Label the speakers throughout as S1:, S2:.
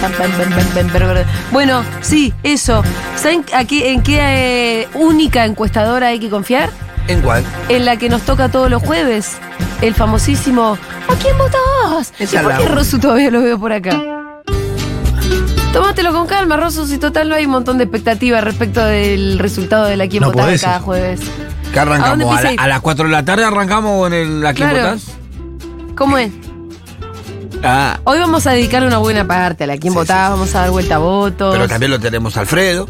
S1: Pam, pam, pam, pam, pam, pam, pam. Bueno, sí, eso. ¿Saben a qué- en qué eh, única encuestadora hay que confiar?
S2: ¿En cuál?
S1: En la que nos toca todos los jueves. El famosísimo ¿A quién votás? ¿Y
S2: Esa
S1: por
S2: la
S1: qué
S2: amo.
S1: Rosu todavía lo veo por acá? Tómatelo con calma, Rosu, si total no hay un montón de expectativa respecto del resultado de la quién
S3: No
S1: votás de
S3: podés.
S1: cada jueves.
S2: ¿Qué
S1: ¿A dónde
S2: arrancamos? ¿A,
S1: empieza
S2: la-
S1: ahí?
S2: a las 4 de la tarde arrancamos en el, la quién
S1: Claro.
S2: votás?
S1: ¿Cómo es?
S2: Ah,
S1: Hoy vamos a dedicar una buena parte a la quién
S2: Sí,
S1: votás,
S2: sí, sí.
S1: vamos a dar vuelta a votos.
S2: pero también lo tenemos a Alfredo.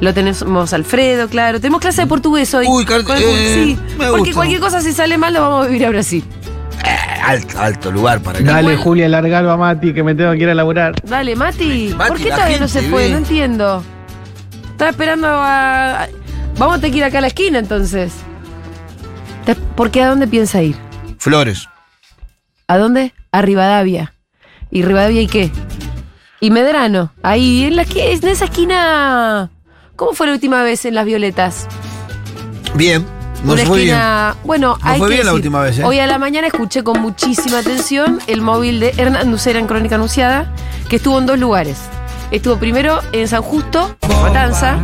S1: Lo tenemos Alfredo, claro. Tenemos clase de portugués hoy.
S2: Uy, car-
S1: Con-
S2: eh,
S1: Sí,
S2: me
S1: porque
S2: gusta.
S1: cualquier cosa si sale mal lo vamos a vivir a Brasil.
S2: Eh, alto, alto lugar para acá.
S4: Dale, Julia, largalo a Mati, que me tengo que ir a laburar.
S1: Dale, Mati.
S2: Mati,
S1: ¿Por qué
S2: la
S1: todavía no se
S2: gente,
S1: fue?
S2: ve.
S1: No entiendo. Estaba esperando a... a- Vamos a tener que ir acá a la esquina entonces. Te- ¿Por qué a dónde piensa ir?
S2: Flores.
S1: ¿A dónde? A Rivadavia. ¿Y Rivadavia y qué? Y Medrano. Ahí, en, la esqui- en esa esquina... ¿Cómo fue la última vez en Las Violetas?
S2: Bien. No
S1: una
S2: se fue bien.
S1: esquina. Bueno,
S2: No
S1: hay
S2: fue
S1: que
S2: bien la
S1: decir,
S2: última vez, ¿eh?
S1: Hoy a la mañana escuché con muchísima atención el móvil de Hernán Nucera en Crónica Anunciada, que estuvo en dos lugares. Estuvo primero en San Justo, Matanza.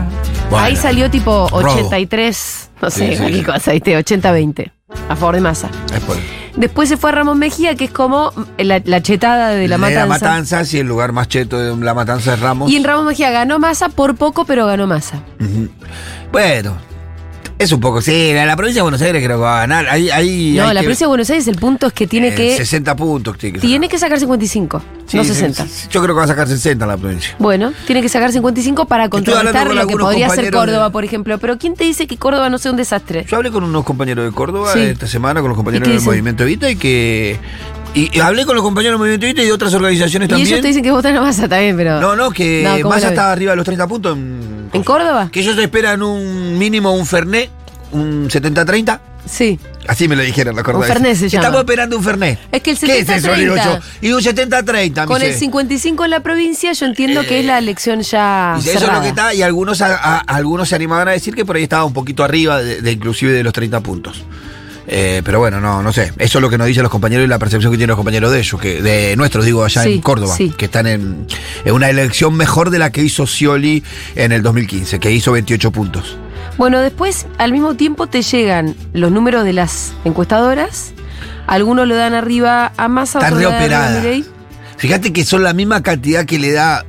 S2: Bueno.
S1: Ahí salió tipo
S2: Robo.
S1: 83, no sé,
S2: Sí, sí.
S1: cualquier cosa, ¿viste? 80-20, a favor de masa.
S2: Después.
S1: Después se fue a Ramón Mejía, que es como la, la chetada de la matanza.
S2: La Matanza, sí, el lugar más cheto de La Matanza es Ramos.
S1: Y en Ramón Mejía ganó masa por poco, pero ganó masa.
S2: Ujú. Bueno, es un poco. Sí, la, la provincia de Buenos Aires creo que va a ganar. Ahí, ahí
S1: No,
S2: hay
S1: la
S2: que-
S1: provincia de Buenos Aires, el punto es que tiene
S2: eh,
S1: que
S2: 60 puntos tiene que
S1: tiene que sacar 55,
S2: sacar.
S1: no
S2: Sí,
S1: 60.
S2: sí, sí, yo creo que va a sacar 60 la provincia.
S1: Bueno, tiene que sacar 55 para
S2: hablando
S1: contrarrestar
S2: con
S1: lo que
S2: algunos
S1: podría ser
S2: compañeros
S1: Córdoba,
S2: de-
S1: por ejemplo. Pero ¿quién te dice que Córdoba no sea un desastre?
S2: Yo hablé con unos compañeros de Córdoba
S1: Sí.
S2: esta semana, con los compañeros
S1: qué
S2: del
S1: dicen?
S2: Movimiento Evita y que. Y, y hablé con los compañeros del Movimiento Evita y de otras organizaciones
S1: Y ellos
S2: también.
S1: te dicen que votan a Massa también, pero...
S2: No, no, que
S1: No, ¿cómo
S2: Massa
S1: la ves?
S2: está arriba de los 30 puntos. En,
S1: ¿En Córdoba?
S2: Que ellos esperan un mínimo, un Fernet, un 70-30.
S1: Sí.
S2: Así me lo dijeron, la cordada.
S1: Un Fernet se llama.
S2: Estamos esperando un Fernet.
S1: Es que el
S2: ¿Qué es eso,
S1: 70-30?
S2: digo yo? Y un 70-30, me
S1: Con el
S2: dice.
S1: 55 en la provincia, yo entiendo que es la elección ya
S2: Dice, eso es
S1: cerrada.
S2: lo que está, y algunos, a- a- algunos se animaban a decir que por ahí estaba un poquito arriba, de, de inclusive de los 30 puntos. Eh, pero bueno, no, no sé. Eso es lo que nos dicen los compañeros y la percepción que tienen los compañeros de ellos, que de nuestros, digo, allá
S1: Sí,
S2: en Córdoba,
S1: sí.
S2: que están en, en una elección mejor de la que hizo Scioli en el 2015, que hizo 28 puntos.
S1: Bueno, después, al mismo tiempo, te llegan los números de las encuestadoras. Algunos lo dan arriba a Massa,
S2: Están
S1: otros lo dan arriba a
S2: reoperadas.
S1: Milei.
S2: Fíjate que son la misma cantidad que le da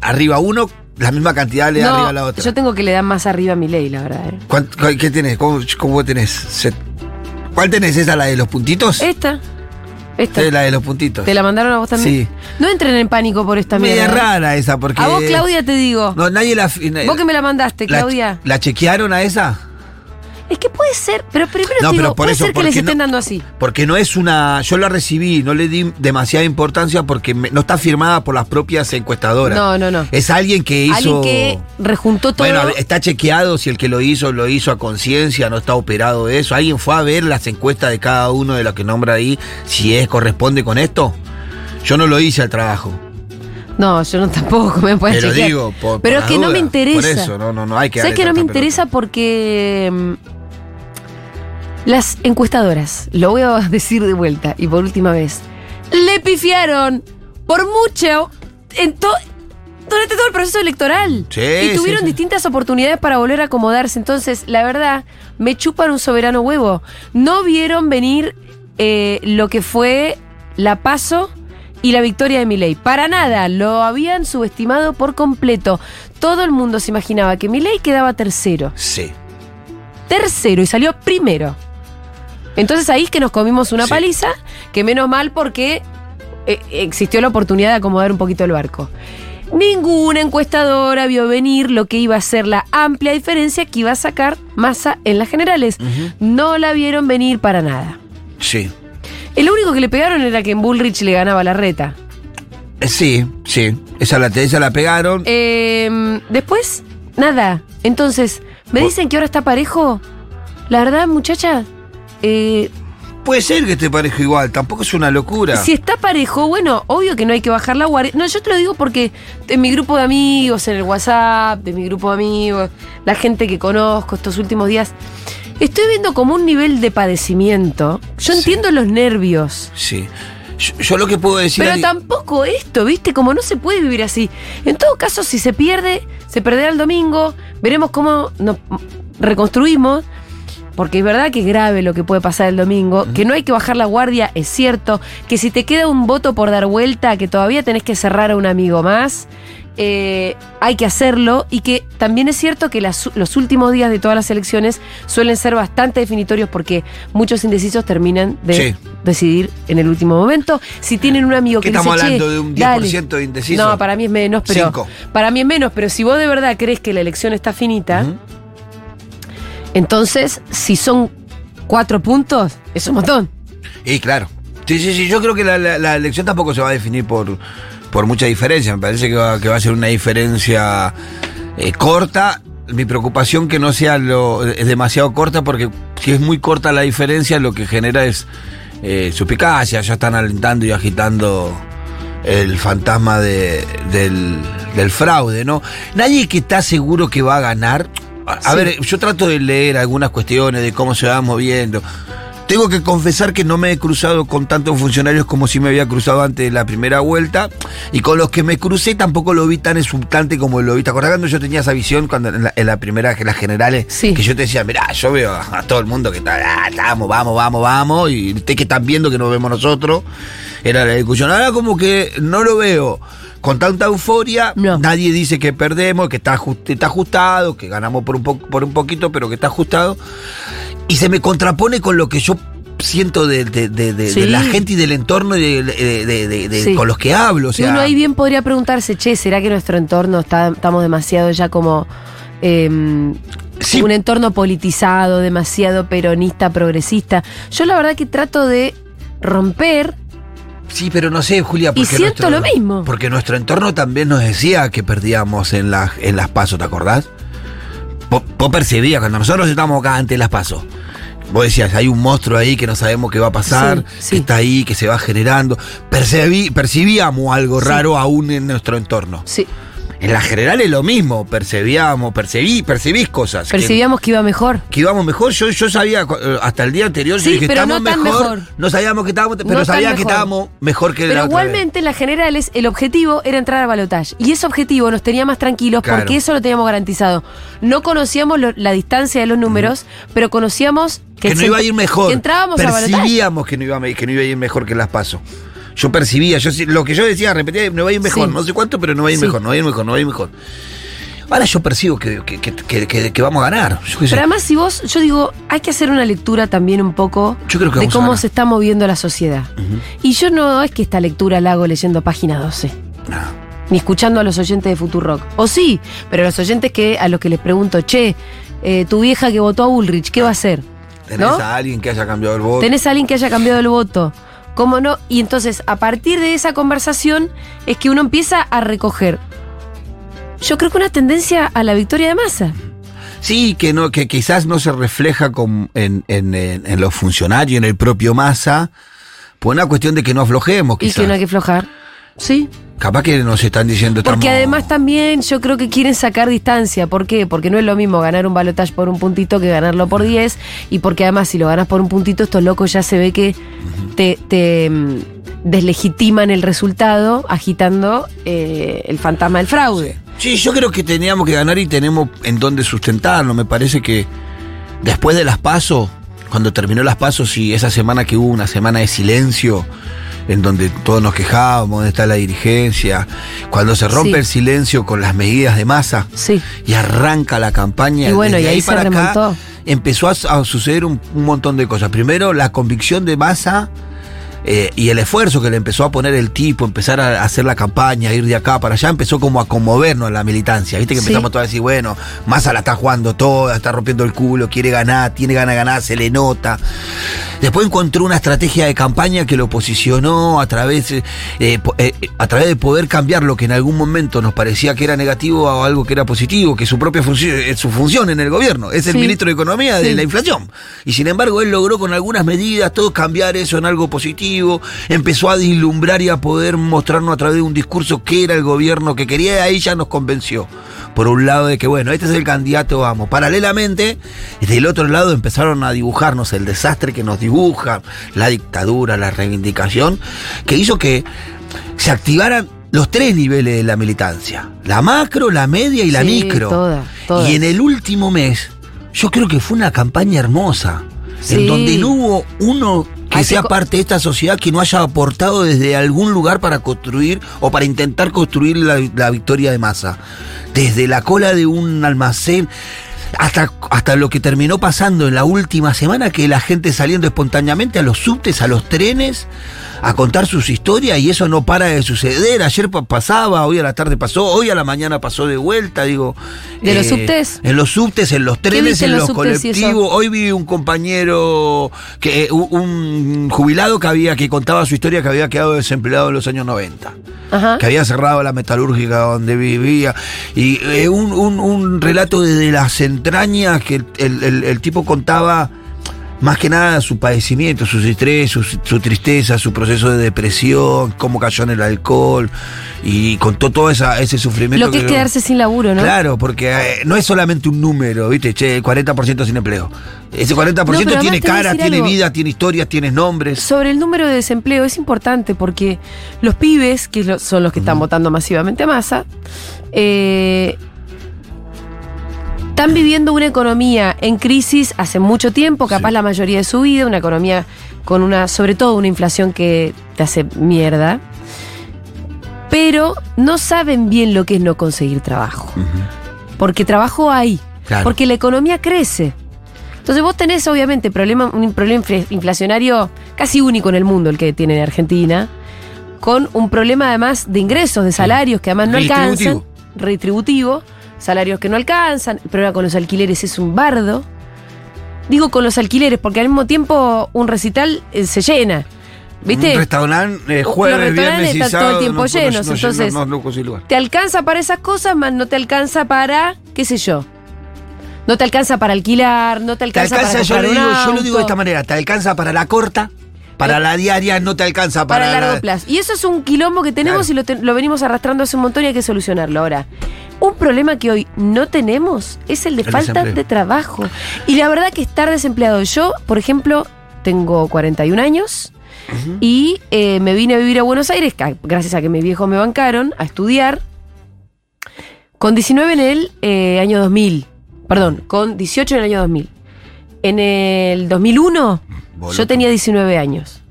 S2: arriba a uno, la misma cantidad le da
S1: No,
S2: arriba a la otra.
S1: yo tengo que le dan más arriba a Milei, la verdad. ¿eh?
S2: ¿Cuánto- cu- ¿Qué tenés? ¿Cómo, cómo tenés? Se- ¿Cuál tenés? ¿Esa la de los puntitos?
S1: Esta, esta.
S2: Sí, la de los puntitos.
S1: ¿Te la mandaron a vos también?
S2: Sí.
S1: No entren en pánico por esta
S2: Media
S1: mierda.
S2: rara esa, porque.
S1: A vos, Claudia, te digo.
S2: No, nadie la. na-
S1: vos que me la mandaste,
S2: la-
S1: Claudia.
S2: ¿La chequearon a esa?
S1: Es que puede ser, pero primero
S2: No,
S1: te digo,
S2: pero por
S1: puede
S2: eso,
S1: ser que les
S2: porque
S1: estén
S2: no-
S1: dando así.
S2: Porque no es una. Yo la recibí, no le di demasiada importancia porque me- no está firmada por las propias encuestadoras.
S1: No, no, no.
S2: Es alguien eh, que hizo.
S1: Alguien que rejuntó todo.
S2: Bueno, está chequeado si el que lo hizo lo hizo a conciencia, no está operado de eso. ¿Alguien fue a ver las encuestas de cada uno de los que nombra ahí si es corresponde con esto? Yo no lo hice al trabajo.
S1: no, yo no tampoco me puedo
S2: Te lo
S1: chequear.
S2: digo, por- por
S1: pero es
S2: las
S1: que no
S2: dudas.
S1: me interesa.
S2: Por eso, no, no, no hay que
S1: ¿Sabes
S2: darle
S1: que no me
S2: tanta pelota.
S1: interesa? Porque. mm, Las encuestadoras, lo voy a decir de vuelta y por última vez, le pifiaron por mucho en to- durante todo el proceso electoral.
S2: Sí,
S1: y
S2: sí,
S1: tuvieron
S2: sí.
S1: distintas oportunidades para volver a acomodarse. Entonces, la verdad, me chupan un soberano huevo. No vieron venir eh, lo que fue la paso y la victoria de Milei. Para nada, lo habían subestimado por completo. Todo el mundo se imaginaba que Milei quedaba tercero.
S2: Sí.
S1: Tercero y salió primero. Entonces ahí es que nos comimos una
S2: Sí.
S1: paliza, que menos mal porque eh, existió la oportunidad de acomodar un poquito el barco. Ninguna encuestadora vio venir lo que iba a ser la amplia diferencia que iba a sacar Massa en las generales. No la vieron venir para nada.
S2: Sí.
S1: El único que le pegaron era que en Bullrich le ganaba la reta.
S2: Eh, Sí, sí. Esa la, esa la pegaron.
S1: Eh, después, nada. Entonces, ¿me
S2: Bu-
S1: dicen que ahora está parejo? La verdad, muchacha, eh,
S2: Puede ser que te parezca igual, tampoco es una locura.
S1: si está parejo, bueno, obvio que no hay que bajar la guardia. No, yo te lo digo porque en mi grupo de amigos, en el WhatsApp, de mi grupo de amigos, la gente que conozco estos últimos días, estoy viendo como un nivel de padecimiento. Yo
S2: Sí.
S1: entiendo los nervios.
S2: Sí. Yo, yo lo que puedo decir
S1: Pero
S2: es-
S1: tampoco esto, ¿viste? Como no se puede vivir así. En todo caso, si se pierde, se perderá el domingo. Veremos cómo nos reconstruimos. Porque es verdad que es grave lo que puede pasar el domingo, que no hay que bajar la guardia, es cierto, que si te queda un voto por dar vuelta, que todavía tenés que cerrar a un amigo más, eh, hay que hacerlo y que también es cierto que las- los últimos días de todas las elecciones suelen ser bastante definitorios porque muchos indecisos terminan de
S2: Sí.
S1: decidir en el último momento. Si tienen un amigo
S2: ¿Qué
S1: que dice,
S2: estamos
S1: "Che,
S2: hablando? ¿De un
S1: dale".
S2: 10% de indecisos?
S1: No, para mí es menos, pero
S2: Cinco.
S1: para mí es menos, pero si vos de verdad crees que la elección está finita,
S2: Ujú.
S1: entonces si son cuatro puntos, es un montón.
S2: Y claro. Sí, sí, sí. Yo creo que la, la- la elección tampoco se va a definir por, por mucha diferencia. Me parece que va, que va a ser una diferencia eh, corta. Mi preocupación que no sea lo, es demasiado corta, porque si es muy corta la diferencia, lo que genera es eh, suspicacia. Ya están alentando y agitando el fantasma de- del, del fraude, ¿no? Nadie que está seguro que va a ganar. A, a
S1: Sí.
S2: ver, eh, yo trato de leer algunas cuestiones de cómo se va moviendo. Tengo que confesar que no me he cruzado con tantos funcionarios como si me había cruzado antes de la primera vuelta. Y con los que me crucé tampoco lo vi tan exultante como lo vi. ¿Te acordás cuando yo tenía esa visión cuando en la, en la primera, en las generales?
S1: Sí.
S2: Que yo te decía, mirá, yo veo a, a todo el mundo que está, "Ah, vamos, vamos, vamos, vamos. Y ustedes que están viendo que nos vemos nosotros. Era la discusión. Ahora como que no lo veo. Con tanta euforia,
S1: No.
S2: nadie dice que perdemos, que está, ajust- está ajustado, que ganamos por un, po- por un poquito, pero que está ajustado. Y se me contrapone con lo que yo siento de, de- de- de- de
S1: Sí.
S2: la gente y del entorno y de- de- de- de- de-
S1: Sí.
S2: con los que hablo. O
S1: Y
S2: sea,
S1: uno ahí bien podría preguntarse, che, ¿será que nuestro entorno está, estamos demasiado ya como eh,
S2: Sí.
S1: un entorno politizado, demasiado peronista, progresista? Yo la verdad que trato de romper
S2: sí, pero no sé, Julia, porque
S1: siento lo mismo.
S2: Porque nuestro entorno también nos decía que perdíamos en, las en las pasos, ¿te acordás? Vos, vos percibías, cuando nosotros estábamos acá ante las pasos. Vos decías, hay un monstruo ahí que no sabemos qué va a pasar,
S1: Sí, sí.
S2: que está ahí, que se va generando. Percibí- percibíamos algo
S1: Sí.
S2: raro aún en nuestro entorno.
S1: Sí,
S2: En las generales lo mismo, percibíamos, percibí, percibís cosas. que-
S1: percibíamos que iba mejor.
S2: que íbamos mejor. Yo, yo sabía cu- eh, hasta el día anterior, yo
S1: Sí,
S2: dije,
S1: pero
S2: estamos
S1: no tan
S2: mejor,
S1: mejor.
S2: No sabíamos que estábamos, pero
S1: No tan
S2: sabía que
S1: mejor.
S2: estábamos mejor que la
S1: Pero
S2: otra
S1: igualmente en las generales el objetivo era entrar al balotaje. Y ese objetivo nos tenía más tranquilos
S2: Claro.
S1: porque eso lo teníamos garantizado. No conocíamos lo- la distancia de los números, pero conocíamos
S2: vez. Que, no
S1: se-
S2: iba a ir mejor.
S1: que entrábamos al balotaje.
S2: Percibíamos que no, iba a, que no iba a ir mejor que las paso. Yo percibía, yo sí- lo que yo decía, repetía, no va a ir mejor,
S1: Sí.
S2: no sé cuánto, pero no va a ir
S1: Sí.
S2: mejor, no va a ir mejor, no va a ir mejor. Ahora yo percibo que, que- que- que- que- que vamos a ganar. Yo, qué sé.
S1: Pero además, si vos, yo digo, hay que hacer una lectura también un poco
S2: Yo creo que
S1: de
S2: vamos a
S1: cómo
S2: ganar.
S1: se está moviendo la sociedad. Y yo no es que esta lectura la hago leyendo página 12,
S2: No.
S1: ni escuchando a los oyentes de Futurock. O sí, pero los oyentes que a los que les pregunto, che, eh, tu vieja que votó a Ulrich, ¿qué va a hacer?
S2: Tenés
S1: ¿No?
S2: a alguien que haya cambiado el voto.
S1: Tenés a alguien que haya cambiado el voto. ¿Cómo no? Y entonces, a partir de esa conversación, es que uno empieza a recoger. Yo creo que una tendencia a la victoria de masa.
S2: Sí, que no, que quizás no se refleja con- en, en- en- en los funcionarios, en el propio masa, por una cuestión de que no aflojemos,
S1: Y
S2: quizás.
S1: que no hay que aflojar. Sí.
S2: Capaz que nos están diciendo
S1: Porque
S2: estamos-
S1: además también yo creo que quieren sacar distancia. ¿Por qué? Porque no es lo mismo ganar un balotaje por un puntito que ganarlo por 10. Y porque además si lo ganas por un puntito, estos locos ya se ve que te, te, mm, deslegitiman el resultado agitando eh, el fantasma del fraude.
S2: Sí, yo creo que teníamos que ganar y tenemos en dónde sustentarlo. Me parece que después de las pasos, cuando terminó las pasos y esa semana que hubo una semana de silencio, en donde todos nos quejábamos, dónde está la dirigencia, cuando se rompe
S1: Sí.
S2: el silencio con las medidas de masa.
S1: Sí.
S2: y arranca la campaña.
S1: Y bueno,
S2: Desde
S1: y ahí se remontó.
S2: empezó a, a suceder un, un montón de cosas. Primero, la convicción de Massa eh, y el esfuerzo que le empezó a poner el tipo, empezar a hacer la campaña, ir de acá para allá, empezó como a conmovernos en la militancia. Viste que
S1: Sí.
S2: empezamos todos a decir, bueno, Massa la está jugando toda, está rompiendo el culo, quiere ganar, tiene ganas de ganar, se le nota. Después encontró una estrategia de campaña que lo posicionó a través, eh, eh, po- eh, a través de poder cambiar lo que en algún momento nos parecía que era negativo a algo que era positivo, que su propia función, eh, su función en el gobierno, es el
S1: Sí.
S2: ministro de Economía de
S1: Sí.
S2: la inflación. Y sin embargo, él logró con algunas medidas todo cambiar eso en algo positivo colectivo, empezó a deslumbrar y a poder mostrarnos a través de un discurso qué era el gobierno que quería y ahí ya nos convenció. Por un lado de que, bueno, este es el candidato, vamos. Paralelamente, desde el otro lado empezaron a dibujarnos el desastre que nos dibuja, la dictadura, la reivindicación, que hizo que se activaran los tres niveles de la militancia. La macro, la media y la
S1: Sí,
S2: micro.
S1: todas, todas.
S2: Y en el último mes, yo creo que fue una campaña hermosa.
S1: Sí.
S2: En donde no hubo uno que
S1: Hay que
S2: sea
S1: co-
S2: parte de esta sociedad que no haya aportado desde algún lugar para construir o para intentar construir la, la victoria de masa. Desde la cola de un almacén hasta, hasta lo que terminó pasando en la última semana, que la gente saliendo espontáneamente a los subtes, a los trenes, a contar sus historias y eso no para de suceder. Ayer pa- pasaba, hoy a la tarde pasó, hoy a la mañana pasó de vuelta, digo. eh,
S1: ¿De los subtes?
S2: En los subtes, en los trenes,
S1: viste en
S2: en
S1: los
S2: los,
S1: subtes y eso?
S2: colectivos. Hoy vi un compañero, que un- un jubilado que había, que contaba su historia que había quedado desempleado en los años 90
S1: Ajá.
S2: que había cerrado la metalúrgica donde vivía. Y eh, un, un- un relato desde las entrañas que el, el- el- el tipo contaba más que nada su padecimiento, sus estrés, su, su tristeza, su proceso de depresión, cómo cayó en el alcohol y contó todo esa, ese sufrimiento.
S1: Lo que es
S2: yo-
S1: quedarse sin laburo, ¿no?
S2: Claro, porque eh, no es solamente un número, ¿viste? Che, el 40% sin empleo. Ese 40%
S1: No, pero
S2: tiene
S1: además te voy a
S2: cara,
S1: decir
S2: tiene
S1: algo.
S2: vida, tiene historias, tiene nombres.
S1: Sobre el número de desempleo es importante porque los pibes, que lo- son los que están votando masivamente a Massa, eh, están viviendo una economía en crisis hace mucho tiempo, capaz
S2: Sí.
S1: la mayoría de su vida, una economía con una, sobre todo una inflación que te hace mierda, pero no saben bien lo que es no conseguir trabajo, porque trabajo hay,
S2: Claro.
S1: porque la economía crece. Entonces vos tenés obviamente problema, un problema infla- inflacionario casi único en el mundo, el que tiene en Argentina, con un problema además de ingresos, de salarios que además no
S2: Redistributivo.
S1: alcanzan, retributivo, salarios que no alcanzan, el problema con los alquileres es un bardo. Digo con los alquileres, porque al mismo tiempo un recital eh, se llena. ¿Viste?
S2: Un restaurante eh,
S1: Los
S2: jueves,
S1: restaurantes
S2: viernes y
S1: están todo el
S2: sábado,
S1: tiempo
S2: no- no-
S1: llenos,
S2: no- no-
S1: entonces-
S2: no- no consigo lugar.
S1: Te alcanza para esas cosas, más no te alcanza para, qué sé yo. No te alcanza para alquilar, no te
S2: Te
S1: alcanza,
S2: alcanza, yo
S1: para
S2: lo,
S1: comprar
S2: digo,
S1: un
S2: yo lo digo de esta
S1: auto,
S2: manera, te alcanza para la corta, para la diaria, no te alcanza para,
S1: para, largo
S2: la-
S1: plazo. Y eso es un quilombo que tenemos
S2: Claro.
S1: y lo, te- lo venimos arrastrando hace un montón y hay que solucionarlo ahora. Un problema que hoy no tenemos es el de
S2: El
S1: falta
S2: desempleo.
S1: de trabajo. Y la verdad que estar desempleado. Yo, por ejemplo, tengo 41 años y eh, me vine a vivir a Buenos Aires, ca- gracias a que mis viejos me bancaron, a estudiar. Con 19 en el eh, año 2000. Perdón, con 18 en el año 2000. En el 2001
S2: Mm, Boludo.
S1: yo tenía 19 años.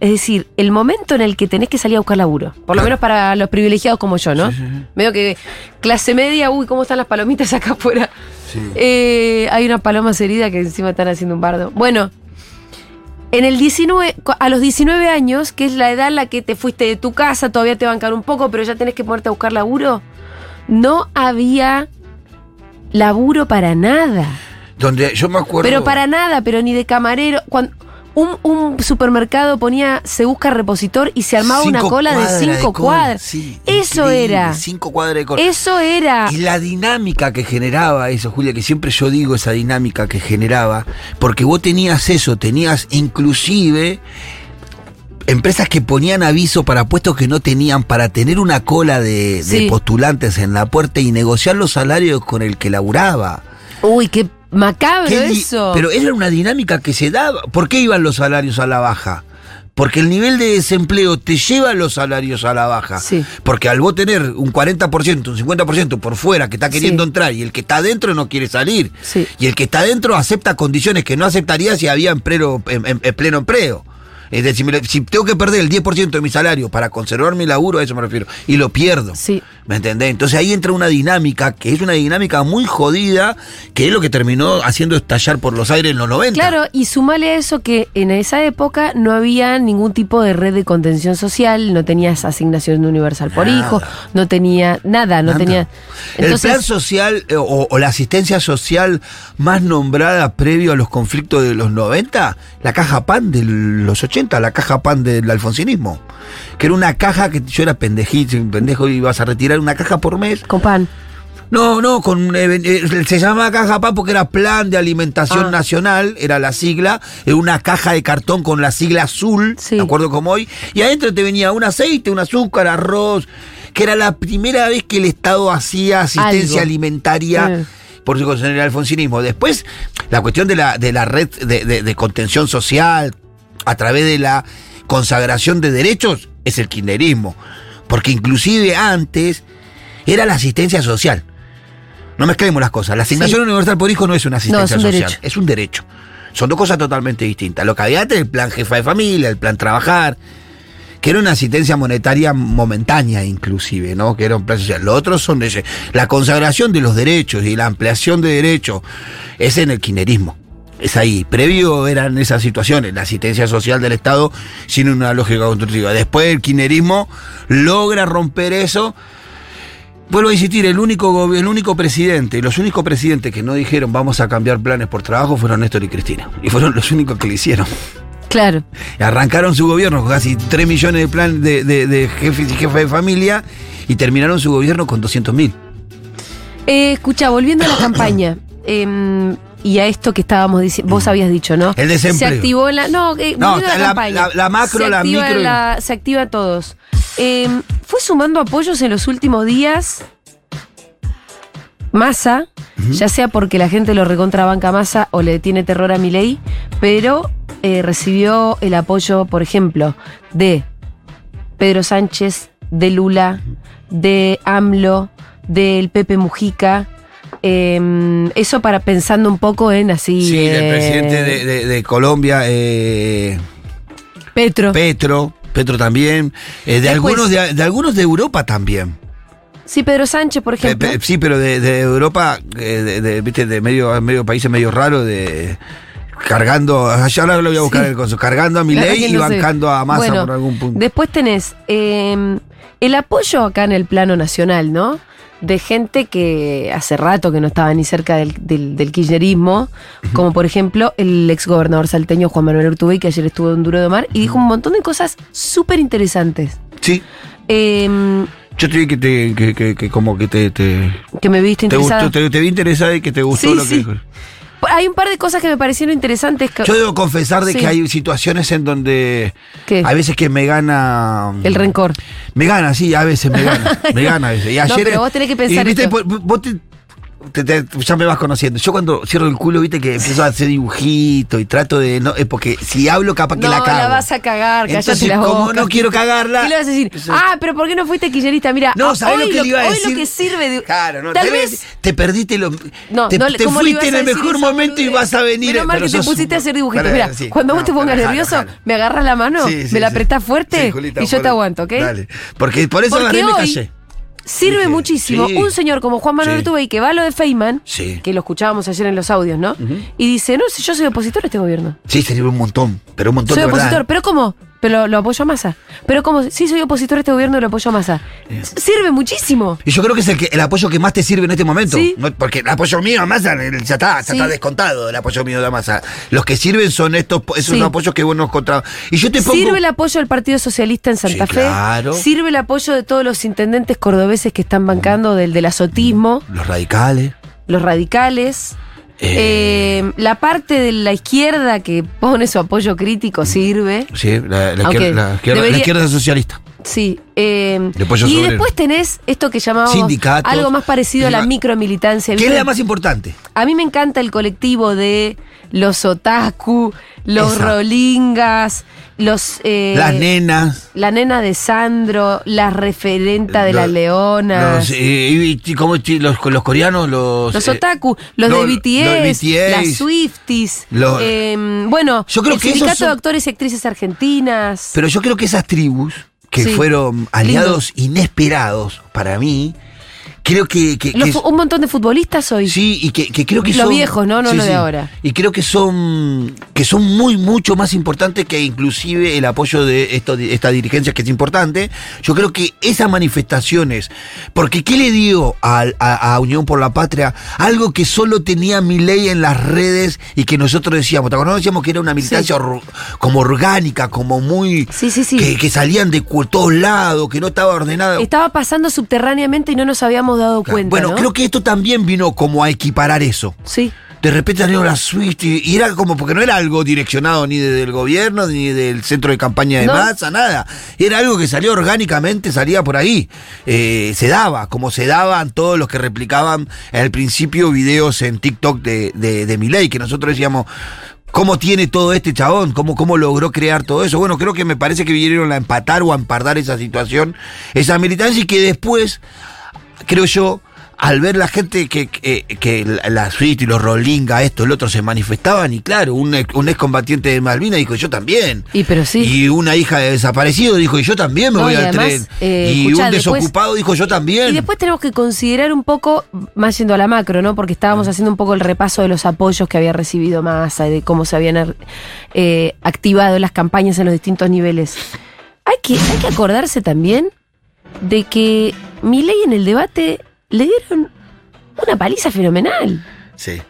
S1: Es decir, el momento en el que tenés que salir a buscar laburo. Por lo
S2: Claro.
S1: menos para los privilegiados como yo, ¿no?
S2: Sí, sí, sí.
S1: Medio que clase media, uy, ¿cómo están las palomitas acá afuera?
S2: Sí.
S1: Eh, hay una paloma herida que encima están haciendo un bardo. Bueno, en el 19, cu- a los 19 años, que es la edad en la que te fuiste de tu casa, todavía te bancan un poco, pero ya tenés que ponerte a buscar laburo, no había laburo para nada.
S2: Donde yo me acuerdo.
S1: Pero para nada, pero ni de camarero. Cuando un, un supermercado ponía se busca repositor y se armaba una
S2: cinco
S1: cola de
S2: cuadras
S1: cinco
S2: cola,
S1: cuadras.
S2: sí,
S1: Eso
S2: increíble,
S1: era.
S2: Cinco cuadras de cola.
S1: Eso era.
S2: Y la dinámica que generaba eso, Julia, que siempre yo digo esa dinámica que generaba, porque vos tenías eso, tenías inclusive empresas que ponían aviso para puestos que no tenían, para tener una cola de, de
S1: Sí.
S2: postulantes en la puerta y negociar los salarios con el que laburaba.
S1: Uy, qué macabro
S2: Qué di-
S1: eso.
S2: Pero era una dinámica que se daba. ¿Por qué iban los salarios a la baja? Porque el nivel de desempleo te lleva los salarios a la baja.
S1: Sí.
S2: Porque al vos tener un 40%, un 50% por fuera que está queriendo
S1: Sí.
S2: entrar y el que está adentro no quiere salir.
S1: Sí.
S2: Y el que está adentro acepta condiciones que no aceptaría si había empleo- em- em- em- pleno empleo. Es decir, mira, si tengo que perder el 10% de mi salario para conservar mi laburo, a eso me refiero, y lo pierdo.
S1: Sí.
S2: ¿Me entendés? Entonces ahí entra una dinámica que es una dinámica muy jodida, que es lo que terminó haciendo estallar por los aires en los 90.
S1: Claro, y sumale a eso que en esa época no había ningún tipo de red de contención social, no tenías asignación universal por
S2: Nada.
S1: hijo, no tenía nada, no
S2: Nada.
S1: tenía.
S2: el plan social eh, o, o la asistencia social más nombrada previo a los conflictos de los 90, la caja pan de los 80, la caja pan del alfonsinismo. Que era una caja que yo era pendejito, un pendejo, y ibas a retirar una caja por mes
S1: con pan.
S2: No, no, con, eh, eh, se llamaba acá en Japón porque era Plan de Alimentación
S1: Ah.
S2: Nacional, era la sigla, era una caja de cartón con la sigla azul,
S1: Sí.
S2: me acuerdo como hoy, y adentro te venía un aceite, un azúcar, arroz, que era la primera vez que el Estado hacía asistencia
S1: Algo.
S2: alimentaria.
S1: Mm.
S2: Por supuesto, en el alfonsinismo. Después, la cuestión de la, de la red de, de- de contención social a través de la consagración de derechos es el kirchnerismo. Porque inclusive antes era la asistencia social. No mezclemos las cosas. La asignación universal por hijo no es una asistencia
S1: No, es un
S2: social,
S1: derecho.
S2: es un derecho. Son dos cosas totalmente distintas. Lo que había antes, el plan jefa de familia, el plan trabajar, que era una asistencia monetaria momentánea inclusive, ¿no? Que era un plan social. Lo otro son leyes. La consagración de los derechos y la ampliación de derechos es en el kinerismo. Es ahí. Previo eran esas situaciones, la asistencia social del Estado sin una lógica constructiva. Después el kinerismo logra romper eso. Vuelvo a insistir, el único, gobi- el único presidente, los únicos presidentes que no dijeron vamos a cambiar planes por trabajo fueron Néstor y Cristina. Y fueron los únicos que lo hicieron.
S1: Claro.
S2: Arrancaron su gobierno con casi 3 millones de plan de, de- de jefes y jefas de familia y terminaron su gobierno con 200 mil.
S1: Eh, escucha, volviendo a la campaña. em, y a esto que estábamos diciendo, vos habías dicho, ¿no?
S2: Mm. El desempleo.
S1: Se activó la. No, eh,
S2: No,
S1: volviendo a la,
S2: la-
S1: campaña.
S2: la- la macro,
S1: Se
S2: la
S1: activa
S2: micro y-
S1: la- se activa todos. Em, fue sumando apoyos en los últimos días. Massa, ya sea porque la gente lo recontrabanca a Massa o le tiene terror a Milei, pero eh, recibió el apoyo, por ejemplo, de Pedro Sánchez, de Lula, de AMLO, del Pepe Mujica. em, eso para pensando un poco en así.
S2: Sí, el
S1: eh,
S2: presidente de, de- de Colombia, eh,
S1: Petro.
S2: Petro, Petro también, eh, de,
S1: Después-
S2: algunos de, de algunos de Europa también.
S1: sí, Pedro Sánchez, por
S2: Pe-
S1: ejemplo.
S2: pe- sí, pero de, de Europa, eh, de, de- viste, de medio, medio países medio raro, de cargando, allá ahora lo voy a buscar
S1: Sí.
S2: el consul, cargando a
S1: La verdad
S2: Milei
S1: que
S2: y
S1: no sé.
S2: bancando a Massa
S1: Bueno,
S2: por algún punto.
S1: Después tenés eh, el apoyo acá en el plano nacional, ¿no? De gente que hace rato que no estaba ni cerca del, del- del kirchnerismo, como por ejemplo el exgobernador salteño Juan Manuel Urtubey, que ayer estuvo en Duro de Mar y dijo un montón de cosas súper interesantes.
S2: Sí,
S1: Eh,
S2: yo te vi que, te, que, que- que como que te, te,
S1: que me viste
S2: te
S1: interesada.
S2: gustó, te, te vi interesada y que te gustó
S1: Sí,
S2: lo que
S1: sí.
S2: dijo.
S1: Hay un par de cosas que me parecieron interesantes. Que,
S2: Yo debo confesar de
S1: Sí.
S2: que hay situaciones en donde
S1: ¿Qué?
S2: a veces que me gana... mm,
S1: el rencor.
S2: Me gana, sí, a veces me gana. me gana a veces. Y
S1: No,
S2: ayer.
S1: pero vos tenés que
S2: y,
S1: pensar
S2: viste,
S1: esto.
S2: vos- vos te- te- te- ya me vas conociendo. Yo cuando cierro el culo, viste que empiezo a hacer dibujito y trato de. No, es porque si hablo, capaz que
S1: no,
S2: la cago.
S1: vas a cagar, callate
S2: Entonces,
S1: la boca.
S2: como no quiero cagarla.
S1: ¿Qué le vas a decir?
S2: entonces-
S1: Ah, pero ¿por qué no fuiste kirchnerista? Mira,
S2: No,
S1: ah,
S2: ¿sabés
S1: hoy
S2: lo que le iba a
S1: hoy
S2: decir?
S1: lo que sirve de.
S2: Claro, no,
S1: Tal
S2: te-
S1: vez.
S2: Te perdiste lo.
S1: No,
S2: te,
S1: no, le-
S2: te
S1: ¿cómo le ibas
S2: fuiste en
S1: a
S2: el
S1: decir
S2: mejor
S1: esa
S2: momento y
S1: boludez?
S2: vas a venir.
S1: Menos mal
S2: pero
S1: que te
S2: sos
S1: pusiste a
S2: un-
S1: hacer dibujitos.
S2: Pará,
S1: Mira,
S2: sí,
S1: cuando vos
S2: no,
S1: te pongas
S2: dejalo,
S1: nervioso,
S2: dejalo.
S1: me agarras la mano,
S2: Sí, sí,
S1: me la
S2: sí.
S1: apretás fuerte
S2: Sí, Julita,
S1: y yo te
S2: por-
S1: aguanto, ¿ok?
S2: Dale. Porque por eso
S1: Porque
S2: agarré y me
S1: hoy-
S2: callé.
S1: Sirve
S2: Dije,
S1: muchísimo
S2: sí.
S1: un señor como Juan Manuel
S2: Sí.
S1: Urtubey que va a lo de Feynman,
S2: Sí.
S1: que lo escuchábamos ayer en los audios, ¿no? Y dice, no, si yo soy opositor a este gobierno.
S2: Sí, sirve un montón, pero un montón
S1: Soy
S2: de verdad.
S1: opositor, pero ¿cómo? Pero lo apoyo a Massa. Pero ¿cómo? Sí, soy opositor a este gobierno y lo apoyo a Massa. Sirve muchísimo.
S2: Y yo creo que es el, que- el apoyo que más te sirve en este momento.
S1: Sí.
S2: No, porque el apoyo mío a Massa el- ya está, ya
S1: Sí.
S2: está descontado el apoyo mío de Massa. Los que sirven son estos, esos
S1: Sí.
S2: apoyos que vos nos contra- Y yo te pongo.
S1: Sirve el apoyo del Partido Socialista en Santa
S2: Sí,
S1: Fe.
S2: claro.
S1: Sirve el apoyo de todos los intendentes cordobeses que están bancando, del del azotismo,
S2: Los radicales.
S1: los radicales.
S2: Eh.
S1: Eh, la parte de la izquierda que pone su apoyo crítico sirve.
S2: Sí, la, la
S1: Aunque
S2: izquierda, la izquierda- la
S1: debería-
S2: izquierda socialista.
S1: Sí. eh,
S2: El apoyo
S1: y
S2: obrero.
S1: después tenés esto que llamamos
S2: Sindicatos.
S1: algo más parecido a la
S2: Ma-
S1: micromilitancia.
S2: ¿Qué es
S1: ¿viste?
S2: la más importante?
S1: A mí me encanta el colectivo de los otaku, los
S2: Esa.
S1: rolingas, los... eh,
S2: Las nenas.
S1: La nena de Sandro, la referenta de la
S2: los-
S1: leona.
S2: Los,
S1: Los,
S2: eh, y- y- ¿cómo chi- los, los coreanos, los. eh,
S1: otaku, los
S2: no,
S1: de BTS,
S2: BTS.
S1: las Swifties.
S2: Los-
S1: em, bueno,
S2: Yo creo
S1: el
S2: que esos
S1: sindicato de
S2: son-
S1: actores y actrices argentinas.
S2: Pero yo creo que esas tribus, que
S1: Sí.
S2: fueron aliados inesperados para mí, creo que. que-
S1: Los
S2: que-
S1: fu- un montón de futbolistas hoy.
S2: Sí, y que, que creo que
S1: Los
S2: son.
S1: viejos, ¿no? No
S2: Sí,
S1: los de
S2: sí.
S1: ahora.
S2: Y creo que son. que son muy, mucho más importantes que inclusive el apoyo de esto, de esta dirigencia, que es importante. Yo creo que esas manifestaciones. Porque ¿qué le dio al- a, a Unión por la Patria? Algo que solo tenía mi ley en las redes y que nosotros decíamos. ¿Te acordás? Decíamos que era una militancia or- como orgánica, como muy.
S1: Sí, sí, sí.
S2: Que, que salían de cu- todos lados, que no estaba ordenada.
S1: Estaba pasando subterráneamente y no nos habíamos habíamos dado cuenta.
S2: Bueno,
S1: ¿no?
S2: creo que esto también vino como a equiparar eso.
S1: Sí.
S2: De repente salieron las Swift y, y era como porque no era algo direccionado ni del gobierno, ni del centro de campaña de
S1: No.
S2: masa, nada. Era algo que salió orgánicamente, salía por ahí. Eh, se daba, como se daban todos los que replicaban al principio videos en TikTok de, de, de Milei, que nosotros decíamos. ¿Cómo tiene todo este chabón? ¿Cómo, ¿Cómo logró crear todo eso? Bueno, creo que me parece que vinieron a empatar o a empardar esa situación, esa militancia, y que después creo yo, al ver la gente que, que, que la- la suite y los Rolinga, esto, el otro, se manifestaban, y claro, un, ex- un excombatiente de Malvinas dijo, yo también.
S1: Y pero sí.
S2: Y una hija de desaparecido dijo, y yo también me
S1: No,
S2: voy
S1: y
S2: al
S1: además,
S2: tren.
S1: eh,
S2: y
S1: escuchá,
S2: un
S1: después-
S2: desocupado dijo, yo también.
S1: Y después tenemos que considerar un poco, más yendo a la macro, ¿no? Porque
S2: Ah.
S1: estábamos haciendo un poco el repaso de los apoyos que había recibido Massa y de cómo se habían eh, activado las campañas en los distintos niveles. Hay que, hay que acordarse también de que Milei en el debate le dieron una paliza fenomenal.
S2: sí,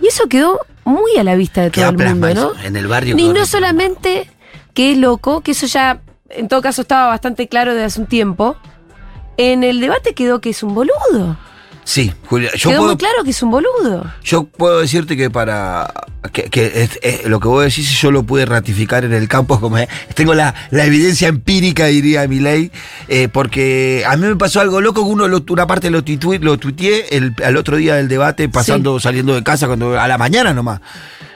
S1: Y eso quedó muy a la vista de todo
S2: queda
S1: el
S2: plasma
S1: mundo,
S2: eso,
S1: ¿no?
S2: en el barrio.
S1: Ni
S2: quedó
S1: no
S2: plasma.
S1: solamente que es loco, que eso ya en todo caso estaba bastante claro desde hace un tiempo. En el debate quedó que es un boludo.
S2: Sí, Julia, yo
S1: quedó
S2: puedo,
S1: muy claro que es un boludo.
S2: yo puedo decirte que para... Que, que es- es- lo que vos decís yo lo pude ratificar en el campo, es como eh, tengo la, la evidencia empírica, diría Milei, eh, porque a mí me pasó algo loco, que uno lo- una parte lo, tuitui- lo tuiteé el- al otro día del debate, pasando, saliendo de casa, cuando a la mañana nomás.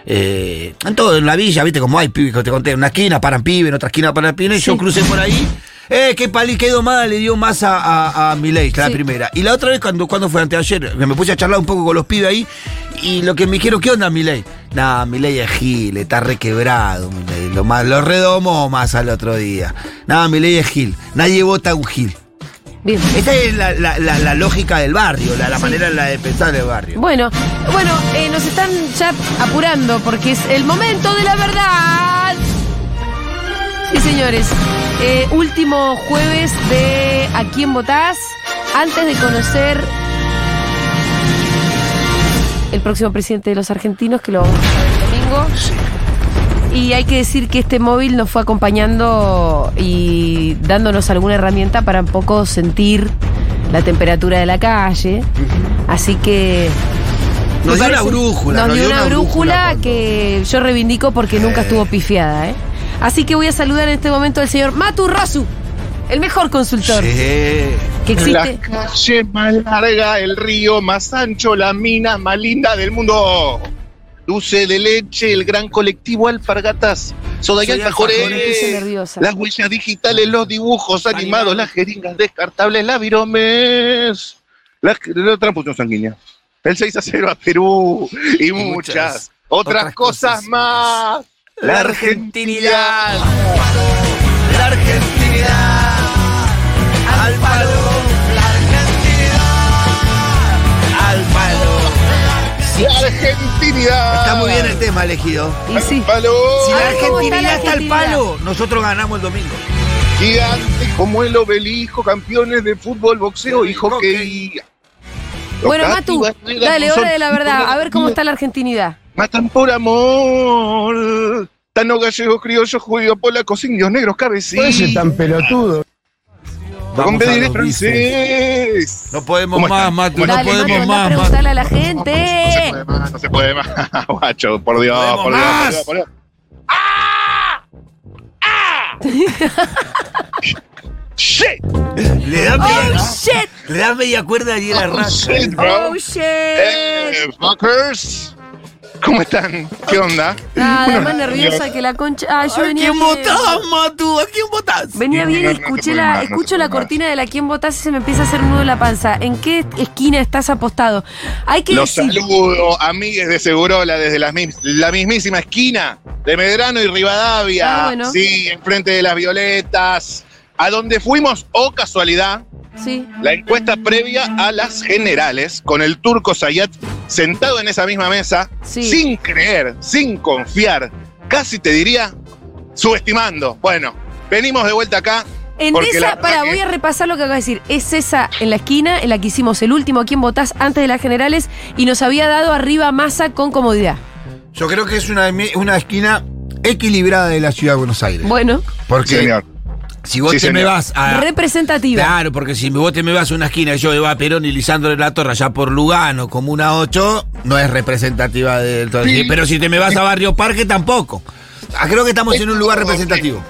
S2: Eh, en todo, en la villa, viste como hay pibes, que te conté, en una esquina paran pibes, en otra esquina paran pibes, y yo
S1: Sí.
S2: crucé por ahí. Eh, qué pali, quedó mal, le dio más a, a, a Milei, la
S1: Sí.
S2: primera. Y la otra vez, cuando, cuando fue anteayer, que me puse a charlar un poco con los pibes ahí, y lo que me dijeron, ¿qué onda Milei? Nah, Milei es gil, está requebrado, Milei. Lo, más, lo redomó más al otro día. Nah, Milei es gil, nadie vota a un gil.
S1: Bien.
S2: Esta es la, la- la- la lógica del barrio, la, la manera en la de pensar del barrio.
S1: Bueno, bueno, eh, nos están ya apurando porque es el momento de la verdad. Sí, señores. Eh, último jueves de ¿A quién votás? Antes de conocer el próximo presidente de los argentinos, que lo vamos a ver el domingo. Y hay que decir que este móvil nos fue acompañando y dándonos alguna herramienta para un poco sentir la temperatura de la calle. Así que.
S2: Nos
S1: me
S2: dio una brújula,
S1: Nos, dio una, brújula que yo reivindico porque nunca estuvo pifiada. ¿eh? Así que voy a saludar en este momento al señor Matu Rosu, el mejor consultor
S2: Sí.
S1: que
S3: La
S1: existe.
S3: calle más larga, el río más ancho, la mina más linda del mundo. Dulce de leche, el gran colectivo Alpargatas, Soda y
S2: Soy
S1: Me puse
S3: Alfajores,
S1: nerviosa.
S3: las huellas digitales, los dibujos
S2: Animado.
S3: animados, las jeringas descartables, la viromes, la, la transfusión sanguínea, el 6 a 0 a Perú y, muchas,
S2: muchas
S3: otras,
S2: otras
S3: cosas,
S2: cosas
S3: más. La argentinidad.
S2: La Argentinidad. Al palo. La Argentinidad. Al palo.
S3: La argentinidad.
S2: Está muy bien el tema elegido.
S1: Y sí.
S2: Si
S3: Valor.
S2: la
S1: Ay, ¿cómo está la
S2: Argentinidad está al
S1: Argentinidad?
S2: palo, nosotros ganamos el domingo.
S3: Gigante como el obelisco, campeones de fútbol, boxeo y hockey.
S1: Bueno,
S3: Tocati,
S1: Matu,
S3: Barrera,
S1: dale,
S3: Puzol,
S1: hora de la verdad. A ver cómo
S3: Matan
S1: está la argentinidad.
S3: Matan por amor. Tano gallegos, criollos, judíos, polacos, indios, negros,
S4: Oye,
S3: cabecillas.
S4: tan pelotudo.
S3: Con
S2: a
S3: pedirle
S2: los bifes.
S3: francés.
S2: No podemos
S3: ¿Cómo
S2: más,
S3: están?
S2: Matu,
S3: ¿Cómo
S2: no
S1: dale,
S2: podemos
S1: Matu, anda a
S2: más, Matu.
S1: preguntarle a la
S3: No, No se puede
S1: gente.
S3: más, no se puede más, guacho, por Dios,
S2: No
S3: por Dios,
S2: podemos
S3: por
S2: más.
S3: Dios, por Dios. ¡Ah! ¡Ah! ¡Shit!
S2: Le da
S1: Oh,
S2: media,
S1: shit.
S2: le da media cuerda y era
S3: Oh,
S2: racha.
S3: shit, bro.
S1: Oh, shit.
S3: Eh, fuckers. ¿Cómo están? ¿Qué onda?
S1: Nada,
S3: Bueno,
S1: más nerviosa que la concha. Ah, yo
S2: ¿A
S1: venía.
S2: quién
S1: bien.
S2: votás, Matu? ¿A quién votás?
S1: Venía bien y
S3: No, no te
S1: escuché
S3: puedo
S1: la,
S3: más, no te
S1: escucho
S3: puedo
S1: la
S3: más.
S1: cortina de la quien votás y se me empieza a hacer un nudo en la panza. ¿En qué esquina estás apostado? Hay que
S3: Los
S1: decir.
S3: saludo, amigues de Segurola, desde la, mis- la mismísima esquina de Medrano y Rivadavia.
S1: Ah, bueno.
S3: Sí, enfrente de las Violetas. A donde fuimos, o casualidad,
S1: Sí.
S3: la encuesta previa a las generales, con el turco Zayat sentado en esa misma mesa,
S1: Sí.
S3: sin creer, sin confiar, casi te diría subestimando. Bueno, venimos de vuelta acá.
S1: En
S3: Porque la
S1: esa,
S3: verdad
S1: para,
S3: que-
S1: voy a repasar lo que acabo de decir. Es esa en la esquina en la que hicimos el último a quien votás antes de las generales y nos había dado arriba masa con comodidad.
S2: Yo creo que es una, una esquina equilibrada de la ciudad de Buenos Aires.
S1: Bueno,
S2: Porque Si vos
S3: Sí,
S2: te
S3: señor.
S2: me vas a.
S1: Representativa.
S2: Claro, porque si vos te me vas a una esquina, yo me va a Perón y Lisandro de la Torre allá por Lugano, como una 8, no es representativa del todo.
S3: Sí.
S2: Pero si te me vas a Barrio Parque, tampoco. Ah, Creo que estamos en un lugar representativo.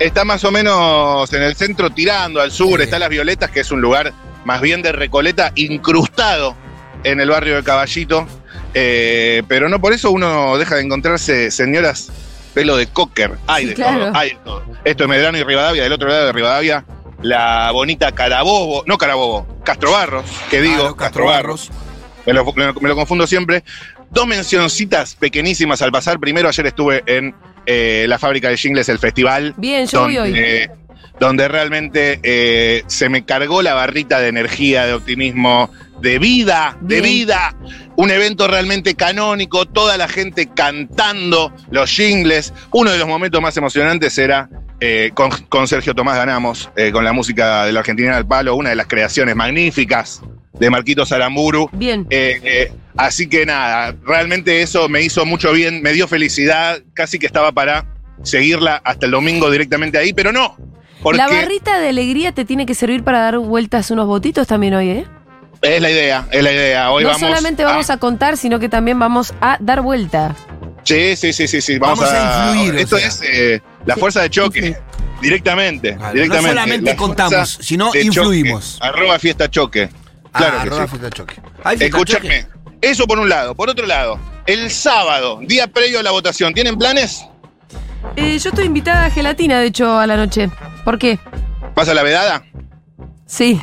S3: Está más o menos en el centro tirando al sur, está Las Violetas, que es un lugar más bien de Recoleta, incrustado en el barrio de Caballito. Eh, pero no por eso uno deja de encontrarse señoras pelo de cocker. Hay
S1: Sí,
S3: de
S1: claro.
S3: todo, hay de todo. Esto es Medrano y Rivadavia, del otro lado de Rivadavia, la bonita Carabobo, no Carabobo, Castrobarros, que digo,
S2: Claro,
S3: Castrobarros. Me lo, me lo- me lo confundo siempre. Dos mencioncitas pequeñísimas al pasar. Primero, ayer estuve en eh, la fábrica de jingles, el festival
S1: Bien, yo voy hoy.
S3: donde- donde realmente eh, se me cargó la barrita de energía, de optimismo, de vida, de
S1: Bien.
S3: vida. Un evento realmente canónico, toda la gente cantando los jingles. Uno de los momentos más emocionantes era eh, con, con Sergio Tomás Ganamos, eh, con la música de la Argentina al Palo, una de las creaciones magníficas de Marquito Saramburu.
S1: Bien.
S3: Eh, eh, así que nada, realmente eso me hizo mucho bien, me dio felicidad, casi que estaba para seguirla hasta el domingo directamente ahí, pero no. Porque
S1: La barrita de alegría te tiene que servir para dar vueltas unos botitos también hoy, ¿eh?
S3: es la idea, es la idea. Ah, Hoy
S1: no
S3: vamos
S1: solamente vamos a contar, sino que también vamos a dar vuelta.
S3: Sí, sí, sí, sí, sí, Vamos,
S2: Vamos a
S3: a,
S2: influir, o
S3: Esto
S2: sea.
S3: es eh, la
S1: Sí,
S3: fuerza de choque.
S1: influir.
S3: Directamente,
S2: Claro,
S3: directamente.
S2: no solamente
S3: la fuerza
S2: contamos, sino
S3: de
S2: influimos.
S3: choque. Arroba fiesta choque. Claro
S2: Ah,
S3: que
S2: arroba
S3: sí.
S2: Fiesta Choque. Hay Fiesta Choque.
S3: Escúchame. Eso por un lado. Por otro lado, el sábado, día previo a la votación, ¿tienen planes?
S1: Eh, yo estoy invitada a gelatina, de hecho, a la noche. ¿Por qué?
S3: ¿Pasa la vedada?
S1: Sí.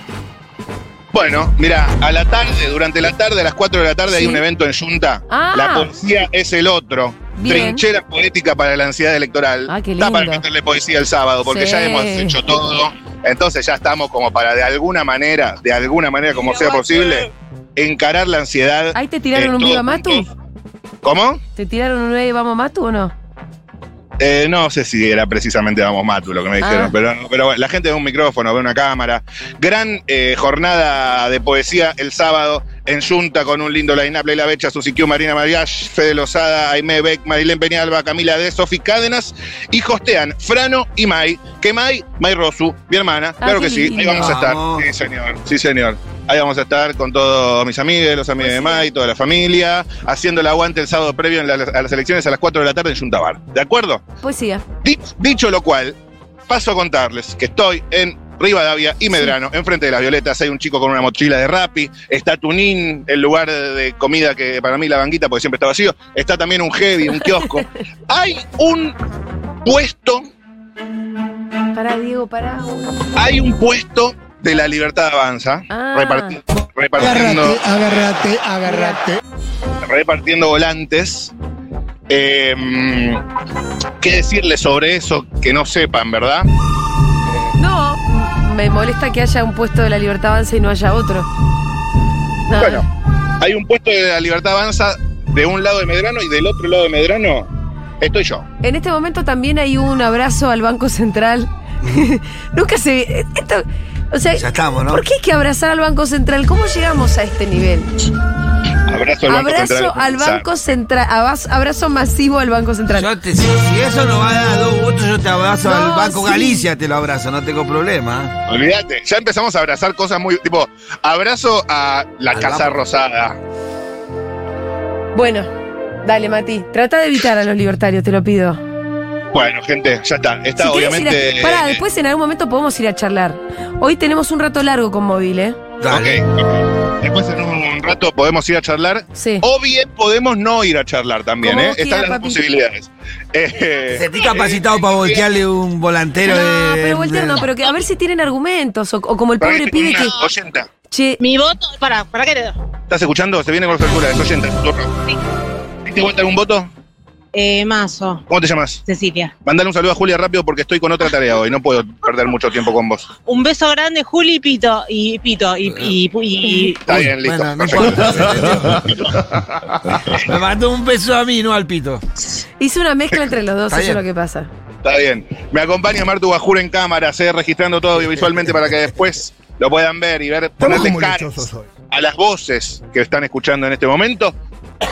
S3: Bueno, mira, a la tarde, durante la tarde, a las 4 de la tarde,
S1: Sí.
S3: hay un evento en Junta.
S1: Ah.
S3: La poesía es el otro.
S1: Bien.
S3: Trinchera poética para la ansiedad electoral.
S1: Ah, qué
S3: Está para
S1: lindo.
S3: meterle poesía el sábado, porque
S1: Sí.
S3: ya hemos hecho todo. Entonces ya estamos como para de alguna manera, de alguna manera, como sea posible, encarar la ansiedad.
S1: ¿Ahí te tiraron
S3: eh,
S1: un
S3: todos
S1: viva Matu?
S3: juntos. ¿Cómo?
S1: ¿Te tiraron un y vamos Matu o no?
S3: Eh, no sé si era precisamente Vamos Matu lo que me
S1: Ah.
S3: dijeron, pero, pero bueno, la gente ve un micrófono, ve una cámara. Gran eh, jornada de poesía el sábado en Junta con un lindo line-up, Leila Becha, Susi Q, Marina Mariach, Fede Lozada, Aime Beck, Marilén Peñalba, Camila D, Sofi Cádenas y hostean Frano y Mai, que Mai, Mai Rosu, mi hermana,
S1: Ah,
S3: claro
S1: qué
S3: que sí, ahí
S1: lindo.
S3: vamos a estar.
S2: Vamos.
S3: Sí, señor, sí, señor. Ahí vamos a estar con todos mis amigos, los amigos
S1: Ah,
S3: de Mai, toda la familia, haciendo el aguante el sábado previo en la- a las elecciones a las 4 de la tarde en Junta Bar. ¿De acuerdo?
S1: Poesía.
S3: Di- Dicho lo cual, paso a contarles que estoy en Rivadavia y Medrano, enfrente de las Violetas. Hay un chico con una mochila de Rappi. Está Tunín, el lugar de comida que para mí la banguita, porque siempre está vacío. Está también un Heavy, un kiosco. hay un puesto,
S1: Pará, Diego, pará.
S3: hay un puesto de la Libertad Avanza.
S1: Ah.
S3: reparti- repartiendo,
S5: Agárrate, agárrate, agárrate.
S3: repartiendo volantes. Eh, ¿Qué decirles sobre eso que no sepan, verdad?
S1: No, me molesta que haya un puesto de la Libertad Avanza y no haya otro. Nada.
S3: Bueno, hay un puesto de la Libertad Avanza de un lado de Medrano y del otro lado de Medrano estoy yo.
S1: En este momento también hay un abrazo al Banco Central. Nunca se... Esto, o sea,
S2: Mm. Ya estamos, ¿no?
S1: ¿por qué hay que abrazar al Banco Central? ¿Cómo llegamos a este nivel?
S3: Abrazo al Banco Central.
S1: abrazo al Banco Central, abas- abrazo masivo al Banco Central.
S2: Yo te- si, si eso no va a dar dos votos, yo te abrazo
S1: No,
S2: al Banco
S1: sí.
S2: Galicia, te lo abrazo, no tengo problema.
S3: Olvídate, ya empezamos a abrazar cosas muy. Tipo, abrazo a la
S2: Al
S3: Casa
S2: Banco.
S3: Rosada.
S1: Bueno, dale, Mati, trata de evitar a los libertarios, te lo pido.
S3: Bueno, gente, ya está. Está
S1: Si querés ir a-
S3: obviamente. eh,
S1: Pará, después en algún momento podemos ir a charlar. Hoy tenemos un rato largo con móvil, ¿eh?
S2: Dale.
S3: Ok, ok. Después en un rato podemos ir a charlar.
S1: Sí.
S3: O bien podemos no ir a charlar también,
S1: Como
S3: ¿eh?
S1: vos
S3: Están
S1: quieras,
S3: las
S1: papi.
S3: posibilidades. Eh,
S2: Sentí capacitado para voltearle un volantero de.
S1: no, pero voltear
S2: de-
S1: no, pero que a ver si tienen argumentos. O, o como el
S3: para que
S1: pobre
S3: te
S1: pibe
S3: pongas
S1: que.
S3: 80.
S1: Che,
S6: Mi voto, para, para qué te doy?
S3: ¿Estás escuchando? Se viene con los alturas, es 80. turno. ¿Diste vuelta algún voto?
S6: Eh, Mazo,
S3: ¿Cómo te llamas?
S6: Cecilia.
S3: Mandale un saludo a Julia rápido porque estoy con otra tarea hoy. No puedo perder mucho tiempo con vos.
S6: Un beso grande, Juli y Pito. Y Pito, y, y, y-
S3: Está
S2: Uy,
S3: bien, listo.
S2: bueno, no
S3: perfecto.
S2: importa, se entendió. Me mandó un peso a mí, no al pito.
S1: hice una mezcla entre los dos,
S2: Está
S1: eso es
S2: bien.
S1: lo que pasa.
S3: Está bien. Me acompaña Martu Bajura en cámara, ¿eh? registrando todo visualmente para que después lo puedan ver y ver,
S5: Estamos
S3: ponerle
S5: como
S3: cara
S5: lechosos hoy.
S3: a las voces que están escuchando en este momento.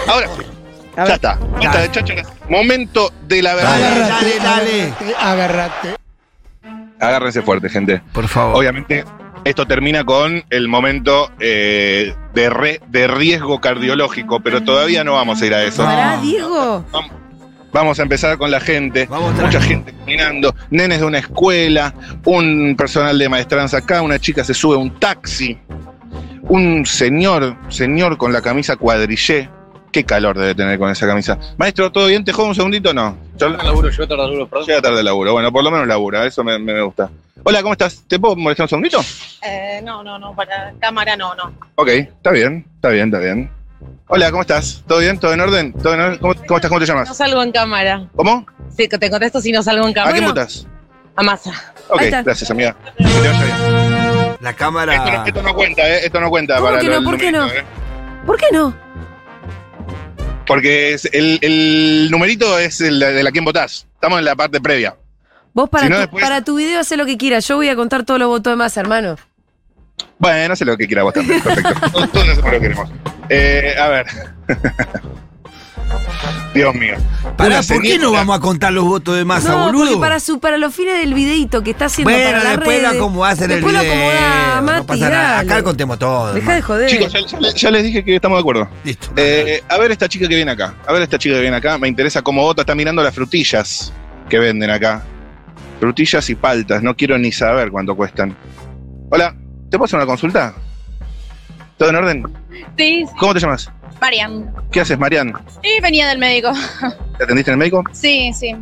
S3: Ahora sí,
S1: A
S3: ya
S1: ver.
S3: está. Basta de chácharas. Momento de la verdad.
S2: Dale,
S5: Agárrate,
S2: dale, dale.
S5: agárrate, agárrate.
S3: Agárrense fuerte, gente.
S2: Por favor.
S3: Obviamente, esto termina con el momento eh, de, re- de riesgo cardiológico, pero todavía no vamos a ir a eso.
S1: Pará, Diego.
S3: Vamos- Vamos a empezar con la gente.
S2: Vamos,
S3: Mucha
S2: tranqui.
S3: gente caminando, nenes de una escuela, un personal de maestranza acá, una chica se sube a un taxi, un señor, señor con la camisa cuadrillé. Qué calor debe tener con esa camisa. Maestro, ¿todo bien? ¿Te jodo un segundito? No. Yo-
S7: laburo, yo tardo laburo, perdón.
S3: Llega tarde el laburo. Bueno, por lo menos labura, eso me, me gusta. Hola, ¿cómo estás? ¿Te puedo molestar un segundito?
S6: Eh, no, no, no, para cámara no, no.
S3: Ok, está bien, está bien, está bien. Hola, ¿cómo estás? ¿Todo bien? ¿Todo en orden? ¿Todo en orden? ¿Cómo, cómo estás? ¿Cómo te
S6: No
S3: llamas?
S6: salgo en cámara.
S3: ¿Cómo?
S6: Sí, te contesto si no salgo en
S3: ¿A
S6: cámara.
S3: qué
S1: Bueno.
S3: mutas?
S6: A masa.
S3: Ok,
S1: Ahí está.
S3: gracias, amiga. Que te vaya bien.
S2: La cámara.
S3: Esto, no- esto no cuenta, ¿eh? Esto no cuenta
S1: ¿Cómo
S3: para
S1: que
S3: lo
S1: no?
S3: del
S1: ¿Por qué
S3: numerito,
S1: no?
S3: ¿eh?
S1: ¿Por qué no?
S3: Porque es el, el numerito es el de la quien votás. Estamos en la parte previa.
S1: Vos para,
S3: Si no,
S1: tu,
S3: después-
S1: para tu video hace lo que quieras. Yo voy a contar todos los votos de más, hermano.
S3: Bueno, sé lo que quiera votar. Perfecto. Todos todos hacemos lo que queremos. Eh, a ver. Dios mío.
S2: Pará,
S3: Una
S2: ¿por qué
S3: señora-
S2: no vamos a contar los votos de masa,
S1: no,
S2: boludo?
S1: porque para, su, para los fines del videito que está haciendo
S2: Bueno,
S1: para las
S2: después lo
S1: redes,
S2: acomodás en el
S1: después lo
S2: video,
S1: acomodá, Mati,
S2: no pasa nada.
S1: dale.
S2: Acá contemos todo.
S1: Deja de
S2: hermano.
S1: joder.
S3: Chicos, ya, ya le- ya les dije que estamos de acuerdo.
S2: Listo.
S3: Eh, a ver esta chica que viene acá. A ver esta chica que viene acá. Me interesa cómo vota. Está mirando las frutillas que venden acá. Frutillas y paltas. No quiero ni saber cuánto cuestan. Hola, ¿te puedo hacer una consulta? ¿Todo en orden?
S8: Sí,
S3: ¿Cómo te llamas?
S8: Marian.
S3: ¿Qué haces, Marian?
S8: Sí, venía del médico.
S3: ¿Te atendiste en el médico?
S8: Sí, sí.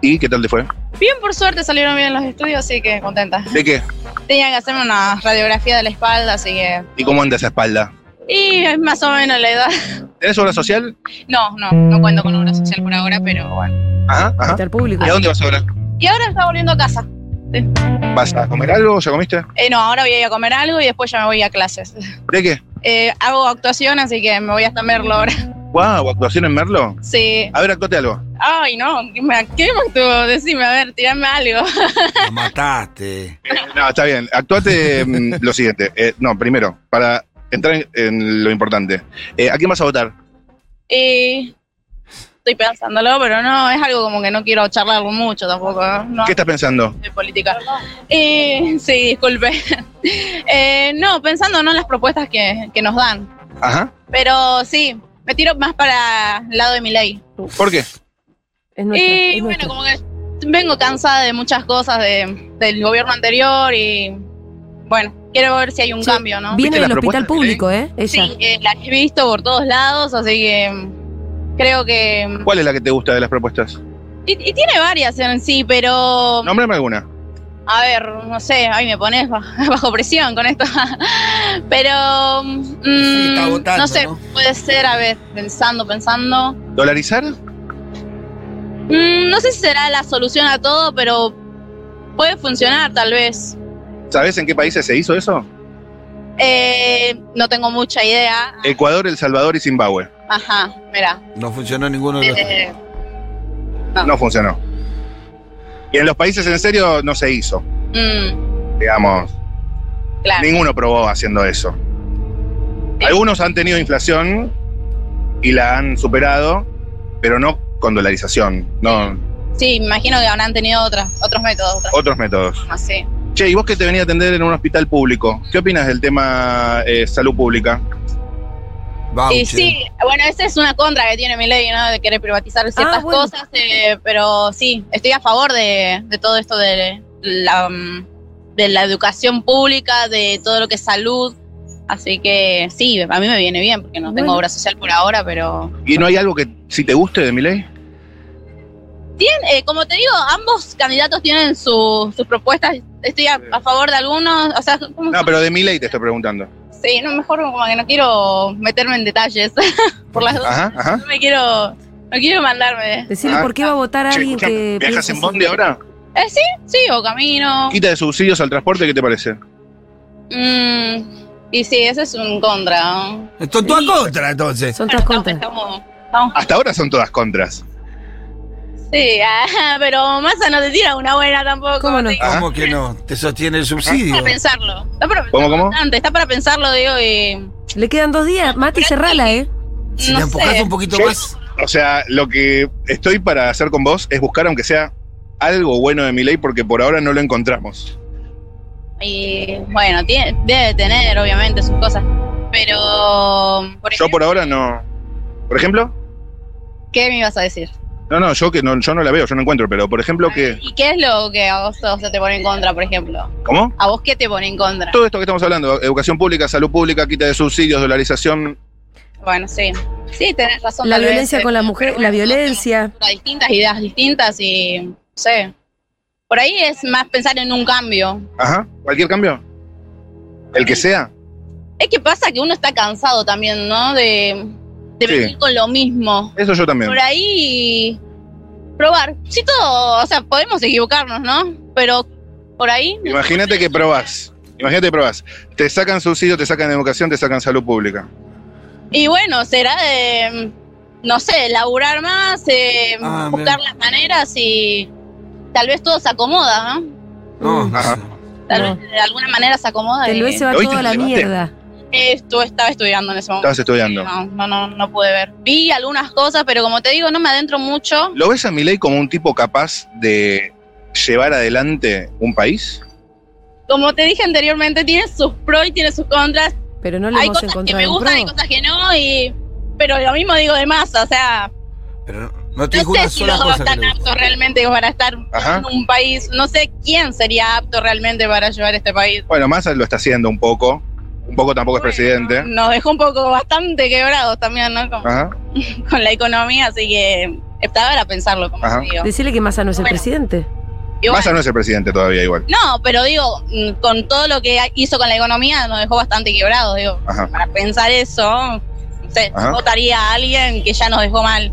S3: ¿Y qué tal te fue?
S8: Bien, por suerte salieron bien los estudios, así que contenta.
S3: ¿De qué?
S8: Tenía que hacerme una radiografía de la espalda, así que.
S3: ¿Y cómo anda esa espalda?
S8: Y es más o menos la edad.
S3: ¿Tenés obra social?
S8: No, no, no cuento con obra social por ahora, pero bueno.
S3: Ajá, ajá.
S1: Está el público.
S3: ¿Y a dónde vas ahora?
S8: Y ahora está volviendo a casa.
S3: ¿Vas a comer algo? ¿Ya comiste?
S8: Eh, no, ahora voy a ir a comer algo y después ya me voy a clases.
S3: ¿De qué?
S8: Eh, hago actuación, así que me voy hasta Merlo ahora.
S3: ¡Wow! ¿Actuación en Merlo?
S2: Ah.
S8: Sí.
S3: A ver, actuate algo.
S8: Ay, no, ¿qué me, qué me actuó? Decime, a ver, tirame algo.
S2: Lo mataste.
S3: Eh, No, está bien. Actuate mm, lo siguiente. Eh, no, primero, para entrar en, en lo importante. Eh, ¿A quién vas a votar?
S8: Y estoy pensándolo, pero no, es algo como que no quiero charlarlo mucho tampoco. ¿no? No
S3: ¿Qué estás pensando?
S8: de política. Eh, sí, disculpe. Eh, no, pensando no en las propuestas que, que nos dan,
S3: Ajá.
S8: pero sí, me tiro más para el lado de mi ley.
S3: ¿Por qué?
S1: Es nuestra,
S8: Y
S1: es
S8: bueno,
S1: nuestra.
S8: como que vengo cansada de muchas cosas de- del gobierno anterior y bueno, quiero ver si hay un
S1: Sí,
S8: cambio, ¿no?
S1: Viene
S3: ¿Viste
S1: del
S3: la
S1: hospital
S3: propuesta de
S1: público, ¿eh? Ella.
S8: Sí, eh, la he visto por todos lados, así que mm, creo que... mm,
S3: ¿Cuál es la que te gusta de las propuestas?
S8: Y, y tiene varias en sí, pero...
S3: Nómbrame alguna.
S8: A ver, no sé, ahí me pones ba- bajo presión con esto. Pero. mm,
S2: Sí, está votando,
S8: no sé,
S2: ¿no?
S8: puede ser, a ver, pensando, pensando.
S3: ¿Dolarizar?
S8: Mm, no sé si será la solución a todo, pero puede funcionar, tal vez.
S3: ¿Sabés en qué países se hizo eso?
S8: Eh, no tengo mucha idea.
S3: Ecuador, El Salvador y Zimbabue.
S8: Ajá, mira.
S2: No funcionó ninguno de los.
S8: Eh,
S3: No funcionó. Y en los países en serio no se hizo.
S8: mm,
S3: Digamos,
S8: claro.
S3: ninguno probó haciendo eso. Algunos han tenido inflación y la han superado, pero no con dolarización. No,
S8: Sí, me imagino que habrán tenido otras, otros métodos, otras
S3: otros métodos.
S8: formas, sí.
S3: Che, y vos que te venía a atender en un hospital público, ¿qué opinas del tema eh, salud pública?
S8: Y
S2: vouchers.
S8: sí, bueno, esa es una contra que tiene mi ley, ¿no? De querer privatizar ciertas
S1: Ah, bueno.
S8: cosas, eh, pero sí, estoy a favor de, de todo esto de la, mm, de la educación pública, de todo lo que es salud. Así que sí, a mí me viene bien, porque no tengo
S1: Bueno.
S8: obra social por ahora, pero...
S3: ¿Y no hay algo que sí te guste de mi ley?
S8: Bien, eh, como te digo, ambos candidatos tienen su- sus propuestas, estoy a, a favor de algunos, o sea, como-
S3: No, pero de mi ley te estoy preguntando.
S8: sí, no, mejor como que no quiero meterme en detalles, por las dudas.
S3: Ajá, ajá.
S8: No me quiero, no quiero mandarme.
S1: Decirle
S3: Ah,
S1: por qué va a votar a
S3: Che,
S1: alguien
S3: escuchame,
S1: que.
S3: ¿Viajas
S1: piensa
S3: en
S1: así.
S3: bondi ahora?
S8: Eh, sí, sí, o camino.
S3: Quita de subsidios al transporte, ¿qué te parece?
S8: Mm, y sí, ese es un contra. ¿no?
S2: Esto tú a contra, entonces.
S1: Son todas
S8: Estamos-
S1: contras.
S8: estamos- estamos-
S3: Hasta ahora son todas contras.
S8: sí, ah, pero Massa no te tira una buena tampoco.
S1: ¿Cómo no?
S8: sí.
S3: ¿Ah?
S2: ¿Cómo que no? Te sostiene el subsidio.
S8: Está para pensarlo. Está para pensarlo
S3: ¿Cómo, cómo?
S8: bastante, Está para pensarlo, digo, y.
S1: Le quedan dos días. Mati, cerrala, ¿eh?
S2: Si
S8: no
S2: te enfocas
S8: sé.
S2: un poquito
S3: Yo-
S2: más.
S3: O sea, lo que estoy para hacer con vos es buscar, aunque sea algo bueno de mi ley porque por ahora no lo encontramos.
S8: Y bueno, tiene- debe tener obviamente sus cosas. Pero, por
S3: Yo
S8: ejemplo,
S3: por ahora no. ¿Por ejemplo?
S8: ¿qué me ibas a decir?
S3: No, no, yo que no, yo no la veo, yo no encuentro, pero por ejemplo que.
S8: ¿Y qué es lo que a vos o sea, te pone en contra, por ejemplo?
S3: ¿Cómo?
S8: ¿A vos qué te pone en contra?
S3: Todo esto que estamos hablando, educación pública, salud pública, quita de subsidios, dolarización,
S8: Bueno, sí. Sí, tenés razón.
S1: La
S8: tal vez,
S1: violencia
S8: eh,
S1: con la
S8: pero
S1: mujer,
S8: bueno,
S1: la
S8: no
S1: violencia.
S8: tenemos Distintas ideas distintas y, no sé. Por ahí es más pensar en un cambio.
S3: ajá, cualquier cambio. El que sea.
S8: Es que pasa que uno está cansado también, ¿no? De, de
S3: Sí.
S8: venir con lo mismo.
S3: Eso yo también.
S8: Por ahí probar. Sí, todo, o sea, podemos equivocarnos, ¿no? Pero por ahí
S3: Imagínate que probás. Imagínate que probás. Te sacan subsidio, te sacan educación, te sacan salud pública.
S8: Y bueno, será de, no sé, laburar más, eh,
S2: Ah,
S8: buscar las maneras y tal vez todo se acomoda, ¿no?
S2: No, no
S3: Ajá.
S2: sé.
S8: Tal
S1: Mm. No.
S8: vez de alguna manera se acomoda.
S1: Tal
S8: y-
S1: vez se va
S3: ¿Lo viste
S1: toda
S3: el
S1: la
S3: debate?
S1: mierda.
S8: Esto estaba estudiando en ese momento.
S3: Estabas estudiando.
S8: No, no, no, no pude ver. Vi algunas cosas, pero como te digo, no me adentro mucho.
S3: ¿Lo ves a Milei como un tipo capaz de llevar adelante un país?
S8: Como te dije anteriormente, tiene sus pros y tiene sus contras.
S1: Pero no le
S8: hay
S1: hemos
S8: cosas que me
S1: encontrado un
S8: gustan y
S1: pro.
S8: cosas que no, y pero lo mismo digo de masa, o sea,
S2: Pero no
S3: Este
S2: te dijo
S8: No
S2: una
S8: sé si
S2: sola
S8: los dos
S2: cosa que
S8: están
S2: le guste.
S8: aptos realmente para estar
S3: Ajá.
S8: en un país. No sé quién sería apto realmente para llevar este país.
S3: Bueno, Massa lo está haciendo un poco. Un poco tampoco es presidente.
S8: Nos dejó un poco bastante quebrados también, ¿no? Con,
S3: Ajá.
S8: con la economía, así que estaba para pensarlo, como
S3: Ajá.
S8: te digo.
S1: Decirle que Massa no es el
S8: Bueno.
S1: presidente.
S8: Y bueno,
S3: Massa no es el presidente todavía igual.
S8: no, pero digo, mm, con todo lo que hizo con la economía, nos dejó bastante quebrados, digo.
S3: Ajá,
S8: Para pensar eso, no sé,
S3: Ajá.
S8: votaría a alguien que ya nos dejó mal.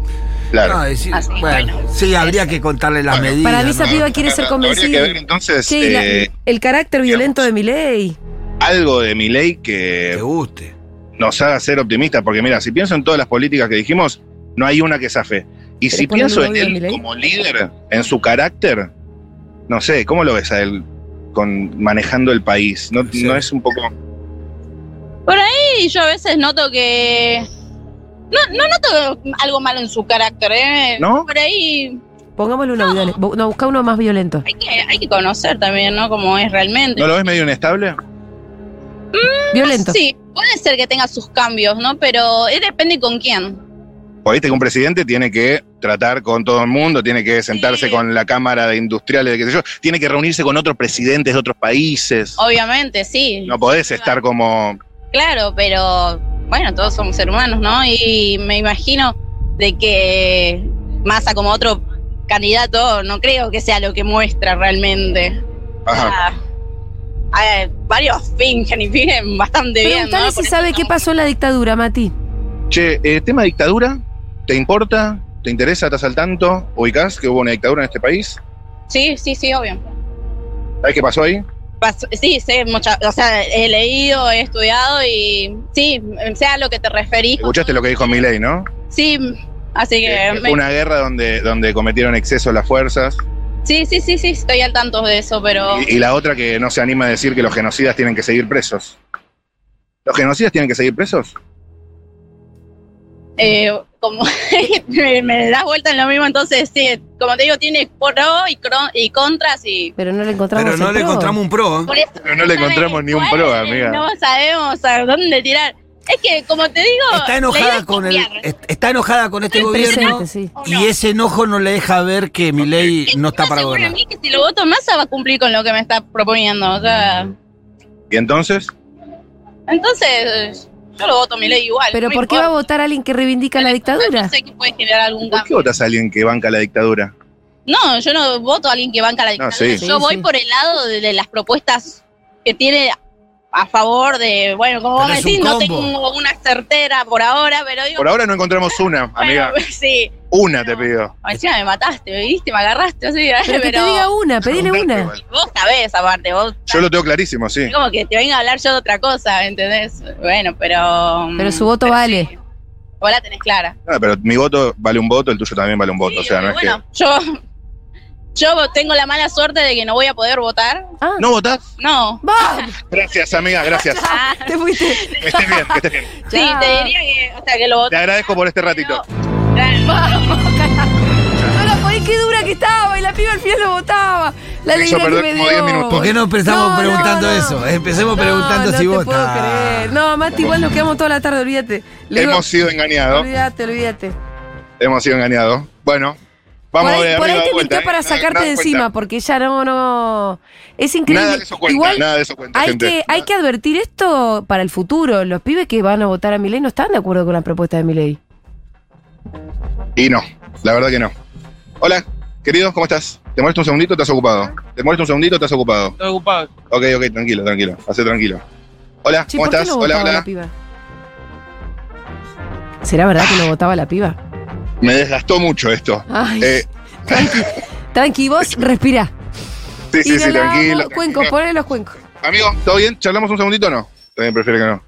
S3: claro.
S2: No, decir-
S8: Así,
S2: bueno,
S8: bueno.
S2: sí, habría que contarle las medidas.
S1: Para mí esa
S2: ¿no?
S1: piba quiere ser
S3: Habría que ver
S1: convencida.
S3: entonces
S1: Che, y la-
S3: eh,
S1: el carácter violento de Milei.
S3: algo de Milei
S2: Que
S3: que
S2: guste.
S3: nos haga ser optimistas, porque mira, si pienso en todas las políticas que dijimos, no hay una que zafe. Y si
S1: ¿Querés poner
S3: pienso
S1: un
S3: en
S1: audio de
S3: él
S1: Milei?
S3: como líder, en su carácter, no sé, ¿cómo lo ves a él con manejando el país? ¿No,
S2: Sí.
S3: no es un poco
S8: Sí, yo a veces noto que. No, no noto algo malo en su carácter, ¿eh?
S3: ¿No?
S8: Por ahí
S1: Pongámosle uno violento. Bu- No, busca uno más violento.
S8: hay que, hay que conocer también, ¿no? Cómo es realmente. Mm,
S3: ¿No lo ves medio inestable?
S1: Violento.
S8: Sí, puede ser que tenga sus cambios, ¿no? Pero eh, depende con quién.
S3: Por ahí que un presidente tiene que tratar con todo el mundo, tiene que sentarse
S8: Sí.
S3: con la Cámara de Industriales, de qué sé yo, tiene que reunirse con otros presidentes de otros países.
S8: Obviamente, sí.
S3: No podés
S8: Sí,
S3: estar como.
S8: Claro, pero bueno, todos somos hermanos, ¿no? Y me imagino de que Massa como otro candidato no creo que sea lo que muestra realmente.
S3: Ajá.
S8: Ah, ah, varios fingen y fingen bastante bien,
S1: Preguntale
S8: ¿no?
S1: si
S8: Por eso
S1: sabe
S8: no-
S1: qué pasó en la dictadura, Mati.
S3: Che, eh, tema dictadura, ¿te importa? ¿Te interesa? ¿Estás al tanto? ¿Ubicás que hubo una dictadura en este país?
S8: Sí, sí, sí, obvio.
S3: ¿Sabés qué pasó ahí?
S8: Pas- Sí, sé mucha, o sea, he leído, he estudiado y sí, sea a lo que te referís.
S3: Escuchaste lo que dijo Milei, ¿no?
S8: Sí, así que
S3: Que
S8: me-
S3: fue Eh, una guerra donde, donde cometieron exceso las fuerzas.
S8: sí, sí, sí, sí, estoy al tanto de eso, pero
S3: Y, y la otra que no se anima a decir que los genocidas tienen que seguir presos. ¿Los genocidas tienen que seguir presos?
S8: eh, como me, me das vuelta en lo mismo, entonces sí, como te digo, tiene pro y, cro- y contras y
S1: Pero no le encontramos
S2: Pero no
S1: el
S2: le
S1: pro.
S2: encontramos un pro. ¿eh?
S8: por eso
S3: Oh. Pero no le encontramos ni un
S8: ¿cuál?
S3: pro, amiga.
S8: No sabemos a dónde tirar. Es que como te digo,
S2: Está
S8: la idea
S2: enojada
S8: es
S2: con el,
S8: copiar,
S2: est- está enojada con este
S1: El
S2: gobierno
S1: presente, sí.
S8: ¿o no?
S2: y ese enojo no le deja ver que mi ley no está
S8: Encima
S2: para
S8: seguro a
S2: gobernar.
S8: mí que si lo voto Massa va a cumplir con lo que me está proponiendo, o sea,
S3: ¿Y entonces?
S8: Entonces, yo lo voto a mi ley igual.
S1: Pero
S8: no
S1: ¿por qué va a
S8: importa.
S1: votar alguien que reivindica la
S8: No
S1: dictadura?
S8: sé que puede generar algún
S3: ¿Por qué
S8: cambio.
S3: votas a alguien que banca la dictadura?
S8: No, yo no voto a alguien que banca la
S3: No,
S8: dictadura.
S3: sí.
S8: Yo
S1: Sí,
S8: voy
S1: sí.
S8: por el lado de, de las propuestas que tiene a favor de, bueno, como
S2: Pero
S8: vos me
S2: es un
S8: decís, no
S2: combo.
S8: tengo una certera por ahora, pero digo,
S3: Por ahora no encontramos una,
S8: bueno,
S3: amiga.
S8: sí.
S3: Una te pido.
S8: Encima me mataste, me viste, me agarraste, así,
S1: Pero
S8: pero,
S1: que te diga una, pedile una.
S8: vos sabés aparte, vos
S3: Yo lo tengo clarísimo, sí.
S8: como que te venga a hablar yo de otra cosa, ¿entendés? Bueno, pero...
S1: Pero su voto vale.
S8: sí. Vos la tenés clara.
S3: Ah, pero mi voto vale un voto, el tuyo también vale un voto.
S8: Sí,
S3: o sea, no es
S8: bueno, yo, yo tengo la mala suerte de que no voy a poder votar.
S1: Ah,
S3: que. ¿No votás?
S8: No.
S1: ¡Va!
S3: Gracias, amiga, gracias.
S8: Ah,
S1: Te fuiste.
S3: Que estés bien, que estés bien.
S8: sí,
S1: Chao.
S8: te diría que, o sea, que lo
S3: Te
S8: voté.
S3: agradezco por este ratito.
S8: Claro.
S1: No la podés, qué dura que estaba y la pibe al final lo votaba. La
S3: Me hizo
S1: alegría que
S3: perder
S1: me
S3: como
S1: dio.
S3: 10 minutos.
S2: ¿Por qué no empezamos
S1: No, no,
S2: preguntando
S1: no.
S2: eso? Empecemos
S1: No,
S2: preguntando
S1: no
S2: si
S1: te
S2: vota.
S1: puedo creer. Eh, No, Mati, igual nos quedamos toda la tarde, olvídate. Le digo,
S3: Hemos sido engañados.
S1: olvídate, olvídate.
S3: Hemos sido engañados. Bueno, vamos
S1: por
S3: de
S1: ahí, por
S3: arriba
S1: ahí
S3: de
S1: te
S3: vuelta,
S1: invitó
S3: ¿eh?
S1: para
S3: Nada-
S1: sacarte
S3: nada
S1: de
S3: cuenta.
S1: encima, porque ya no, no. Es increíble.
S3: Nada de eso cuenta.
S1: igual
S3: nada de eso cuenta,
S1: hay,
S3: gente.
S1: que, hay que advertir esto para el futuro. Los pibes que van a votar a Milei no están de acuerdo con la propuesta de Milei.
S3: Y no, la verdad que no. Hola, querido, ¿cómo estás? ¿Te molesta un segundito o estás ocupado? ¿Te molesta un segundito o estás ocupado?
S7: Estoy ocupado.
S3: Ok, ok, tranquilo, tranquilo. Hace tranquilo. Hola,
S1: Che,
S3: ¿cómo
S1: ¿por qué
S3: estás?
S1: no
S3: Ah, hola,
S1: votaba la
S3: hola.
S1: piba? ¿Será verdad que
S3: Ah.
S1: no votaba la piba?
S3: Me desgastó mucho esto.
S1: Ay,
S3: Eh,
S1: tranqui, tranqui, vos respirá.
S3: sí, sí, sí,
S1: Inhalá,
S3: tranquilo.
S1: vos, Cuencos, ponle los cuencos.
S3: Amigo, ¿todo bien? ¿Charlamos un segundito o no? También prefiero que no.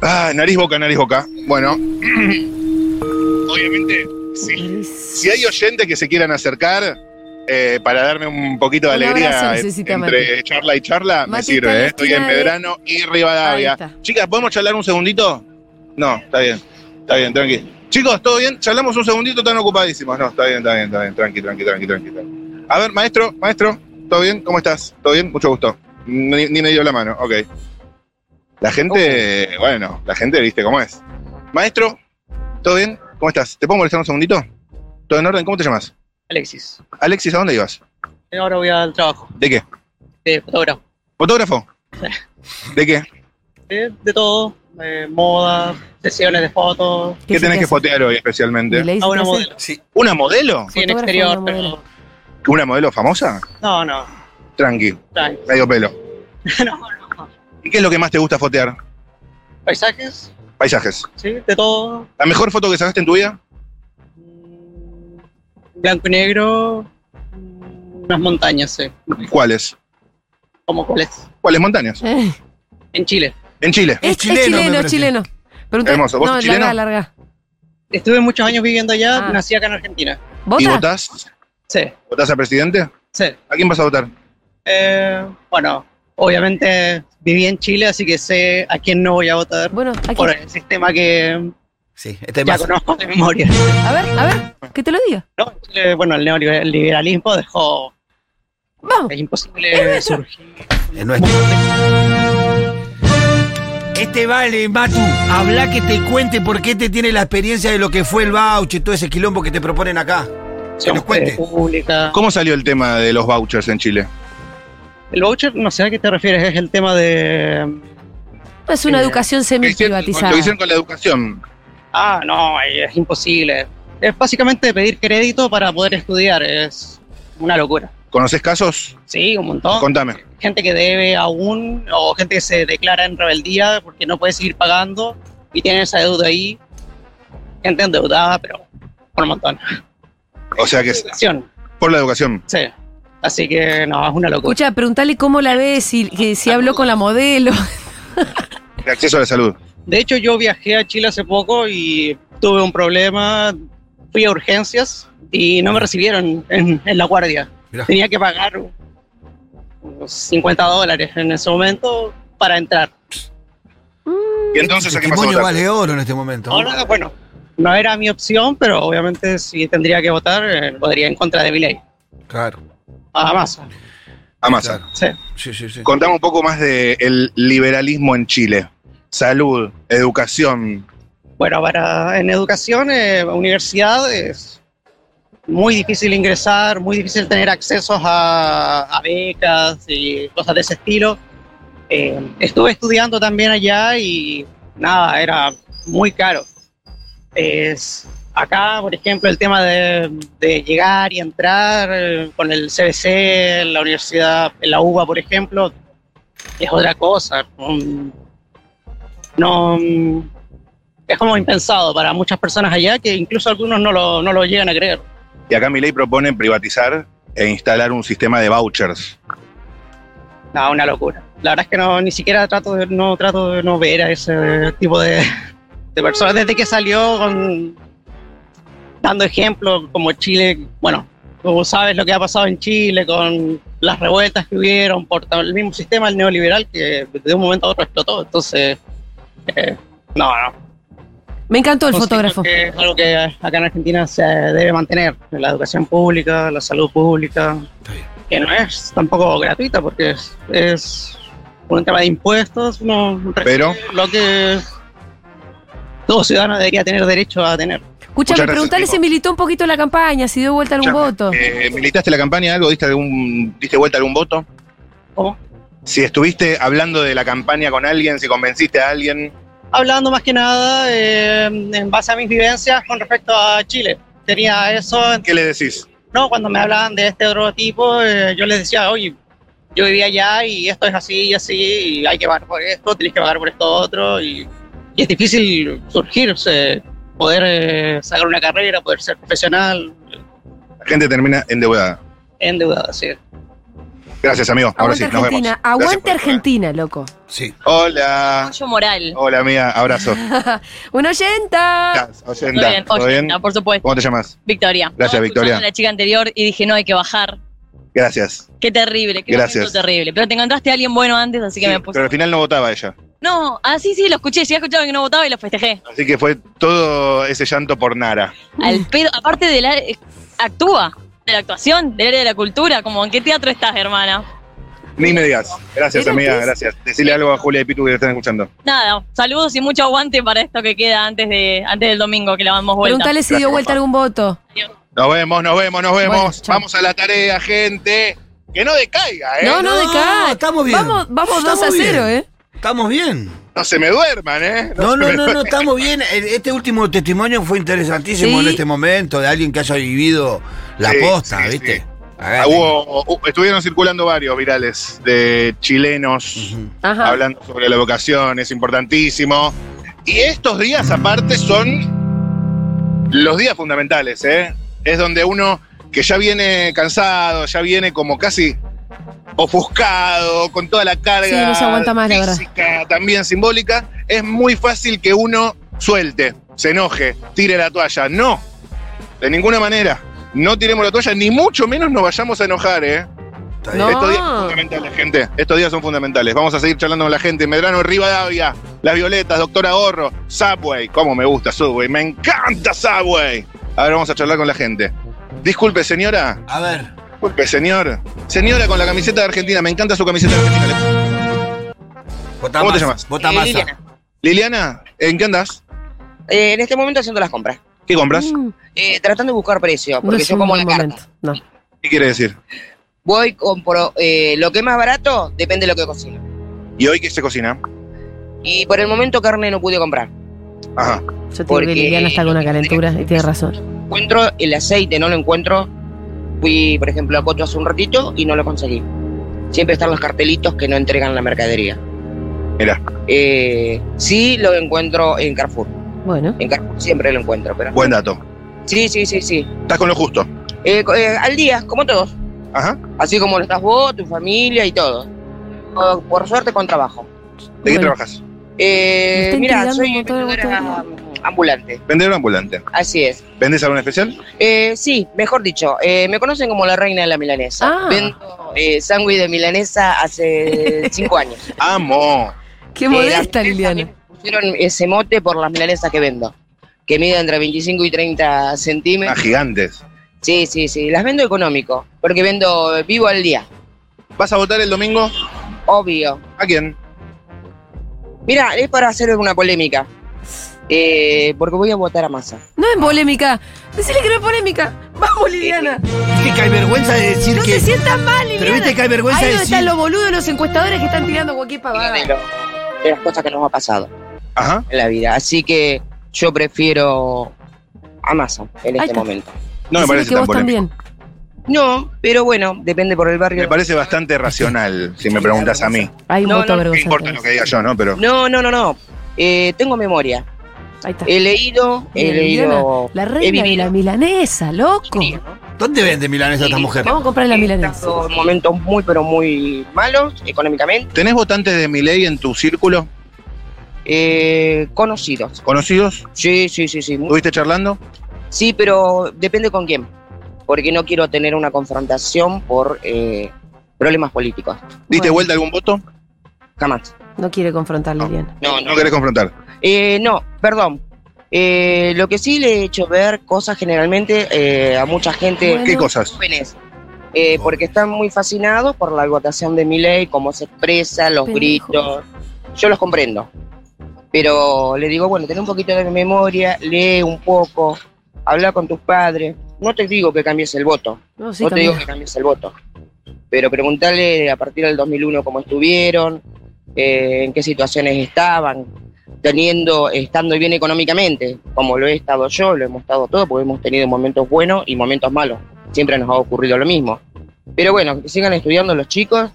S3: Ah, nariz boca, nariz boca. Bueno. Obviamente, sí. Si hay oyentes que se quieran acercar eh, para darme un poquito de
S1: Un abrazo
S3: alegría en-
S1: necesita,
S3: entre charla y charla, me
S1: Mati está en
S3: sirve.
S1: la
S3: ¿eh? Estoy en
S1: esquina de-
S3: Pedrano y
S1: Ahí
S3: Rivadavia.
S1: está.
S3: Chicas, ¿podemos charlar un segundito? No, está bien. Está bien, tranqui. Chicos, ¿todo bien? Charlamos un segundito, están ocupadísimos. No, está bien, está bien, está bien. Tranqui, tranqui, tranqui, tranqui. tranqui. A ver, maestro, maestro, ¿todo bien? ¿Cómo estás? ¿Todo bien? Mucho gusto. Ni, ni me dio la mano, ok. La gente, bueno, la gente viste cómo es. Maestro, ¿todo bien? ¿Cómo estás? ¿Te puedo molestar un segundito? ¿Todo en orden? ¿Cómo te llamas?
S7: Alexis, eh,
S3: Alexis, ¿a dónde ibas?
S7: ahora voy al trabajo Eh,
S3: ¿De qué?
S7: de fotógrafo.
S3: ¿Fotógrafo? ¿De qué?
S7: De, de todo, eh, moda, sesiones de fotos.
S3: ¿Qué tenés que
S1: fotear?
S3: fotear hoy especialmente?
S7: A Ah, una modelo.
S3: ¿Una modelo?
S7: Sí, en
S1: Fotógrafo,
S7: exterior,
S1: una
S7: pero.
S3: ¿Una modelo famosa?
S7: No, no,
S3: Tranqui,
S7: tranqui.
S3: medio pelo.
S7: no, no.
S3: ¿Y qué es lo que más te gusta fotear?
S7: Paisajes,
S3: Paisajes.
S7: sí, de todo.
S3: ¿La mejor foto que sacaste en tu vida?
S7: Mm, Blanco y negro, mm, unas montañas, sí.
S3: ¿Cuáles?
S7: ¿Cómo cuáles?
S3: ¿Cuáles montañas?
S1: Eh,
S7: En Chile.
S3: En Chile.
S1: Es, es
S2: chileno,
S1: chileno,
S2: me
S1: es
S2: parece.
S1: chileno. Preguntá-
S3: Hermoso, ¿vos
S1: no,
S3: sos chileno?
S1: larga, larga.
S7: Estuve muchos años viviendo allá,
S1: Ah.
S7: nací acá en Argentina.
S3: ¿Y
S1: ¿Vota?
S3: votás?
S7: Sí,
S3: ¿Votás a presidente?
S7: sí.
S3: ¿A quién vas a votar?
S7: Eh, bueno, obviamente viví en Chile, así que sé a quién no voy a votar.
S1: Bueno, aquí.
S7: por el sistema que
S2: Sí, este
S7: ya
S2: más.
S7: conozco de memoria.
S1: A ver, a ver, que te lo diga.
S7: ¿no? En Chile, bueno, el neoliberalismo dejó
S1: Vamos.
S7: es imposible surgir.
S2: Es nuestro. Este vale, Matu. Habla que te cuente por qué te tiene la experiencia de lo que fue el vouch y todo ese quilombo que te proponen acá.
S7: Son
S2: nos cuente.
S7: pública.
S3: ¿Cómo salió el tema de los vouchers en Chile?
S7: El voucher, no sé a qué te refieres, es el tema de
S1: Es una
S7: Eh,
S1: educación
S3: Lo hicieron, con,
S1: semi-privatizada.
S3: lo hicieron con la educación.
S7: ah, no, es imposible. Es básicamente pedir crédito para poder estudiar, es una locura.
S3: ¿Conoces casos?
S7: Sí, un montón.
S3: Contame.
S7: gente que debe aún o gente que se declara en rebeldía porque no puede seguir pagando y tiene esa deuda ahí. Gente endeudada, pero por un montón.
S3: O sea que es
S7: Educación,
S3: por la educación.
S7: sí. Así que no, es una locura.
S1: Escucha, preguntale cómo la ves, si, que si habló con la modelo.
S3: El acceso a la salud.
S7: De hecho, yo viajé a Chile hace poco y tuve un problema. Fui a urgencias y no me recibieron en, en la guardia.
S2: Mirá.
S7: Tenía que pagar unos 50 dólares en ese momento para entrar.
S3: ¿Y entonces a quién vas a
S2: testimonio
S3: votar?
S2: vale oro en este momento.
S7: Ahora, bueno, no era mi opción, pero obviamente si tendría que votar, eh, votaría en contra de Milei.
S2: Claro,
S7: Nada más.
S3: A Massa.
S2: claro.
S7: Sí.
S2: Sí, sí, sí.
S3: Contame un poco más del liberalismo en Chile. Salud, educación.
S7: Bueno, para en educación, eh, universidad es muy difícil ingresar, muy difícil tener accesos a, a becas y cosas de ese estilo. Eh, estuve estudiando también allá y nada, era muy caro. Es, acá, por ejemplo, el tema de, de llegar y entrar eh, con el CBC, en la universidad, en la UBA, por ejemplo, es otra cosa. Mm, No, mm, es como impensado para muchas personas allá que incluso algunos no lo, no lo llegan a creer.
S3: Y acá mi ley propone privatizar e instalar un sistema de vouchers.
S7: No, una locura. La verdad es que no, ni siquiera trato de no, trato de no ver a ese tipo de, de personas. Desde que salió con- dando ejemplos como Chile, bueno, como sabes lo que ha pasado en Chile con las revueltas que hubieron por ta- el mismo sistema el neoliberal que de un momento a otro explotó. Entonces, eh, no, no.
S1: Me encantó el
S7: Considero
S1: fotógrafo.
S7: que es algo que acá en Argentina se debe mantener, la educación pública, la salud pública, que no es tampoco gratuita porque es, es por un tema de impuestos, uno recibe
S3: Pero-
S7: lo que todo ciudadano debería tener derecho a tener.
S1: Escúchame,
S3: Muchas gracias,
S1: preguntale
S3: Nico.
S1: si militó un poquito en la campaña, si dio vuelta algún
S3: Escuchame,
S1: voto.
S3: Eh, ¿Militaste la campaña algo? ¿Diste, algún, ¿Diste vuelta algún voto?
S7: ¿Cómo?
S3: Si estuviste hablando de la campaña con alguien, si convenciste a alguien.
S7: Hablando más que nada eh, en base a mis vivencias con respecto a Chile. Tenía eso en
S3: ¿Qué le decís?
S7: No, cuando me hablaban de este otro tipo, eh, yo les decía, oye, yo vivía allá y esto es así y así, y hay que pagar por esto, tenés que pagar por esto otro, y, y es difícil surgirse, poder eh, sacar una carrera, poder ser profesional,
S3: La gente termina endeudada.
S7: endeudado, sí.
S3: Gracias, amigo. Ahora sí,
S1: Aguante
S3: nos vemos.
S1: Argentina, aguante
S3: Gracias por-
S1: Argentina, loco.
S2: Sí.
S3: Hola.
S8: Apoyo moral.
S3: Hola, amiga. Abrazo.
S1: Una oyenta.
S3: Gracias,
S8: Muy
S3: oyenta.
S8: bien,
S3: ¿Todo bien?
S8: oyenta, por supuesto.
S3: ¿Cómo te llamas?
S8: Victoria.
S3: Gracias,
S8: Estaba
S3: Victoria.
S8: escuchando a La chica anterior y dije, no, hay que bajar.
S3: Gracias.
S8: Qué terrible, qué
S3: Gracias.
S8: momento terrible. Pero te encontraste a alguien bueno antes, así que
S3: Sí,
S8: me
S3: pero
S8: puse.
S3: al final no votaba ella.
S8: No, ah, sí, sí, lo escuché. Sí, escuchaba que no votaba y lo festejé.
S3: Así que fue todo ese llanto por Nara.
S1: Mm.
S8: Al pedo, aparte de la. eh, Actúa, de la actuación, del área de la cultura. Como, ¿en qué teatro estás, hermana?
S3: Ni me digas. Gracias,
S1: ¿Era
S3: amiga.
S1: actriz?
S3: Gracias. Decirle algo a Julia y Pitu que te están escuchando.
S8: Nada, saludos y mucho aguante para esto que queda antes, de, antes del domingo, que la damos vuelta.
S1: Preguntale si dio
S3: Gracias,
S1: vuelta
S3: papá.
S1: algún voto.
S3: Nos vemos, nos vemos, nos vemos.
S1: Bueno, chao.
S3: Vamos a la tarea, gente. Que no decaiga, ¿eh?
S1: No, no, de acá.
S5: estamos bien.
S1: Vamos, vamos 2 a
S5: Estamos
S1: 0,
S5: bien.
S1: ¿eh?
S5: Estamos bien.
S3: No se me duerman, ¿eh?
S2: No,
S3: se
S2: no,
S3: me
S2: no, no,
S3: duerman.
S2: estamos bien. El- Este último testimonio fue interesantísimo
S1: Sí.
S2: en este momento, de alguien que haya vivido la
S3: Sí,
S2: posta,
S3: sí,
S2: ¿viste?
S3: sí. Ah,
S2: Agárrate.
S3: hubo- hu- estuvieron circulando varios virales de chilenos
S2: Ujú.
S1: Ajá.
S3: hablando sobre la vocación, es importantísimo. Y estos días aparte son los días fundamentales, ¿eh? Es donde uno que ya viene cansado, ya viene como casi ofuscado, con toda la carga
S1: Sí, no se aguanta más, la verdad.
S3: física, también simbólica, es muy fácil que uno suelte, se enoje, tire la toalla. No, de ninguna manera. No tiremos la toalla, ni mucho menos nos vayamos a enojar, ¿eh?
S2: Está
S1: No.
S2: bien.
S3: Estos días son fundamentales, gente. Estos días son fundamentales. Vamos a seguir charlando con la gente. Medrano, Rivadavia, Las Violetas, Doctora Gorro, Subway. ¿Cómo me gusta Subway? ¡Me encanta Subway! Ahora vamos a charlar con la gente. Disculpe, señora.
S2: A ver,
S3: Disculpe, señor. Señora con la camiseta de Argentina. Me encanta su camiseta de Argentina.
S2: vota
S3: ¿Cómo te
S2: masa,
S3: llamas?
S2: Vota
S9: Eh,
S2: masa.
S9: Liliana.
S3: Liliana, ¿en qué andas?
S9: Eh, en este momento haciendo las compras.
S3: ¿Qué compras?
S1: Mm,
S9: Eh, tratando de buscar precio,
S1: no
S9: porque
S1: es
S9: yo
S1: un
S9: como la
S1: buen
S9: carta.
S1: momento. No.
S3: ¿Qué quiere decir?
S9: Voy, compro eh, lo que es más barato, depende de lo que cocino.
S3: ¿Y hoy qué se cocina?
S9: Y por el momento carne no pude comprar.
S3: Ajá.
S1: Yo te digo
S9: Porque-
S1: que Liliana está con una calentura y tiene razón.
S9: Encuentro el aceite, no lo encuentro. Fui, por ejemplo, a Coto hace un ratito y no lo conseguí. Siempre están los cartelitos que no entregan la mercadería.
S3: Mirá.
S9: Eh, sí lo encuentro en Carrefour.
S1: Bueno,
S9: En Carrefour siempre lo encuentro, pero...
S3: Buen dato.
S9: Sí, sí, sí, sí.
S3: Estás con lo justo.
S9: Eh, co- eh, al día, como todos.
S3: Ajá.
S9: Así como lo estás vos, tu familia y todo. Por- por suerte con trabajo.
S3: ¿De qué
S1: Bueno.
S3: trabajas?
S1: Me
S9: Eh,
S1: está
S9: mira,
S1: intrigando
S9: soy
S1: con todo el
S9: vendedora ambulante,
S3: Vender un ambulante.
S9: así es.
S3: ¿Vendes algún especial?
S9: Eh, sí, mejor dicho, eh, me conocen como la reina de la milanesa.
S1: Ah.
S9: Vendo eh, sándwich de milanesa hace cinco años.
S3: ¡Amo!
S1: qué
S9: Eh,
S1: modesta
S9: las milanesas
S1: Liliana.
S9: me Pusieron ese mote por las milanesas que vendo, que miden entre 25 y 30
S3: Ah,
S9: centímetros.
S3: gigantes.
S9: Sí, sí, sí, las vendo económico, porque vendo eh, vivo al día,
S3: ¿Vas a votar el domingo?
S9: obvio.
S3: ¿A quién?
S9: Mira, es para hacer una polémica, eh, porque voy a votar a masa.
S1: No es polémica. Decirle que no es polémica. Vamos, Liliana.
S5: Viste que hay vergüenza de decir
S1: No
S5: que.
S1: te sientas mal, Liliana.
S5: Pero viste que hay vergüenza
S1: Ahí
S5: de
S1: donde
S5: decir.
S1: están los boludos de los encuestadores que están tirando cualquier pavada.
S9: de, lo- de las cosas que nos ha pasado
S3: Ajá.
S9: en la vida. Así que yo prefiero a Massa en
S1: Ahí
S9: este
S1: está.
S9: momento.
S3: No me
S1: Decirle
S3: parece
S1: que
S3: tan
S1: vos
S3: polémico.
S1: también.
S9: No, pero bueno, depende por el barrio.
S3: Me parece bastante racional, si me preguntas a mí.
S1: Hay un
S9: No,
S1: voto
S9: no, no
S3: No importa
S1: vergonzante.
S3: lo que diga yo, ¿no? Pero
S9: No, no, no, no. Eh, tengo memoria.
S1: Ahí está.
S9: He leído, he
S1: Bien,
S9: leído.
S1: La
S9: he
S1: reina de
S9: vivido.
S1: la milanesa, loco.
S9: Sí,
S2: ¿Dónde vende milanesa esta mujer?
S1: Vamos a comprar la
S9: he
S1: milanesa.
S9: estado en momentos muy, pero muy malos económicamente.
S3: ¿tenés votantes de Milei en tu círculo?
S9: Eh, conocidos.
S3: ¿Conocidos?
S9: Sí, sí, sí, sí.
S3: ¿Estuviste charlando?
S9: Sí, pero depende con quién. Porque no quiero tener una confrontación por eh, problemas políticos.
S3: ¿Diste
S1: Bueno.
S3: vuelta algún voto?
S9: Jamás.
S1: No quiere confrontar a
S3: No.
S1: Liliana.
S9: No,
S3: No querés confrontar.
S9: Eh, no, perdón. Eh, lo que sí le he hecho ver cosas generalmente eh, a mucha gente
S1: Bueno.
S3: ¿Qué cosas?
S9: jóvenes, eh, porque están muy fascinados por la votación de Milei, cómo se expresa, los
S1: Pendejos.
S9: gritos. Yo los comprendo, pero le digo, bueno, ten un poquito de memoria, lee un poco, habla con tus padres. No te digo que cambies el voto,
S1: No, sí,
S9: no te digo que
S1: también.
S9: cambies el voto, pero preguntarle a partir del 2001 cómo estuvieron, eh, en qué situaciones estaban, teniendo, estando bien económicamente, como lo he estado yo, lo hemos estado todos, porque hemos tenido momentos buenos y momentos malos. Siempre nos ha ocurrido lo mismo. Pero bueno, que sigan estudiando los chicos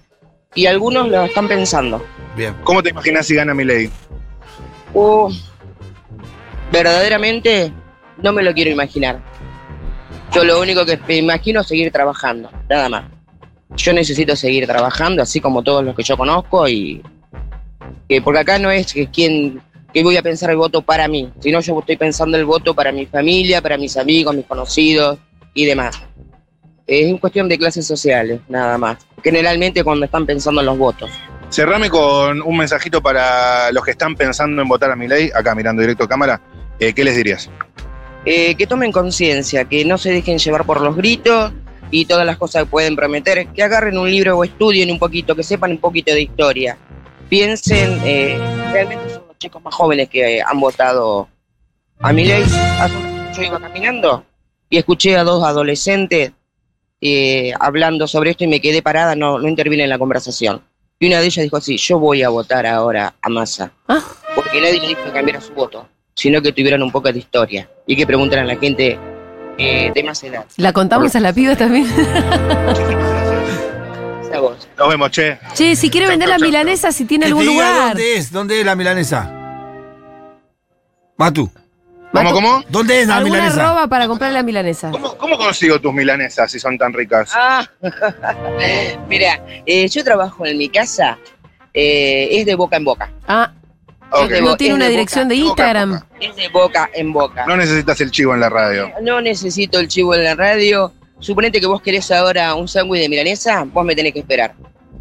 S9: y algunos lo están pensando.
S2: Bien.
S3: ¿Cómo te imaginas si gana Milei?
S9: Uh, verdaderamente no me lo quiero imaginar. Yo lo único que me imagino es seguir trabajando, nada más. Yo necesito seguir trabajando, así como todos los que yo conozco, y que porque acá no es que quien que voy a pensar el voto para mí, sino yo estoy pensando el voto para mi familia, para mis amigos, mis conocidos y demás. Es en cuestión de clases sociales, nada más. Generalmente cuando están pensando en los votos.
S3: Cerrame con un mensajito para los que están pensando en votar a Milei, acá mirando directo a cámara. Eh, ¿Qué les dirías?
S9: Eh, que tomen conciencia, que no se dejen llevar por los gritos y todas las cosas que pueden prometer, que agarren un libro o estudien un poquito, que sepan un poquito de historia. Piensen, eh, realmente son los chicos más jóvenes que eh, han votado a mi ley. Hace un rato yo iba caminando y escuché a dos adolescentes eh, hablando sobre esto y me quedé parada, no, no intervine en la conversación. Y una de ellas dijo así, yo voy a votar ahora a Massa
S1: Ah.
S9: porque nadie le dijo que cambiara su voto, sino que tuvieran un poco de historia y que preguntaran a la gente eh, de más edad.
S1: La contamos a la piba también.
S9: Esa voz.
S3: Nos vemos, che.
S1: Che, si quiere vender la milanesa, si tiene
S2: Que
S1: algún
S2: te diga
S1: lugar.
S2: ¿Dónde es? ¿Dónde es la milanesa? Matu,
S3: ¿Cómo,
S1: Matu,
S3: cómo?
S2: ¿dónde es la
S1: ¿Alguna
S2: milanesa?
S1: arroba para comprar la milanesa?
S3: ¿Cómo, cómo consigo tus milanesas si son tan ricas?
S9: Ah, mira, eh, yo trabajo en mi casa, eh, es de boca en boca.
S1: Ah,
S3: Ok.
S9: de
S1: no
S9: bo-
S1: tiene
S9: es
S1: una
S9: de
S1: dirección de
S3: boca,
S1: Instagram.
S3: boca.
S9: Es de boca en boca.
S3: No necesitas el chivo en la radio.
S9: No necesito el chivo en la radio. Suponete que vos querés ahora un sándwich de milanesa, vos me tenés que esperar.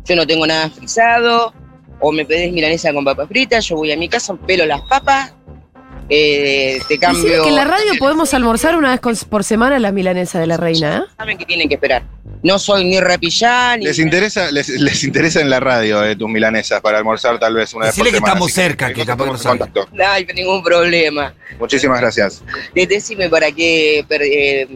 S9: Yo no tengo nada frisado, o me pedís milanesa con papas fritas, yo voy a mi casa, pelo las papas, eh, te
S1: Decime
S9: cambio...
S1: que en la radio podemos almorzar una vez con- por semana la milanesa de la reina, ¿eh?
S9: Saben que tienen que esperar. No soy ni rapillán, ni...
S3: ¿Les interesa, les, les interesa en la radio eh, tus milanesas para almorzar tal vez una vez por
S2: Decile que
S3: semana,
S2: estamos
S3: así
S2: cerca, que
S3: nos
S2: capaz
S3: ponemos
S2: que
S3: en
S2: no sabe.
S3: contacto.
S9: No hay ningún problema.
S3: Muchísimas gracias.
S9: De- Decime para qué, per- eh,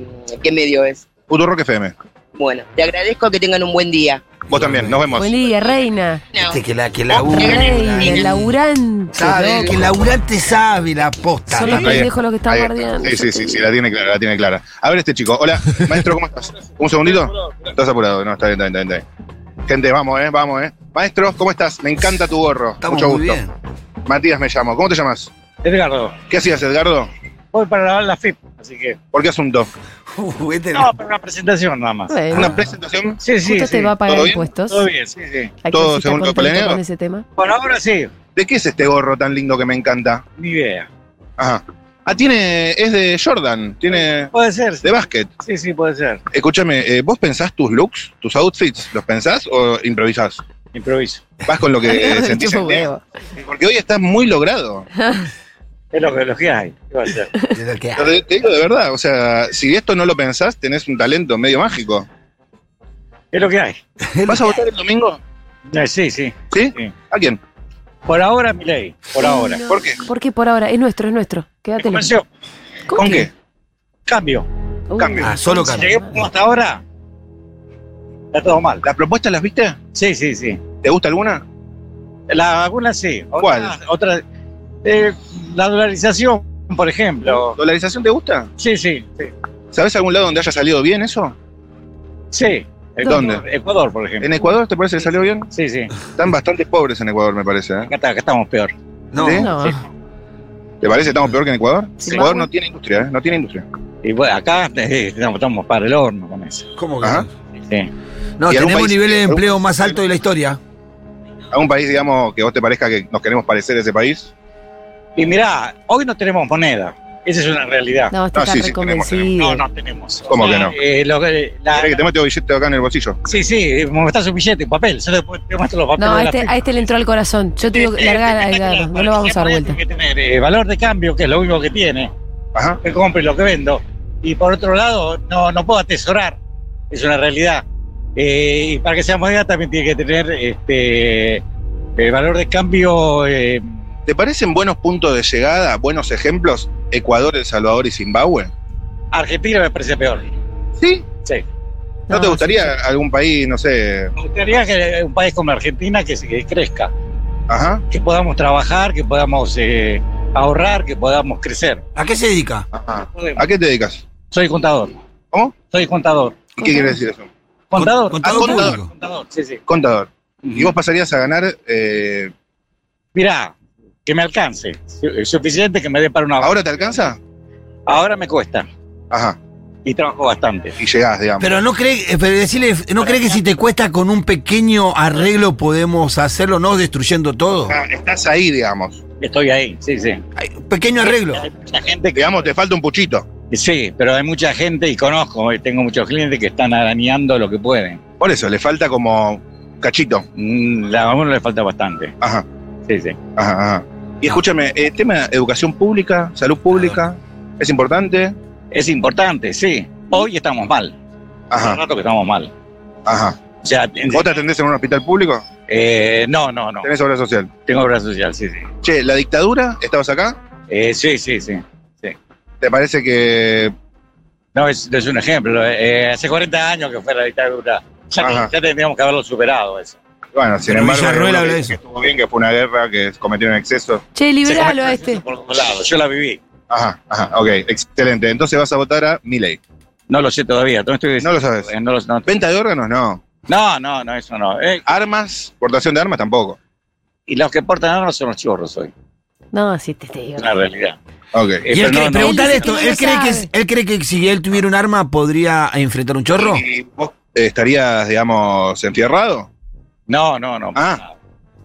S9: qué medio es.
S3: Puto Rock FM.
S9: Bueno, te agradezco que tengan un buen día.
S3: Vos también, nos vemos.
S1: Buen día, reina.
S9: No.
S2: Este que la que labura.
S1: Reina, laburante.
S2: Sabe,
S1: loco.
S2: que laburante sabe la posta.
S1: Son
S3: Está
S1: los
S3: bien,
S1: pendejos los que están
S3: Ahí está.
S1: guardiando.
S3: Sí, sí, sí, sí, la tiene clara, la tiene clara. A ver este chico. Hola, maestro, ¿cómo estás? ¿Un segundito? ¿Estás apurado? No, está bien, está bien, está bien, está bien. Gente, vamos, eh, vamos, eh. Maestro, ¿cómo estás? Me encanta tu gorro.
S2: Estamos
S3: Mucho
S2: muy
S3: gusto.
S2: bien.
S3: Matías me llamo. ¿Cómo te llamas?
S5: Edgardo,
S3: ¿Qué hacías, Edgardo?
S5: voy para grabar la FIP, así que...
S3: ¿Por qué asunto?
S2: Uh, este
S5: No, para una presentación nada más.
S1: Bueno,
S3: ¿Una presentación?
S5: Sí, sí,
S1: justo
S5: sí.
S1: te va a pagar
S3: ¿Todo bien?
S1: impuestos.
S5: Todo bien, sí, sí.
S1: Hay
S3: Todo
S1: cosita
S3: según lo
S1: contenta
S3: planeado.
S1: con ese tema.
S5: Por ahora sí,
S3: ¿De qué es este gorro tan lindo que me encanta?
S5: ni idea.
S3: Ajá. Ah, tiene. es de Jordan, tiene.
S5: Puede ser,
S3: de básquet.
S5: sí, sí, puede ser.
S3: Escúchame, eh, ¿vos pensás tus looks, tus outfits? ¿Los pensás o improvisás?
S5: Improviso.
S3: Vas con lo que
S1: Me
S3: sentís.
S1: chupa
S3: en
S1: un
S3: día.
S1: huevo.
S3: Porque hoy estás muy logrado.
S5: Es lo que, lo que hay. ¿Qué va a ser?
S2: de- que-
S3: Pero Te, te digo de verdad, o sea, si esto no lo pensás, tenés un talento medio mágico.
S5: Es lo que hay.
S3: ¿Vas a votar el domingo?
S5: Eh, Sí, sí.
S3: ¿Sí?
S5: Sí.
S3: ¿A quién?
S5: Por ahora, mi ley. Por ahora.
S1: No.
S3: ¿Por qué?
S1: ¿Por qué por ahora? Es nuestro, es nuestro. Quédate
S5: Convención,
S3: ¿Con qué?
S5: cambio.
S2: cambio. Ah, solo
S5: Si
S2: cambio.
S5: llegué hasta ahora, está todo mal.
S3: ¿Las propuestas las viste?
S5: Sí, sí, sí.
S3: ¿Te gusta alguna?
S5: La algunas sí.
S3: ¿Cuál?
S5: Otras- otras- eh, la dolarización, por ejemplo.
S3: ¿Dolarización te gusta?
S5: Sí, sí, sí.
S3: ¿Sabés algún lado donde haya salido bien eso?
S5: Sí.
S3: ¿Dónde?
S5: Ecuador, Ecuador, por ejemplo.
S3: ¿En Ecuador te parece que salió bien?
S5: eh, Sí, sí.
S3: Están bastante pobres en Ecuador, me parece. ¿eh?
S5: Acá, está- acá estamos peor.
S2: No,
S3: ¿Sí?
S1: No.
S3: ¿Te parece que estamos peor que en Ecuador?
S1: Sí.
S3: Ecuador no tiene industria, ¿eh? No tiene industria.
S5: Y bueno, acá eh, estamos, estamos para el horno con eso.
S2: ¿cómo que?
S3: Ajá.
S5: Sí.
S2: No,
S3: ¿Y algún
S2: tenemos
S3: país-
S2: niveles de
S3: algún-
S2: empleo más altos de la historia.
S3: ¿eh? ¿A un país, digamos, que vos te parezca que nos queremos parecer a ese país?
S5: Y mirá, hoy no tenemos moneda.
S10: Esa es una realidad.
S1: No, está
S3: No, Ah, sí, sí, tenemos,
S10: No,
S1: reconvencido.
S10: no tenemos. O
S3: ¿Cómo
S10: sea,
S3: que no?
S10: eh, lo que- la-
S3: Mirá que te meto billete acá en el bolsillo.
S10: sí, eh, sí, muestra su billete, papel. Yo después te muestro los papeles.
S1: No,
S10: de
S1: a
S10: la
S1: este,
S10: firma.
S1: a este le entró al corazón. Yo te digo,
S10: Eh,
S1: largar
S10: eh,
S1: al
S10: está claro,
S1: no lo vamos a dar
S10: siempre
S1: vuelta.
S10: tiene que tener eh, valor de cambio, que es lo único que tiene,
S3: Ajá.
S10: que compre lo que vendo. Y por otro lado, no, no puedo atesorar, es una realidad. Eh, y para que sea moneda también tiene que tener este eh, valor de cambio. eh,
S3: ¿Te parecen buenos puntos de llegada, buenos ejemplos, Ecuador, El Salvador y Zimbabue?
S10: Argentina me parece peor.
S3: ¿Sí?
S10: Sí.
S3: ¿No, te
S1: No,
S3: gustaría algún país, no sé?
S10: Me gustaría que un país como Argentina que, se- que crezca,
S3: Ajá.
S10: que podamos trabajar, que podamos eh, ahorrar, que podamos crecer.
S2: ¿A qué se dedica?
S3: ajá.
S10: Podemos.
S3: ¿A qué te dedicas?
S10: Soy contador.
S3: ¿Cómo?
S10: Soy contador.
S3: ¿Qué quiere decir eso? Ah,
S10: Contador.
S2: Contador
S3: contador.
S2: público.
S10: Contador, sí, sí.
S3: Contador. Y vos pasarías a ganar. eh,
S10: Mirá, que me alcance. Su- eh, Suficiente que me dé para una.
S3: ¿Ahora te alcanza?
S10: Ahora me cuesta
S3: Ajá.
S10: y trabajo bastante.
S3: Y llegás, digamos.
S2: Pero no cree, eh, pero decirle, ¿no cree que si te cuesta con un pequeño arreglo podemos hacerlo, no destruyendo todo?
S3: Ah, estás ahí, digamos.
S10: Estoy ahí, sí, sí.
S2: Ay, Pequeño arreglo.
S10: Hay mucha gente que.
S3: Digamos, te falta un puchito.
S10: Sí, pero hay mucha gente y conozco, y tengo muchos clientes que están arañando lo que pueden.
S3: Por eso, le falta como cachito.
S10: Mm, la- A uno le falta bastante.
S3: Ajá,
S10: Sí, sí.
S3: ajá, ajá. Y escúchame, eh, el tema de educación pública, salud pública, es importante.
S10: Es importante, sí. Hoy estamos mal. Hace
S3: Ajá,
S10: rato que estamos mal.
S3: ajá.
S10: O sea, en-
S3: ¿Vos te atendés en un hospital público?
S10: eh, no, no, no.
S3: Tenés obra social.
S10: Tengo obra social, sí, sí.
S3: Che, la dictadura, ¿estabas acá?
S10: Eh, sí, sí, sí.
S3: ¿Te parece que
S10: No, es, es un ejemplo. Eh, hace 40 años que fue la dictadura. Ya,
S3: Ajá.
S10: ya tendríamos que haberlo superado eso.
S3: Bueno, sin
S2: Pero
S3: embargo,
S2: Villarroel
S3: algunos
S2: habla
S3: dicen
S2: de eso.
S3: que estuvo bien, que fue una guerra, que cometieron excesos.
S1: Che,
S10: Se
S1: liberalo
S10: comete
S1: a
S10: un exceso
S1: este.
S10: Por los lados. Yo la viví.
S3: Ajá, ajá, ok, excelente. Entonces vas a votar a Milei.
S10: No lo sé todavía. No, estoy
S3: No lo sabes.
S10: Eh, No, lo- no,
S3: ¿Venta de órganos? No.
S10: no, no, no, eso no. Eh,
S3: ¿Armas? ¿Portación de armas? Tampoco.
S10: y los que portan armas son los chorros hoy.
S1: No, sí, te, te digo.
S10: Es una realidad.
S3: Ok.
S10: Eh,
S2: Y
S10: pero
S2: él cree,
S10: no, no.
S2: preguntale
S1: Él dice
S2: esto,
S1: que no
S2: ¿él cree,
S1: lo
S2: que,
S1: sabe.
S2: ¿él cree que si él tuviera un arma podría enfrentar un chorro?
S3: ¿Y vos eh, estarías, digamos, enfierrado?
S10: No, no, no.
S3: Ah.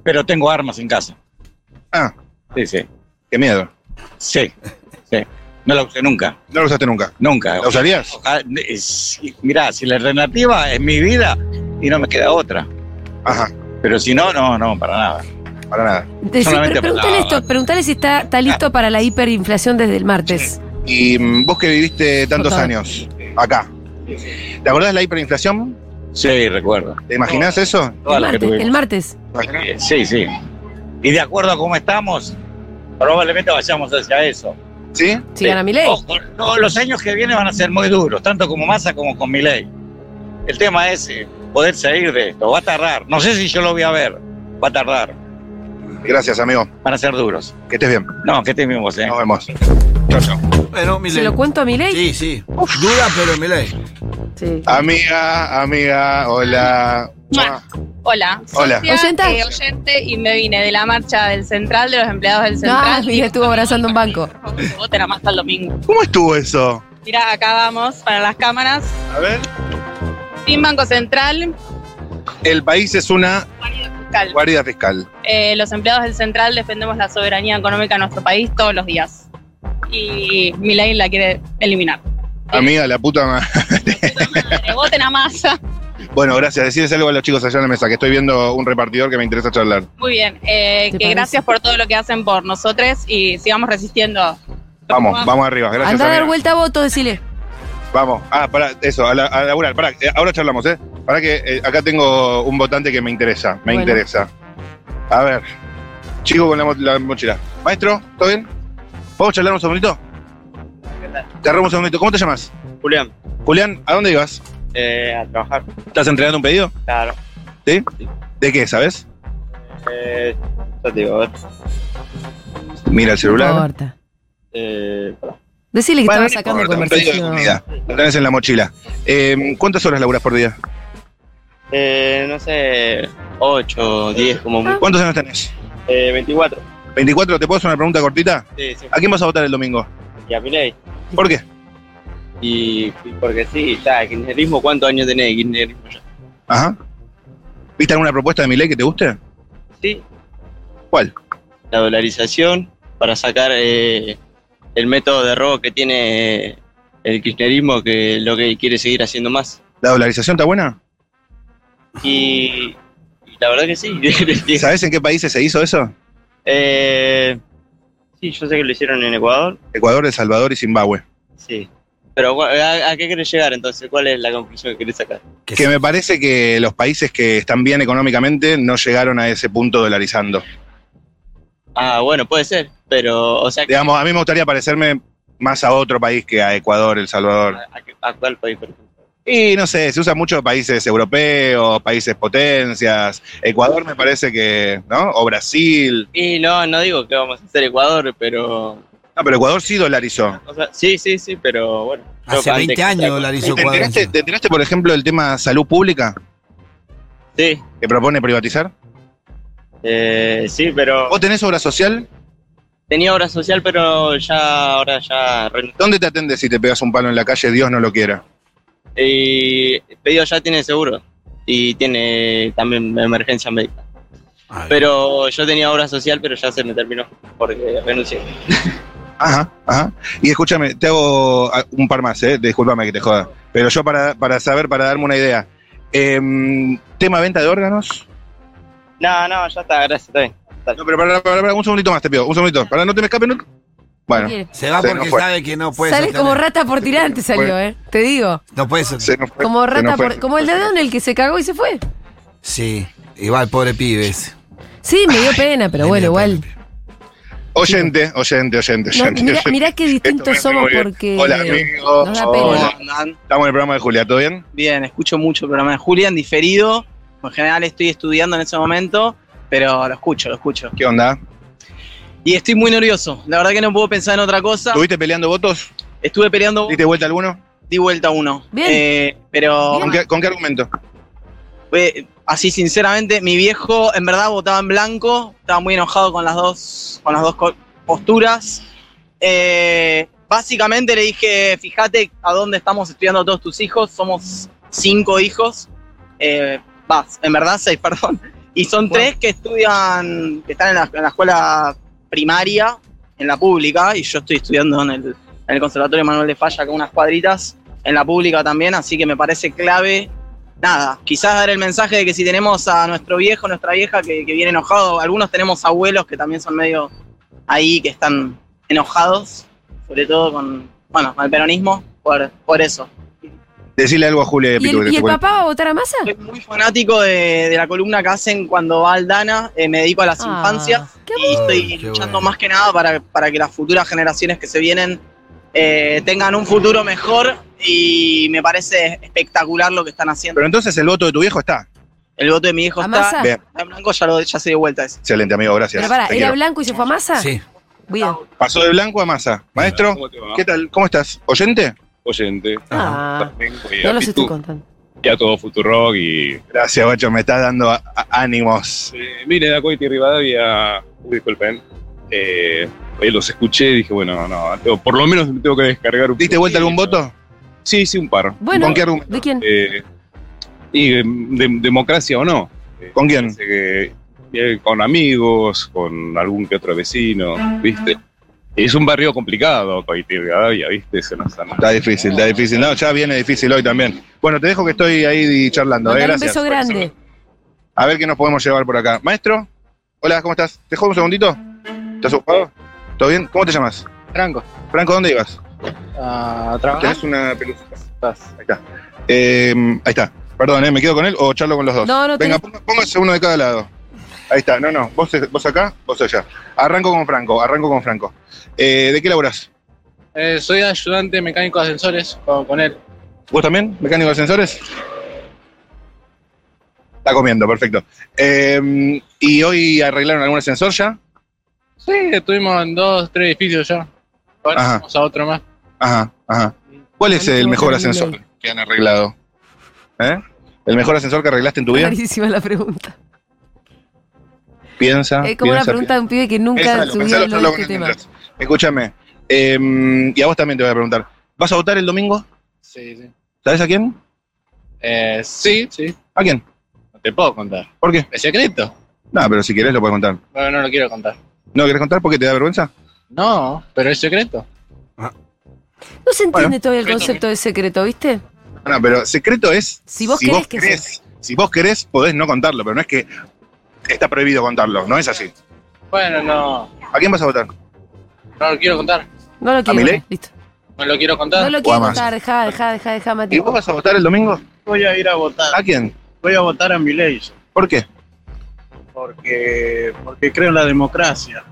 S10: Pero tengo armas en casa.
S3: Ah,
S10: Sí, sí.
S3: qué miedo.
S10: Sí. sí. No la usé nunca.
S3: No lo usaste nunca.
S10: Nunca.
S3: ¿La usarías?
S10: Ojalá- eh, si- mirá, si la alternativa es mi vida y no me queda otra.
S3: Ajá,
S10: Pero si no, no, no, para nada.
S3: para nada.
S1: Decí,
S10: Solamente
S1: pero pregúntale
S10: pensaba.
S1: esto, pregúntale si está, está listo para la hiperinflación desde el martes.
S3: ¿Y mm, vos que viviste tantos
S1: Total.
S3: años acá? ¿Te acordás de la hiperinflación?
S10: Sí, recuerdo.
S3: ¿Te imaginás eso?
S10: Todas
S1: Oh. el,
S10: las que
S1: martes el
S10: tuvimos.
S1: martes.
S3: ¿Te imaginás?
S10: Eh, Sí, sí. Y de acuerdo a cómo estamos, probablemente vayamos hacia eso.
S3: ¿Sí?
S1: Si
S10: Sí.
S1: gana mi ley.
S10: Ojo, no, los años que vienen van a ser muy duros, tanto como Massa como con Milei. El tema es eh, poder salir de esto. Va a tardar. No sé si yo lo voy a ver. Va a tardar.
S3: Gracias, amigo.
S10: Van a ser duros.
S3: Que estés bien.
S10: No, que te mismo, eh.
S3: Nos vemos. Chao, chao.
S2: Bueno,
S1: ¿Se
S2: Milei.
S1: lo cuento a mi ley?
S2: Sí, sí. Duda, pero Milei.
S1: Sí.
S3: Amiga, amiga, hola.
S8: Mua. Hola.
S3: Hola.
S8: Soy
S1: ¿Oyenta?
S8: eh, oyente y me vine de la marcha del Central, de los empleados del
S1: No,
S8: Central.
S1: Ah, mira, estuvo abrazando un banco.
S8: Por favor, que voten a Massa el domingo.
S3: ¿Cómo estuvo eso?
S8: Mira, acá vamos para las cámaras.
S3: A ver.
S8: Sin Banco Central,
S3: El país es una
S8: guardia fiscal.
S3: guarida fiscal.
S8: Eh, los empleados del Central defendemos la soberanía económica de nuestro país todos los días. Y Milei la quiere eliminar.
S3: Amiga, la puta madre.
S8: Que voten a masa.
S3: Bueno, gracias. Decides algo a los chicos allá en la mesa, que estoy viendo un repartidor que me interesa charlar.
S8: Muy bien. eh,
S1: ¿Te
S8: que
S1: parece?
S8: gracias por todo lo que hacen por nosotros y sigamos resistiendo.
S3: Vamos, vamos arriba. Gracias.
S1: Anda a dar
S3: amiga.
S1: vuelta a votos, decile.
S3: Vamos, ah, para eso, a, la, a laburar, para, ahora charlamos, ¿eh? Para que eh, acá tengo un votante que me interesa, me
S1: Bueno.
S3: interesa. A ver, chico con la, mo- la mochila. Maestro, ¿todo bien? ¿Podemos charlar un segundito? Te robo un segundito. ¿Cómo te llamas?
S10: Julián,
S3: Julián, ¿a dónde ibas?
S11: Eh,
S10: a trabajar.
S3: ¿Estás entregando un pedido?
S10: Claro.
S3: ¿De qué, sabes?
S11: eh,
S10: ya te digo,
S3: Mira el
S1: No
S3: celular.
S1: importa.
S10: Eh,
S1: Decile que
S3: Bueno,
S1: estaba
S3: no
S1: sacando
S3: importa, un pedido de
S1: conversación.
S3: comida. Lo tenés en la mochila. Eh, ¿Cuántas horas laburas por día?
S11: Eh,
S10: no sé, 8, 10 como
S1: mucho.
S3: ¿Cuántos años tenés?
S11: Eh,
S10: 24.
S3: ¿24? ¿Te puedo hacer una pregunta cortita?
S10: Sí, sí.
S3: ¿A quién vas a votar el domingo?
S10: Y a Milei.
S3: ¿Por qué?
S10: Y porque sí, está, kirchnerismo, ¿cuántos años tenés kirchnerismo ya?
S3: Ajá. ¿Viste alguna propuesta de mi ley que te guste?
S10: Sí.
S3: ¿Cuál?
S10: La dolarización para sacar
S11: eh, el método de robo que tiene eh, el kirchnerismo, que lo que quiere seguir haciendo más.
S3: ¿La dolarización está buena?
S11: Y, y la verdad que sí.
S3: ¿Sabes en qué países se hizo eso?
S11: Eh, sí, yo sé que lo hicieron en Ecuador,
S3: Ecuador, El Salvador y Zimbabue.
S11: sí. Pero ¿cu- ¿a, a qué querés llegar entonces? ¿Cuál es la conclusión que querés sacar?
S3: Que me parece que los países que están bien económicamente no llegaron a ese punto dolarizando.
S11: Ah, bueno, puede ser, pero, o sea, que-
S3: Digamos, a mí me gustaría parecerme más a otro país que a Ecuador, El Salvador.
S11: ¿a, qué- a cuál país? por ejemplo?
S3: Y no sé, se usa mucho países europeos, países potencias. Ecuador me parece que, ¿no? O Brasil.
S11: Y no, no digo que vamos a ser Ecuador, pero...
S3: No, Ah, pero Ecuador sí dolarizó.
S11: o sea, sí, sí, sí, pero bueno. yo
S2: Hace
S11: antes
S2: 20
S11: que
S2: años
S11: otra cosa.
S2: dolarizó
S3: ¿Te
S2: Ecuador.
S3: enteraste, te enteraste, por ejemplo, del tema salud pública
S11: Sí,
S3: que propone privatizar?
S11: eh, sí, pero...
S3: ¿Vos tenés obra social?
S11: Tenía obra social, pero ya ahora ya renunció.
S3: ¿Dónde te atendes si te pegas un palo en la calle? Dios no lo quiera.
S11: Y pedido ya tiene seguro y tiene también emergencia médica.
S2: Ay.
S11: Pero yo tenía obra social, pero ya se me terminó porque renuncié.
S3: Ajá, ajá. Y escúchame, te hago ah, un par más, ¿eh? Discúlpame que te joda. Pero yo para, para saber, para darme una idea. Em, tema venta de órganos.
S11: No, no, ya está, gracias, está bien.
S3: No, pero para, para, para, un segundito más te pido, un segundito. Para, no te me escape. no- Bueno,
S1: Bien.
S2: Se va
S3: Se
S2: porque
S3: nos fue.
S2: sabe que no puede
S1: Sale
S2: sostener.
S1: como rata por tirante salió, ¿eh? Te digo.
S2: No puede ser.
S3: se nos fue,
S1: Como
S3: se nos
S1: rata
S3: fue.
S1: por... Como el dedo en el que se cagó y se fue.
S2: Sí. Igual, pobre pibes.
S1: Sí, me dio pena, pero bueno, igual.
S3: Oyente, oyente, oyente,
S1: No,
S3: oyente.
S1: mirá, mirá qué
S3: Esto me
S1: distintos
S3: hace
S1: somos
S3: muy bien.
S1: porque...
S3: Hola, amigo.
S1: nos da pena.
S3: Hola.
S1: Hola.
S12: andan?
S3: Estamos en el programa de Julia, ¿todo bien?
S12: Bien, escucho mucho el programa de Julián, diferido. En general estoy estudiando en ese momento, pero lo escucho, lo escucho.
S3: ¿Qué onda?
S12: Y estoy muy nervioso. La verdad que no puedo pensar en otra cosa.
S3: ¿Tuviste peleando votos?
S12: Estuve peleando,
S3: ¿Diste vuelta alguno?
S12: di vuelta uno.
S1: Bien.
S12: Eh, pero
S3: ¿Con qué, con qué argumento?
S12: eh, así sinceramente, mi viejo en verdad votaba en blanco. Estaba muy enojado con las dos, con las dos co- posturas. Eh, básicamente le dije, fíjate a dónde estamos estudiando todos tus hijos. Somos cinco hijos. Eh, vas, en verdad seis, perdón. Y son tres que estudian, que están en la, en la escuela primaria, en la pública, y yo estoy estudiando en el, en el Conservatorio Manuel de Falla con unas cuadritas, en la pública también, así que me parece clave. Nada, quizás dar el mensaje de que si tenemos a nuestro viejo, nuestra vieja que, que viene enojado, algunos tenemos abuelos que también son medio ahí, que están enojados, sobre todo con, bueno, con el peronismo, por, por eso.
S3: Decirle algo a Julia de
S1: ¿Y
S3: Pitu. que
S1: el, y
S3: te
S1: el
S3: cuente.
S1: papá va a votar a masa?
S12: Soy muy fanático de, de la columna que hacen cuando va Aldana, eh, me dedico a las infancias.
S1: Ah, ¿Qué
S12: y
S2: Ay,
S12: estoy
S2: qué
S12: luchando
S2: bueno.
S12: más que nada para, para que las futuras generaciones que se vienen eh, tengan un futuro mejor y me parece espectacular lo que están haciendo.
S3: Pero entonces el voto de tu viejo está.
S12: El voto de mi hijo
S1: ¿A
S12: está,
S1: masa?
S3: Bien.
S12: está en blanco, ya, lo, ya se dio vuelta ese.
S3: Excelente, amigo, gracias.
S1: Pero pará,
S3: Te
S1: ¿era
S3: quiero.
S1: blanco y se fue a masa?
S2: Sí.
S1: Bien.
S3: Pasó de blanco a masa. Maestro, ¿qué tal? ¿Cómo estás? ¿Oyente?
S13: oyente. pues,
S1: Ah,
S13: Y
S1: no
S13: a,
S1: los estoy
S13: Pitu,
S1: contando.
S13: y a todo Futurock y.
S3: Gracias, Bacho, me estás dando a- a- ánimos.
S13: Eh, mire, Dacoiti Rivadavia. Uy, disculpen. Eh, eh, los escuché y dije, bueno, no, tengo- por lo menos tengo que descargar un.
S3: ¿Diste vuelta algún voto?
S13: Sí, sí, un par.
S1: Bueno,
S3: ¿Con qué argumento?
S1: ¿de quién?
S13: Eh, y eh, de- democracia o no. Eh,
S3: ¿Con quién?
S13: parece que, eh, con amigos, con algún que otro vecino, ¿viste? Es un barrio complicado, Dacoiti Rivadavia, ¿viste? Se nos han-
S3: Está difícil, está difícil. No, ya viene difícil hoy también. Bueno, te dejo que estoy ahí charlando. eh,
S1: Mandale un
S3: Gracias.
S1: beso grande.
S3: A ver qué nos podemos llevar por acá. Maestro, hola, ¿cómo estás? ¿Te jodo un segundito? ¿Estás ocupado? ¿Todo bien? ¿Cómo te llamas?
S5: Franco.
S3: Franco, ¿dónde ibas?
S5: a trabajar.
S3: ¿Tenés una pelucita? Ahí está. Eh, ahí está. Perdón, ¿eh? ¿me quedo con él o charlo con los dos?
S1: No, no
S3: Venga,
S1: tenés-
S3: ponga- póngase uno de cada lado. Ahí está, no, no. Vos, eh, vos acá, vos allá. Arranco con Franco, arranco con Franco. Eh, ¿De qué laburás?
S5: Eh, soy ayudante mecánico de ascensores con, con él.
S3: ¿Vos también? ¿Mecánico de ascensores? Está comiendo, perfecto. Eh, ¿Y hoy arreglaron algún ascensor ya?
S5: Sí, estuvimos en dos, tres edificios ya. Ahora
S3: Ajá.
S5: vamos a otro más.
S3: Ajá, ajá. ¿Cuál es el mejor ascensor que han arreglado? ¿Eh? ¿El mejor ascensor que arreglaste en tu vida?
S1: Clarísima la pregunta.
S3: Piensa.
S1: Es como
S3: piensa,
S1: la pregunta de un pibe que nunca
S3: Ah, Pensalo,
S1: subió
S3: pensalo,
S1: a
S3: charlalo
S1: este
S3: con él
S1: tema.
S3: mientras. Escúchame. eh, y a vos también te voy a preguntar. ¿Vas a votar el domingo?
S5: Sí, sí.
S3: ¿Sabes a quién?
S5: Eh, sí, sí.
S3: ¿A quién?
S5: No te puedo contar.
S3: ¿Por qué?
S5: ¿Es secreto?
S3: No, pero si querés lo puedes contar.
S5: No, no lo quiero contar.
S3: ¿No querés contar porque te da vergüenza?
S5: No, pero es secreto.
S1: No se entiende
S3: Bueno,
S1: todavía el
S3: secreto.
S1: concepto de secreto, ¿viste?
S3: No, pero secreto es.
S1: Si vos querés que
S3: Si vos querés, podés no contarlo, pero no es que está prohibido contarlo, no es así.
S5: Bueno, no,
S3: ¿A quién vas a votar?
S5: no lo quiero contar.
S1: No lo quiero.
S3: Milei?
S1: Listo.
S5: No lo quiero contar.
S1: No lo quiero contar, dejá, dejá, dejá, dejá, Mati.
S3: ¿Y vos vas a votar el domingo?
S5: Voy a ir a votar.
S3: ¿A quién?
S5: Voy a votar a mi ley
S3: ¿Por qué?
S5: porque, porque creo en la democracia.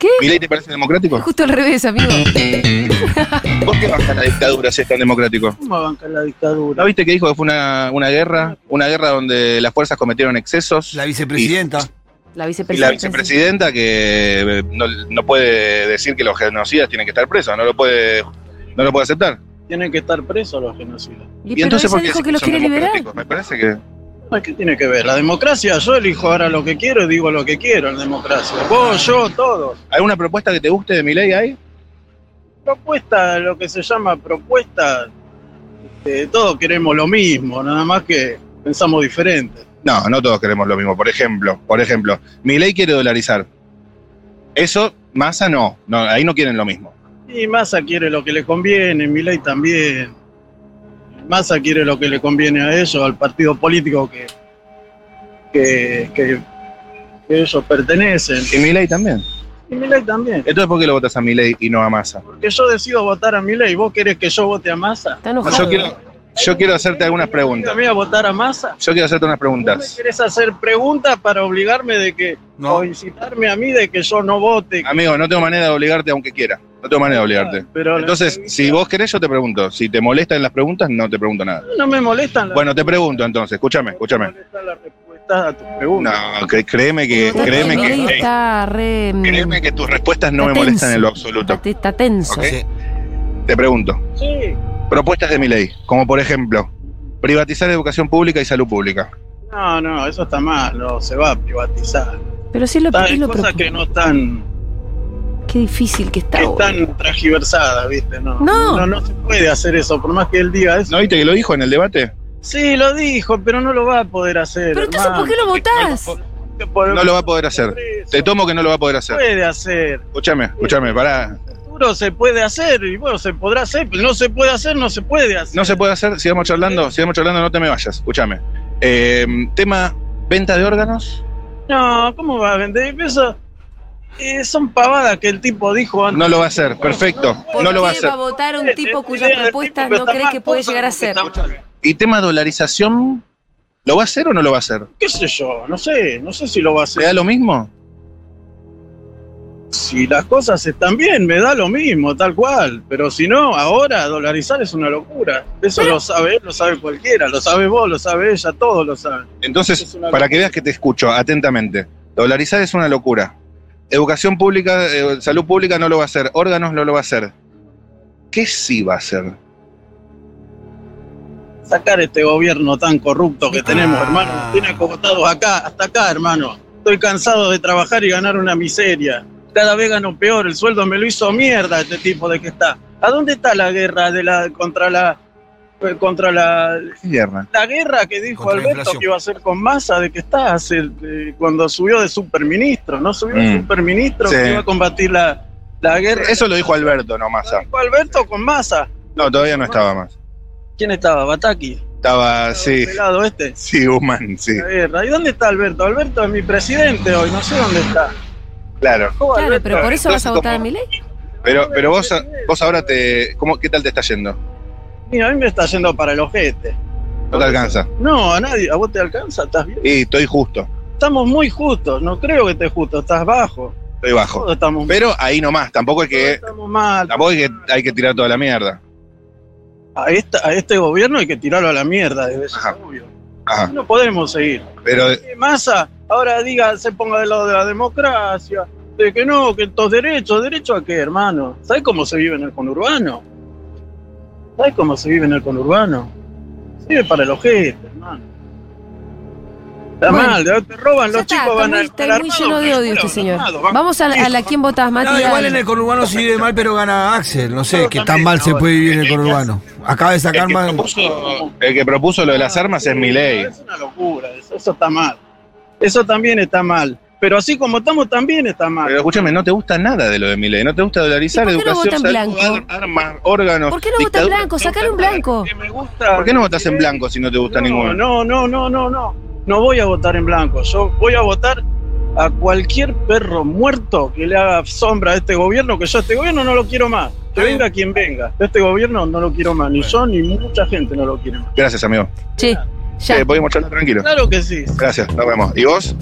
S1: ¿Qué?
S3: ¿Milei te parece democrático?
S1: Justo al revés, amigo.
S3: ¿Por qué bancas la dictadura si es tan democrático?
S5: ¿Cómo va a bancar la dictadura?
S3: ¿No viste que dijo que fue una, una guerra? Una guerra donde las fuerzas cometieron excesos.
S2: La vicepresidenta.
S1: La
S3: Y, y la
S1: vicepresidenta.
S3: vicepresidenta que eh, no, no puede decir que los genocidas tienen que estar presos, no lo puede, no lo puede aceptar.
S5: Tienen que estar presos los genocidas.
S1: Y, pero ella dijo
S3: dicen
S1: que los
S3: son
S1: quiere liberar.
S3: democráticos? Me parece que.
S5: Ay, Ah, ¿Qué tiene que ver? La democracia, yo elijo ahora lo que quiero y digo lo que quiero en democracia. Vos, yo, todos.
S3: ¿Alguna propuesta que te guste de mi ley hay?
S5: Propuesta, lo que se llama propuesta, este, todos queremos lo mismo, nada más que pensamos diferente.
S3: No, no todos queremos lo mismo. Por ejemplo, por ejemplo, mi ley quiere dolarizar. Eso, masa no. no. Ahí no quieren lo mismo.
S5: Y Massa quiere lo que le conviene, Milei también. Massa quiere lo que le conviene a ellos, al partido político que, que, que- que ellos pertenecen.
S3: Y mi ley también.
S5: Y Milei también.
S3: Entonces, ¿por qué lo votas a mi ley y no a masa?
S5: Porque yo decido votar a Milei, ¿vos querés que yo vote a Massa?
S1: Está enojado.
S3: Yo quiero, yo quiero hacerte algunas
S5: ¿Venga a
S3: preguntas.
S5: mí a votar a Massa?
S3: Yo quiero hacerte unas
S5: ¿Me
S3: preguntas.
S5: querés hacer preguntas para obligarme de que, o incitarme a mí de que yo no vote?
S3: Amigo, no tengo manera de obligarte aunque quiera. No tengo manera de obligarte.
S5: Ah, Pero la
S3: Entonces, si vos querés, yo te pregunto. Si te molestan las preguntas, no te pregunto nada.
S5: No me molestan las
S3: Bueno, te pregunto entonces. Escúchame, escúchame.
S5: respuestas a tus preguntas.
S3: No, cre- créeme que, créeme que,
S1: Milei
S3: ey,
S1: está re. mm,
S3: créeme que tus respuestas no
S1: Está
S3: me
S1: tenso.
S3: molestan en lo absoluto.
S1: Está tenso.
S3: ¿ok? Te pregunto.
S5: Sí,
S3: Propuestas de mi ley, como por ejemplo, privatizar educación pública y salud pública.
S5: no, no, eso está mal, no se va a privatizar.
S1: Pero sí lo,
S5: Está-
S1: sí
S5: Hay
S1: lo
S5: cosas
S1: propuso.
S5: que no están,
S1: Qué difícil que está.
S5: que
S1: boludo.
S5: están transgiversadas, ¿viste? No,
S1: No.
S5: no, no se puede hacer eso, por más que él diga eso.
S3: ¿No viste que lo dijo en el debate?
S5: Sí, lo dijo, pero no lo va a poder hacer.
S1: Pero entonces, ¿por qué lo votás?
S3: No lo va a poder hacer. Te tomo que no lo va a poder
S5: Se
S3: hacer.
S5: puede hacer,
S3: Escúchame, escúchame, pará.
S5: seguro se puede hacer, y bueno, se podrá hacer, pero no se puede hacer, no se puede hacer.
S3: No se puede hacer, sigamos charlando, sigamos charlando, no te me vayas, escúchame. Eh, tema venta de órganos.
S5: No, ¿cómo va a vender? Eso, eh, son pavadas que el tipo dijo antes.
S3: No lo va a hacer, perfecto,
S1: ¿Por
S3: no lo va a
S1: qué
S3: hacer.
S1: va a votar un
S5: Es-
S1: tipo
S5: es
S1: cuyas
S5: idea del
S1: propuestas
S5: tipo, pero
S1: no
S5: está
S1: crees
S5: mal
S1: que puede
S5: puesto
S1: llegar a
S5: porque
S1: ser?
S5: está mal.
S3: ¿Y tema dolarización? ¿Lo va a hacer o no lo va a hacer?
S5: ¿Qué sé yo? No sé, no sé si lo va a
S3: ¿Te da
S5: hacer.
S3: lo mismo?
S5: Si las cosas están bien, me da lo mismo, tal cual. Pero si no, ahora dolarizar es una locura. Eso lo sabe él, lo sabe cualquiera, lo sabe vos, lo sabe ella, todos lo saben.
S3: Entonces,
S5: Es una
S3: para
S5: locura.
S3: que veas que te escucho atentamente, dolarizar es una locura. Educación pública, eh, salud pública no lo va a hacer, órganos no lo va a hacer. ¿Qué sí va a hacer?
S5: Sacar este gobierno tan corrupto que tenemos,
S2: Ah.
S5: hermano, nos tiene acogotados acá, hasta acá, hermano. Estoy cansado de trabajar y ganar una miseria. Cada vez gano peor, el sueldo me lo hizo mierda este tipo de que está. ¿A dónde está la guerra de la contra la eh, contra la
S3: ¿Qué guerra?
S5: la guerra que dijo
S2: Contra la
S5: Alberto
S2: inflación.
S5: que iba a hacer con Massa, de que está hace, eh, cuando subió de superministro, ¿no? Subió de
S3: Mm.
S5: superministro
S3: Sí.
S5: que iba a combatir la, la guerra.
S3: Eso lo dijo Alberto, no
S5: Lo
S3: Massa.
S5: dijo Alberto con Massa.
S3: No, todavía no estaba más.
S5: ¿Quién estaba? ¿Bataki?
S3: Estaba, sí,
S5: El pelado este.
S3: sí, Guzmán, sí,
S5: La guerra. ¿Y dónde está Alberto? Alberto es mi presidente hoy, no sé dónde está.
S3: claro.
S5: ¿Cómo
S1: Claro,
S5: Alberto?
S1: pero por eso vas a
S3: Entonces,
S1: votar a
S3: ¿cómo?
S1: Milei.
S3: Pero, pero vos, vos ahora te, ¿cómo, ¿qué tal te está yendo?
S5: Mira, a mí me está yendo para el ojete.
S3: No te alcanza.
S5: No, a nadie. ¿A vos te alcanza? ¿Estás bien?
S3: Y estoy justo,
S5: Estamos muy justos. No creo que estés justo. Estás bajo.
S3: estoy bajo.
S5: Todos estamos,
S3: Pero ahí nomás, tampoco es
S5: todos
S3: que,
S5: estamos mal.
S3: tampoco es que hay que tirar toda la mierda.
S5: a, esta- a este gobierno hay que tirarlo a la mierda, desde eso
S3: Ajá.
S5: es obvio.
S3: Ajá.
S5: No podemos seguir.
S3: Pero
S5: Que Massa ahora diga, se ponga del lado de la democracia, de que no, que estos derechos, ¿derecho a qué, hermano? ¿Sabes cómo se vive en el conurbano? ¿Sabes cómo se vive en el conurbano? Se vive para el ojete, hermano. Está
S1: Bueno.
S5: mal, te roban
S1: Ya
S5: los
S1: está,
S5: chicos,
S1: está
S5: van
S1: muy,
S5: al
S1: está muy lleno de odio este señor. Vamos a la, a la quién votás, Mati.
S2: No, igual
S1: Dale.
S2: en el conurbano sí vive mal, pero gana Axel. No sé,
S5: Yo
S2: que tan
S5: también,
S2: mal se
S5: no,
S2: puede vivir en
S5: es
S2: el
S5: que-
S2: conurbano. Acaba de
S3: el
S2: sacar
S3: que,
S2: más.
S3: propuso, el que propuso lo de las armas es mi ley.
S5: Es una locura, eso, eso está mal. Eso también está mal. Pero así como estamos también está mal.
S3: Pero escúchame, no te gusta nada de lo de Milei, no te gusta dolarizar,
S1: ¿Y por qué no
S3: educación,
S1: votan
S3: salud,
S1: blanco?
S3: ar- armas, órganos.
S1: ¿Por qué no votas
S3: dictadura.
S1: blanco? Sacale un blanco.
S3: ¿Por qué no votas en blanco si no te gusta ninguno?
S5: No, no, no, no, no. No voy a votar en blanco. Yo voy a votar a cualquier perro muerto que le haga sombra a este gobierno, que yo a este gobierno no lo quiero más. Que venga quien venga. Este gobierno no lo quiero más. Ni yo ni mucha gente no lo quiere más.
S3: Gracias, amigo.
S1: Sí,
S3: Eh, podemos charlar tranquilo.
S5: Claro que sí.
S3: Gracias, nos vemos. ¿Y vos?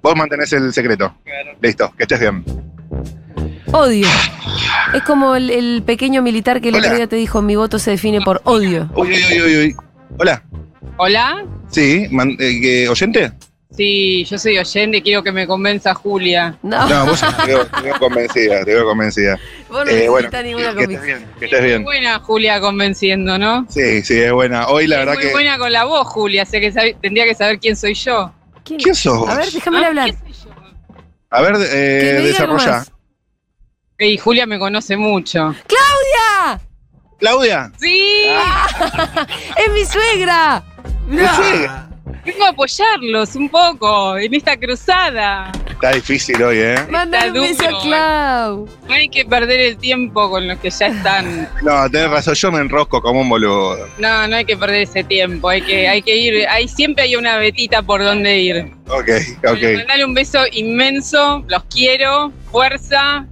S3: Vos mantenés el secreto. Listo, que estés bien.
S1: Odio. Es como el, el pequeño militar que el otro día te dijo, mi voto se define por odio.
S3: Uy, uy, uy, uy, uy. Hola.
S14: Hola,
S3: Sí, man- eh, ¿qué- ¿oyente?
S14: sí, yo soy oyente y quiero que me convenza Julia.
S3: No, vos te veo, te veo convencida, te veo convencida.
S14: Vos no
S3: Eh, bueno,
S14: necesitas ninguna
S3: que- que estés
S14: convicción.
S3: bien, que estés bien.
S14: Buena Julia convenciendo, ¿no?
S3: Sí, sí, es buena. Hoy la verdad
S14: Muy
S3: que...
S14: buena con la voz, Julia, sé que sabe- tendría que saber quién soy yo. Ah,
S1: ¿Quién,
S3: sos vos? A ver,
S1: déjame hablar.
S3: A ver, eh,
S14: Que me diga algo
S3: desarrolla.
S14: más. Y Julia me conoce mucho.
S1: ¡Claudia!
S3: Claudia.
S14: ¡Sí!
S1: ¡Es mi suegra!
S3: suegra?
S14: Vengo a apoyarlos un poco en esta cruzada.
S3: Está difícil hoy, ¿eh?
S1: Mandale un beso a Clau.
S14: No hay que perder el tiempo con los que ya están.
S3: No, tenés razón, yo me enrosco como un boludo.
S14: No, no hay que perder ese tiempo. Hay que, hay que ir. Hay, siempre hay una vetita por donde ir.
S3: Ok, ok.
S14: Mandale un beso inmenso. Los quiero. Fuerza.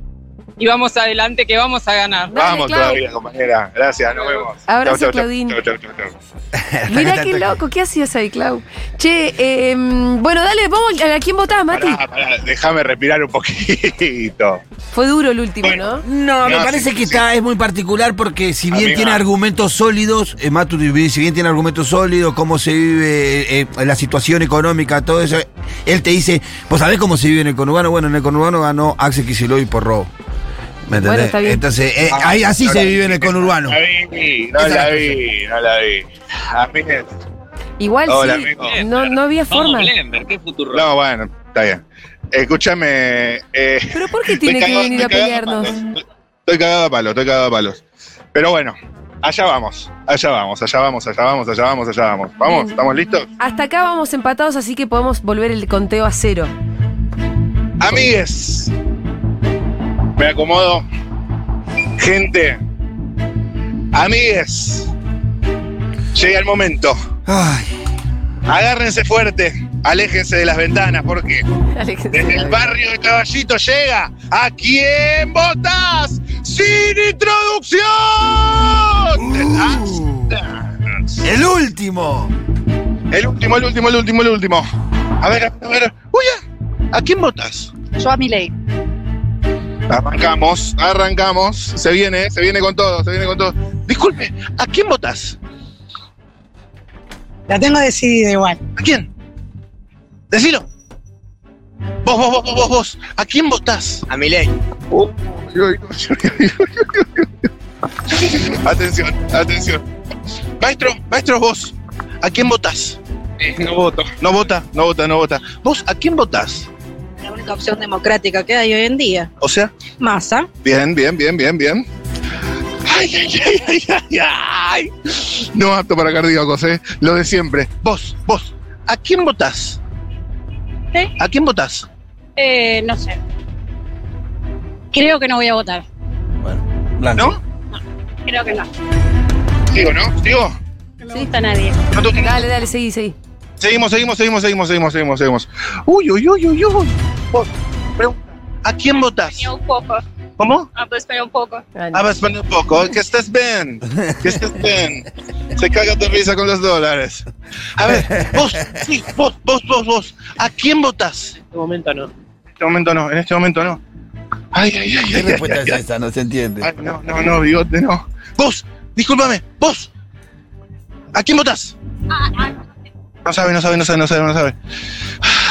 S14: Y vamos adelante que vamos a ganar.
S3: Vamos todavía, compañera. Gracias, nos vemos. Chau, chau,
S1: Abrazo,
S3: chau.
S1: Claudín.
S3: Chau, chau, chau, chau.
S1: Mirá qué loco, ¿qué hacías ahí, Clau? Che, eh, em, bueno, dale, vamos, ¿a quién votás, Mati?
S3: Ah, pará, déjame respirar un poquito.
S1: Fue duro el último, ¿no?
S2: No, me
S3: No,
S2: parece
S3: sí,
S2: que está, es muy particular porque si bien
S3: Amiga.
S2: tiene argumentos sólidos, eh, Matu, si bien tiene argumentos sólidos, cómo se vive eh, eh, la situación económica, todo eso, él te dice, vos sabés cómo se vive en el conurbano, bueno, en el conurbano ganó Axel Kicillof por robo. ¿Me entendés?
S1: Bueno, está bien.
S2: Entonces, eh,
S3: Ah,
S2: ahí, así
S3: no
S2: se
S3: la-
S2: vive en el conurbano.
S3: No la vi, no la vi, no la vi. Amigues.
S1: Igual
S3: Hola,
S1: sí,
S3: amigo.
S1: no, no había forma.
S3: No, bueno, está bien. Escúchame. eh,
S1: ¿Pero por qué
S3: estoy
S1: tiene que
S3: cagado-
S1: venir a
S3: estoy cagado
S1: pelearnos?
S3: eh. Estoy cagado a palos, estoy cagado a palos. Pero bueno, allá vamos, allá vamos, allá vamos, allá vamos, allá vamos, allá vamos. ¿Vamos? ¿Estamos listos?
S1: Hasta acá vamos empatados, así que podemos volver el conteo a cero.
S3: Amigues, me acomodo. Gente, amigues, llega el momento. Agárrense fuerte, aléjense de las ventanas, porque desde el barrio de Caballito llega a quién votas sin introducción.
S2: Uh. El último.
S3: El último, el último, el último, el último. A ver, a ver. Uy, ¿a quién votas?
S8: Yo a mi ley.
S3: Arrancamos, arrancamos. Se viene, se viene con todo, se viene con todo. Disculpe, ¿a quién votas?
S7: La tengo decidida igual.
S3: ¿A quién? Decilo. Vos, vos, vos, vos, vos, vos. ¿A quién votás? Oh,
S11: A mi ley.
S3: Atención, atención. Maestro, maestro, vos. ¿A quién votás? Eh, No voto. No vota, no vota, no vota. ¿Vos a quién votás?
S15: La única opción democrática que hay hoy en día.
S3: O sea,
S15: Masa.
S3: bien, bien, bien, bien, bien. Ay, ay, ay, ay, ay, ay. No apto para cardíacos, ¿eh? Lo de siempre. Vos, vos, ¿a quién votás?
S8: ¿Eh?
S3: ¿A quién votás?
S8: Eh, no sé. Creo que no voy a votar.
S3: ¿No?
S8: Creo que no.
S3: Digo, ¿no? Digo.
S8: No me gusta nadie.
S1: Dale, dale, seguí, seguí.
S3: Seguimos, seguimos, seguimos, seguimos, seguimos, seguimos, seguimos. Uy, uy, uy, uy, uy. Vos, pregunta, ¿a quién votás?
S8: un poco.
S3: ¿Cómo?
S8: Ah, pues espera un poco.
S3: Ah, vas a poner un poco. Que estés bien. Que estés bien. Se caga de risa con los dólares. A ver, vos, sí, vos, vos, vos, vos. ¿A quién votás? En este momento no. En este momento no, en este momento no. Ay, ay, ay, ay. ay, ay, ay.
S2: esa? No se entiende.
S3: Ay, no, no, no, bigote, no. Vos, discúlpame, vos. ¿A quién votás?
S8: Ah,
S3: No sabe, no sabe, no sabe, no sabe, no sabe.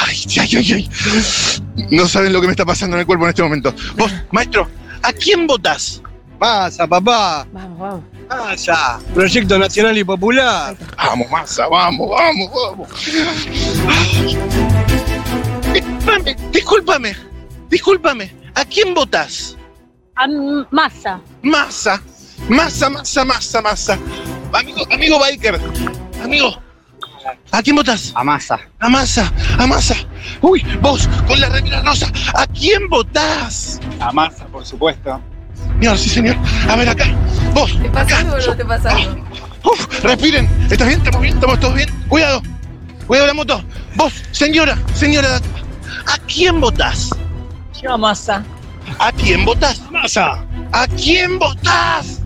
S3: Ay, ay, ay, ay. No saben lo que me está pasando en el cuerpo en este momento. Vos, maestro, ¿a quién votás? Masa, papá.
S1: Vamos, vamos.
S5: Ah,
S3: Masa. Proyecto Nacional y Popular. Vamos, masa, vamos, vamos, vamos. Ay. Discúlpame, discúlpame, discúlpame. ¿A quién votás?
S8: A masa.
S3: Masa, masa, masa, masa, masa. Amigo, amigo biker, amigo, ¿a quién votas?
S11: A masa.
S3: A masa, a masa. Uy, vos, con la remera rosa, ¿a quién votás? A Massa, por supuesto. Señor, sí, señor. A ver, acá. Vos.
S1: ¿Te pasa algo o no te pasa algo?
S3: Uf, respiren. ¿Estás bien? ¿Estamos bien? ¿Estamos todos bien? Cuidado. Cuidado la moto. Vos, señora, señora. de acá, ¿A quién votás?
S15: Yo, masa.
S3: ¿A quién votás? Masa. ¿A quién votás?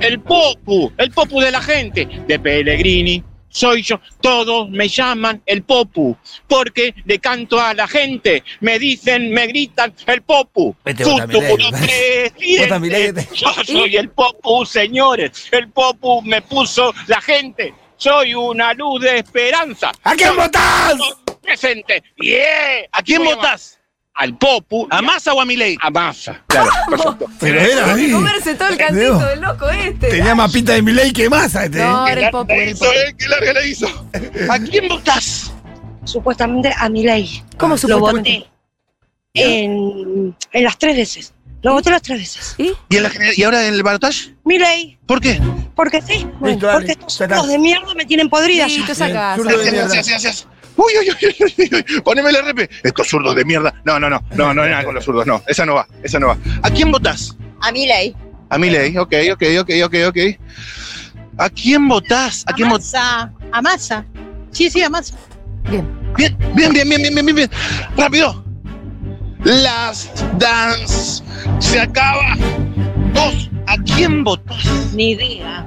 S10: El Popu, el Popu de la gente, de Pellegrini, soy yo, todos me llaman el Popu, porque le canto a la gente, me dicen, me gritan el Popu.
S2: Vete,
S10: Futu,
S2: vota Milei,
S10: puro
S2: ¿verdad?
S10: presidente.
S2: Vota Milei, vete.
S10: Yo soy el Popu, señores, el Popu me puso la gente, soy una luz de esperanza.
S2: ¿A quién votás?
S10: Presente, yeah. ¿A quién votás? Al Popu. ¿A Masa o a Milei? A Masa, claro, por supuesto.
S2: Pero era ahí.
S1: Comerse todo el cantito
S2: Digo,
S1: del loco este.
S2: Tenía más pinta de Milei que masa este.
S1: No,
S2: ¿eh?
S1: era el popo, era el popo.
S3: ¿Qué larga la hizo? ¿A quién votás?
S15: Supuestamente a mi ley.
S1: ¿Cómo
S15: Lo
S1: supuestamente?
S15: voté. En, en las tres veces. Lo voté las tres veces.
S1: ¿Y?
S3: ¿Y, en la general- ¿Y ahora en el balotaje?
S15: Mi ley.
S3: ¿Por qué?
S15: Porque sí. bueno,
S2: dale,
S15: porque estos
S2: ya está.
S15: zurdos de mierda me tienen podrida.
S1: Sí,
S15: ya.
S1: tú sacás.
S2: Zurdo de
S3: Gracias,
S2: mierda.
S3: gracias, gracias. Uy, uy, uy, uy, uy, uy, poneme el RP. Estos zurdos de mierda. No, no, no, no, no, hay nada con los zurdos, no. Esa no va, esa no va. ¿A quién votás?
S8: A mi ley.
S3: A Milei, ok, ok, ok, ok, ok. ¿A quién votás? ¿A quién votás?
S6: Amasa, amasa. Sí, sí, amasa.
S3: Bien, bien, bien, bien, bien, bien, bien, bien. Rápido. Las dance se acaba. Vos, ¿a quién votás?
S15: Ni idea.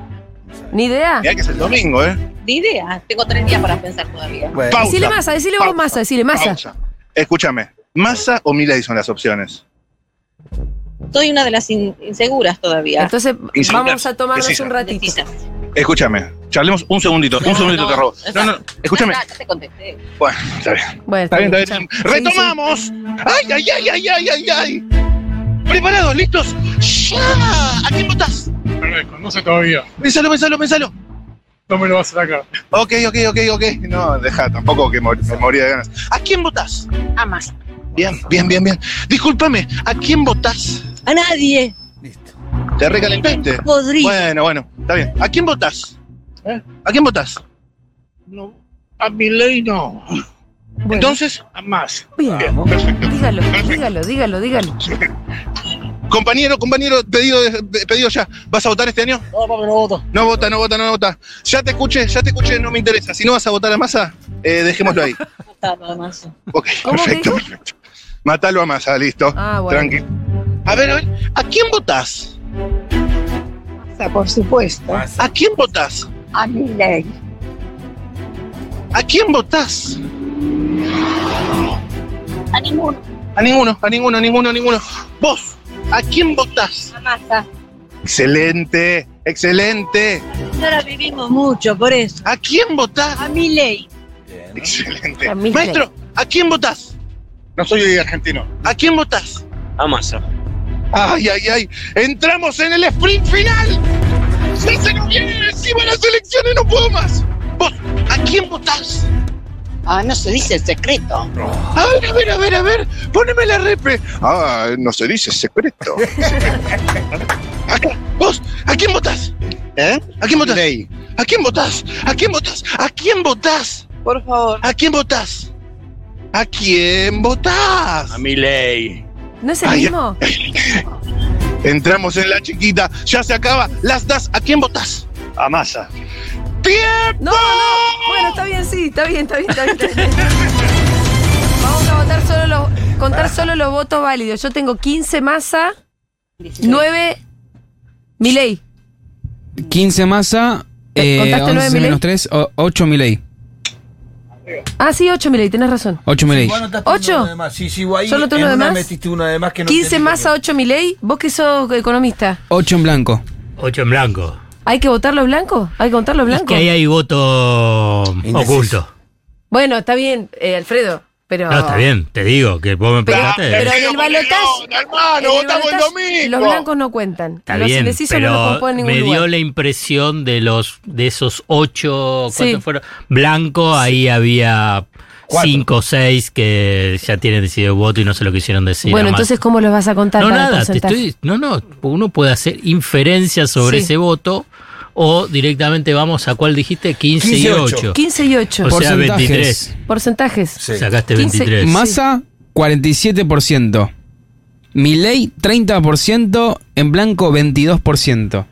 S1: Ni idea.
S3: Mirá que es el domingo, ¿eh?
S15: Ni idea.
S8: Tengo tres días para pensar todavía.
S2: Bueno.
S3: Pausa.
S1: Decile masa, decile vos
S3: Pausa.
S1: masa, decile masa.
S3: Pausa. Escúchame, ¿Massa o Milei son las opciones?
S15: Soy una de las in- inseguras todavía.
S1: Entonces
S3: Y si
S1: vamos
S3: una-
S1: a tomarnos
S3: decila.
S1: un ratito.
S3: Escúchame, charlemos un segundito, un segundito te robo. No, no, escúchame.
S8: Ya, ya te contesté.
S3: Bueno, está bien.
S1: Bueno,
S3: Está bien, está bien. ¡Retomamos! ¡Ay, ay, ay, ay, ay, ay, ay! ¿Preparados? ¿Listos? ¡Ya! ¿A quién votás?
S13: No sé todavía,
S3: Pensalo, pensalo, pensalo.
S13: no me lo vas a sacar.
S3: Ok, ok, ok, ok. No, deja, tampoco que mor- me moría de ganas. ¿A quién votás?
S15: A masa.
S3: Bien, bien, bien, bien. Discúlpame, ¿a quién votás?
S15: A nadie.
S3: Te recalentaste.
S15: Podrida.
S3: Bueno, bueno, está bien. ¿A quién votás? ¿A quién votás?
S10: No, a mi ley no,
S3: Entonces,
S10: a Masa.
S1: Bien,
S3: perfecto.
S1: dígalo, dígalo, dígalo, dígalo.
S3: Compañero, compañero, pedido, de- de- pedido ya. ¿Vas a votar este año?
S5: No, papi, no voto.
S3: No vota, no vota, no vota. Ya te escuché, ya te escuché, no me interesa. Si no vas a votar a Massa, eh, dejémoslo ahí. Ok,
S1: ¿Cómo que
S3: perfecto,
S1: dijo?
S3: perfecto. Matalo a Massa, listo.
S1: Ah, bueno.
S3: Tranquilo. A ver, a ver, ¿a quién votás?
S15: Masa, por supuesto.
S3: ¿A quién votás?
S15: A mi ley.
S3: ¿A quién votás?
S15: A ninguno.
S3: A ninguno, a ninguno, a ninguno, a ninguno. Vos, ¿a quién votás?
S15: A masa.
S3: Excelente, excelente.
S15: Ahora vivimos mucho, por eso.
S3: ¿A quién votás?
S15: A mi ley.
S3: Excelente.
S1: A mí,
S3: Maestro, ¿a quién votás?
S13: No soy argentino.
S3: ¿A quién votás?
S11: A Massa.
S3: Ay, ay, ay. Entramos en el sprint final. Se se nos viene encima las elecciones, no puedo más. Vos, ¿a quién votás?
S7: Ah, no se dice el secreto.
S3: A ver, a ver, a ver, a ver. Poneme la repe. Ah, no se dice secreto. Acá, vos, ¿a quién votás?
S11: ¿Eh?
S3: ¿A quién votás? ¿A quién votás? ¿A quién votás? ¿A quién votás?
S7: Por favor.
S3: ¿A quién votás? ¿A quién votás?
S11: A mi ley.
S1: ¿No es el
S3: Ay,
S1: mismo?
S3: Entramos en la chiquita. Ya se acaba. Las das. ¿A quién votás?
S11: A Massa.
S3: ¡Tiempo!
S1: No, no. Bueno, está bien, sí, está bien, está bien, está bien. está bien. Vamos a votar solo los, contar solo los votos válidos. Yo tengo 15 masa, 9 Milei.
S16: 15 masa, eh,
S1: ¿Contaste nueve
S16: 11
S1: Milei?
S16: menos 3, 8 Milei.
S1: Ah, sí, 8 Milei, tenés razón.
S16: 8 Milei.
S2: Vos anotaste uno
S1: ¿Ocho?
S2: de más. Sí, sí, vos ahí
S1: ¿Solo tú
S2: en
S1: uno de
S2: una
S1: más?
S2: metiste uno de más que no
S1: 15
S2: entendí
S1: masa, 8 Milei. Vos que sos economista,
S16: 8 en blanco.
S17: 8 en blanco.
S1: ¿hay que votar los blancos? ¿Hay que contar los
S17: Es
S1: blancos?
S17: que ahí hay voto oculto.
S1: Bueno, está bien, eh, Alfredo, pero...
S17: No, está bien, te digo que vos me
S1: Pero-
S17: preguntaste.
S1: pero en el balotaje...
S3: Hermano,
S1: en el
S3: votamos el
S1: balotaje
S3: domingo.
S1: Los blancos no cuentan.
S17: Está
S1: los
S17: bien,
S1: indecisos
S17: pero
S1: no los componen en
S17: me
S1: ningún
S17: dio
S1: lugar.
S17: la impresión de los de esos ocho, ¿cuántos
S1: Sí.
S17: fueron? Blanco, ahí había cinco o seis que ya tienen decidido el voto y no sé lo que hicieron decir.
S1: bueno,
S17: nomás.
S1: entonces, ¿cómo los vas a contar
S17: no
S1: para el
S17: nada, te
S1: porcentaje?
S17: estoy, no no, uno puede hacer inferencias sobre
S1: Sí.
S17: ese voto o directamente vamos a cuál dijiste, 15, y 8.
S1: 15 y 8.
S17: O sea,
S16: Porcentajes.
S17: 23.
S1: Porcentajes.
S17: Sacaste
S1: 15.
S17: 23.
S16: Massa, 47%. Milei, 30%. En blanco, 22%.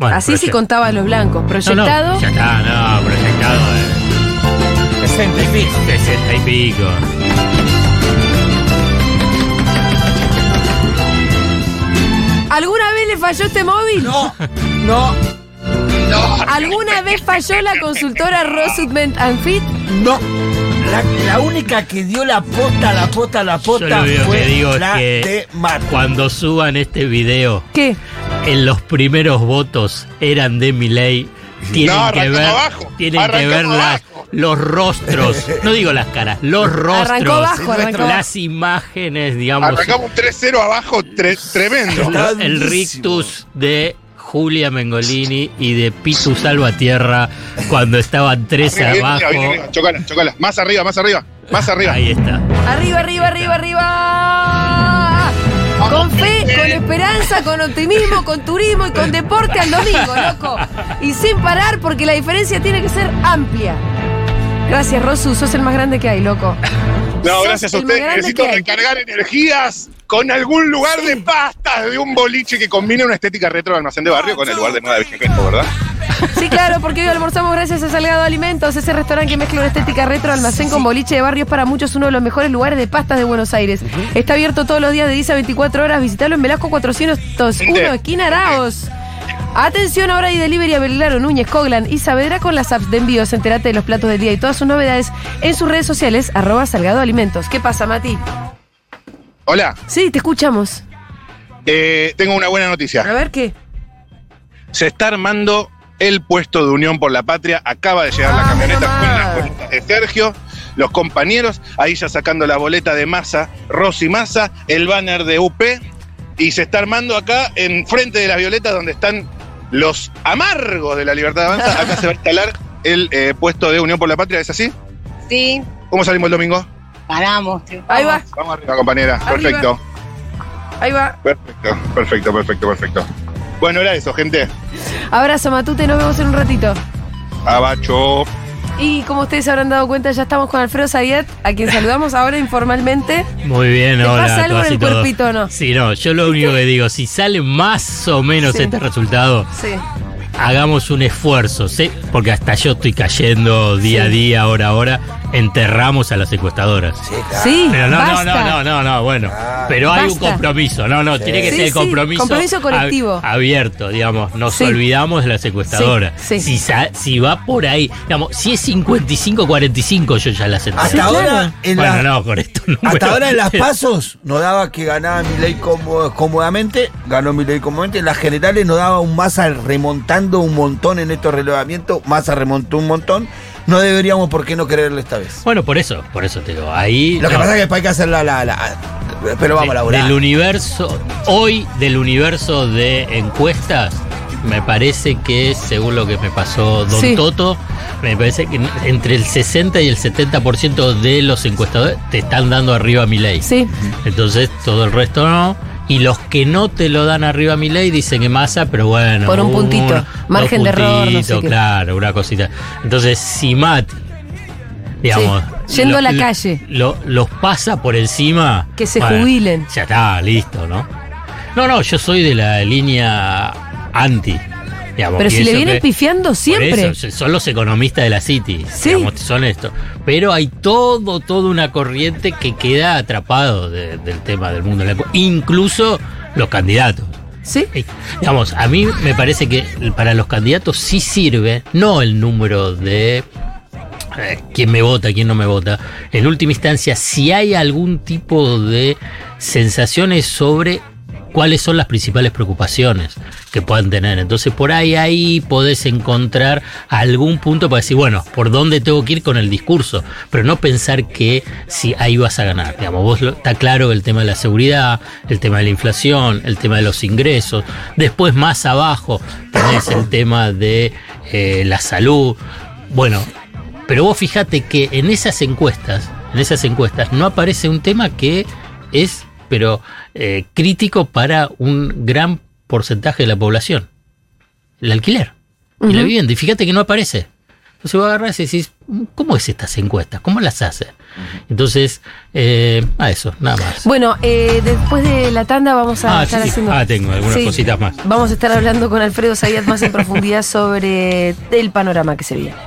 S1: Así sí contabas los blancos. Proyectado.
S17: Ya está, no, proyectado. eh. 60 y pico. 60 y pico.
S1: ¿Alguna vez le falló este móvil? No, no. ¿Alguna vez falló la consultora Rosutment and Fit?
S18: No. La, la única que dio la pota, la pota, la
S17: Yo
S18: pota
S17: lo único
S18: fue
S17: que digo es
S18: la
S17: que
S18: de Marco.
S17: cuando suban este video,
S1: ¿Qué?
S17: en los primeros votos eran de Milei, tienen
S1: No,
S17: que
S1: arrancamos
S17: ver,
S1: abajo,
S17: tienen que ver
S1: arrancamos
S17: las- los rostros, no digo las caras, los rostros,
S1: Arrancó abajo, arrancó
S17: las imágenes, digamos,
S3: Arrancamos 3-0 abajo, tre- tremendo.
S17: el, el rictus de Julia Mengolini y de Pitu Salvatierra cuando estaban tres
S3: Arriba, arriba,
S17: abajo.
S3: arriba, arriba. Chocala, chocala. Más arriba, más arriba. Más arriba.
S17: Ahí está.
S1: Arriba, arriba, arriba, arriba. Con fe, con esperanza, con optimismo, con turismo y con deporte al domingo, loco. Y sin parar porque la diferencia tiene que ser amplia. Gracias, Rosu, sos el más grande que hay, loco.
S3: No,
S1: Sos
S3: gracias a
S1: el más
S3: usted.
S1: grande
S3: Necesito
S1: que hay.
S3: recargar energías con algún lugar de pastas de un boliche que combine una estética retro de almacén de
S1: Ah,
S3: barrio con el lugar de moda de Villa Crespo, ¿verdad?
S1: Sí, claro, porque hoy almorzamos gracias a Salgado Alimentos, ese restaurante que mezcla una estética retro, almacén con boliche de barrios para muchos, uno de los mejores lugares de pastas de Buenos Aires. Está abierto todos los días de 10 a 24 horas. Visitalo en Velasco 401, esquina Araos. Atención ahora y delivery a Belgrano, Núñez, Coglan y Saavedra con las apps de envíos. Entérate de los platos del día y todas sus novedades en sus redes sociales, arroba Salgado Alimentos. ¿Qué pasa, Mati?
S3: Hola,
S1: Sí, te escuchamos.
S3: eh, tengo una buena noticia.
S1: A ver qué.
S3: Se está armando el puesto de Unión por la Patria. Acaba de llegar la
S1: Ah,
S3: camioneta con las boletas de Sergio, los compañeros, ahí ya sacando la boleta de Massa, Rosy Massa, el banner de UP. Y se está armando acá, enfrente de las violetas, donde están los amargos de la libertad avanza. Acá se va a instalar el eh, puesto de Unión por la Patria. ¿Es así?
S8: Sí,
S3: ¿Cómo salimos el domingo?
S8: ganamos.
S1: Ahí va,
S3: Vamos arriba, compañera.
S1: Arriba.
S3: Perfecto.
S1: ahí va.
S3: Perfecto, perfecto, perfecto, perfecto. Bueno, era eso, gente.
S1: Abrazo, Matute, nos vemos en un ratito.
S3: Abacho.
S1: Y como ustedes habrán dado cuenta, ya estamos con Alfredo Zayet, a quien saludamos ahora informalmente.
S17: Muy bien,
S1: ¿Te
S17: hola.
S1: pasa
S17: a
S1: algo
S17: todas
S1: en
S17: y
S1: el
S17: todos.
S1: cuerpito o no?
S17: Sí, no, yo lo único que digo, si sale más o menos
S1: Sí.
S17: este resultado,
S1: Sí.
S17: hagamos un esfuerzo, ¿sí? Porque hasta yo estoy cayendo día a día, hora a hora, enterramos a las secuestradoras.
S1: Sí,
S17: Pero no, no,
S1: basta.
S17: no, no, no, no, bueno. Pero hay un
S1: Basta.
S17: compromiso, no, no, tiene que
S1: Sí,
S17: ser
S1: sí,
S17: el compromiso.
S1: compromiso
S17: ab-
S1: colectivo.
S17: Abierto, digamos, nos
S1: Sí.
S17: olvidamos de la secuestradora.
S1: Sí, sí.
S17: Si, sa- si va por ahí, digamos, si es 55-45 yo ya la senté.
S18: Hasta ahora, en
S17: bueno,
S18: la-
S17: no, con esto no me
S18: Hasta
S17: voy a
S18: ahora en las
S17: meter.
S18: pasos no daba que ganaba Milei cómo- cómodamente, ganó Milei cómodamente. En las generales no daba un Massa remontando un montón en estos relevamientos. Massa remontó un montón. No deberíamos, ¿por qué no creerle esta vez?
S17: Bueno, por eso, por eso te digo, ahí...
S18: Lo que
S17: no.
S18: pasa es que después hay que hacer la. la, la- pero vamos a
S17: De-
S18: laburar.
S17: Del universo, hoy del universo de encuestas, me parece que, según lo que me pasó Don
S1: Sí.
S17: Toto, me parece que entre el 60 y el 70% de los encuestadores te están dando arriba a mi ley.
S1: Sí.
S17: Entonces todo el resto no. Y los que no te lo dan arriba a mi ley dicen que masa, pero bueno.
S1: Por un puntito. Margen de error, no sé qué.
S17: Claro, una cosita. Entonces, si Mat, digamos.
S1: Sí, yendo a la
S17: lo-
S1: calle.
S17: lo- los pasa por encima.
S1: Que se jubilen.
S17: Ya está, listo, ¿no? No, no, yo soy de la línea anti. digamos,
S1: Pero si le
S17: pienso
S1: vienen
S17: que-
S1: pifiando
S17: por
S1: siempre.
S17: eso, son los economistas de la City,
S1: Sí.
S17: digamos, son esto. Pero hay todo, toda una corriente que queda atrapado de- del tema del mundo. de la- Incluso los candidatos. Eh,
S1: Sí.
S17: Digamos, a mí me parece que para los candidatos sí sirve, no el número de eh, quién me vota, quién no me vota. En última instancia, si hay algún tipo de sensaciones sobre cuáles son las principales preocupaciones que puedan tener. Entonces, por ahí, ahí podés encontrar algún punto para decir, bueno, por dónde tengo que ir con el discurso, pero no pensar que si ahí vas a ganar. Digamos, vos lo- está claro el tema de la seguridad, el tema de la inflación, el tema de los ingresos. Después, más abajo, tenés el tema de eh, la salud. Bueno, pero vos fijate que en esas encuestas, en esas encuestas, no aparece un tema que es, pero eh, crítico para un gran porcentaje de la población. El alquiler. y la
S1: Ujú.
S17: vivienda. Y fíjate que no aparece. Entonces vos agarrás y decís, ¿cómo es estas encuestas? ¿Cómo las hace? Entonces, eh, a eso, nada más.
S1: Bueno, eh, después de la tanda vamos a
S17: Ah,
S1: estar
S17: sí, sí.
S1: haciendo.
S17: Ah, tengo algunas
S1: Sí.
S17: cositas más.
S1: Vamos a estar hablando con Alfredo Zayat más en profundidad sobre el panorama que se viene.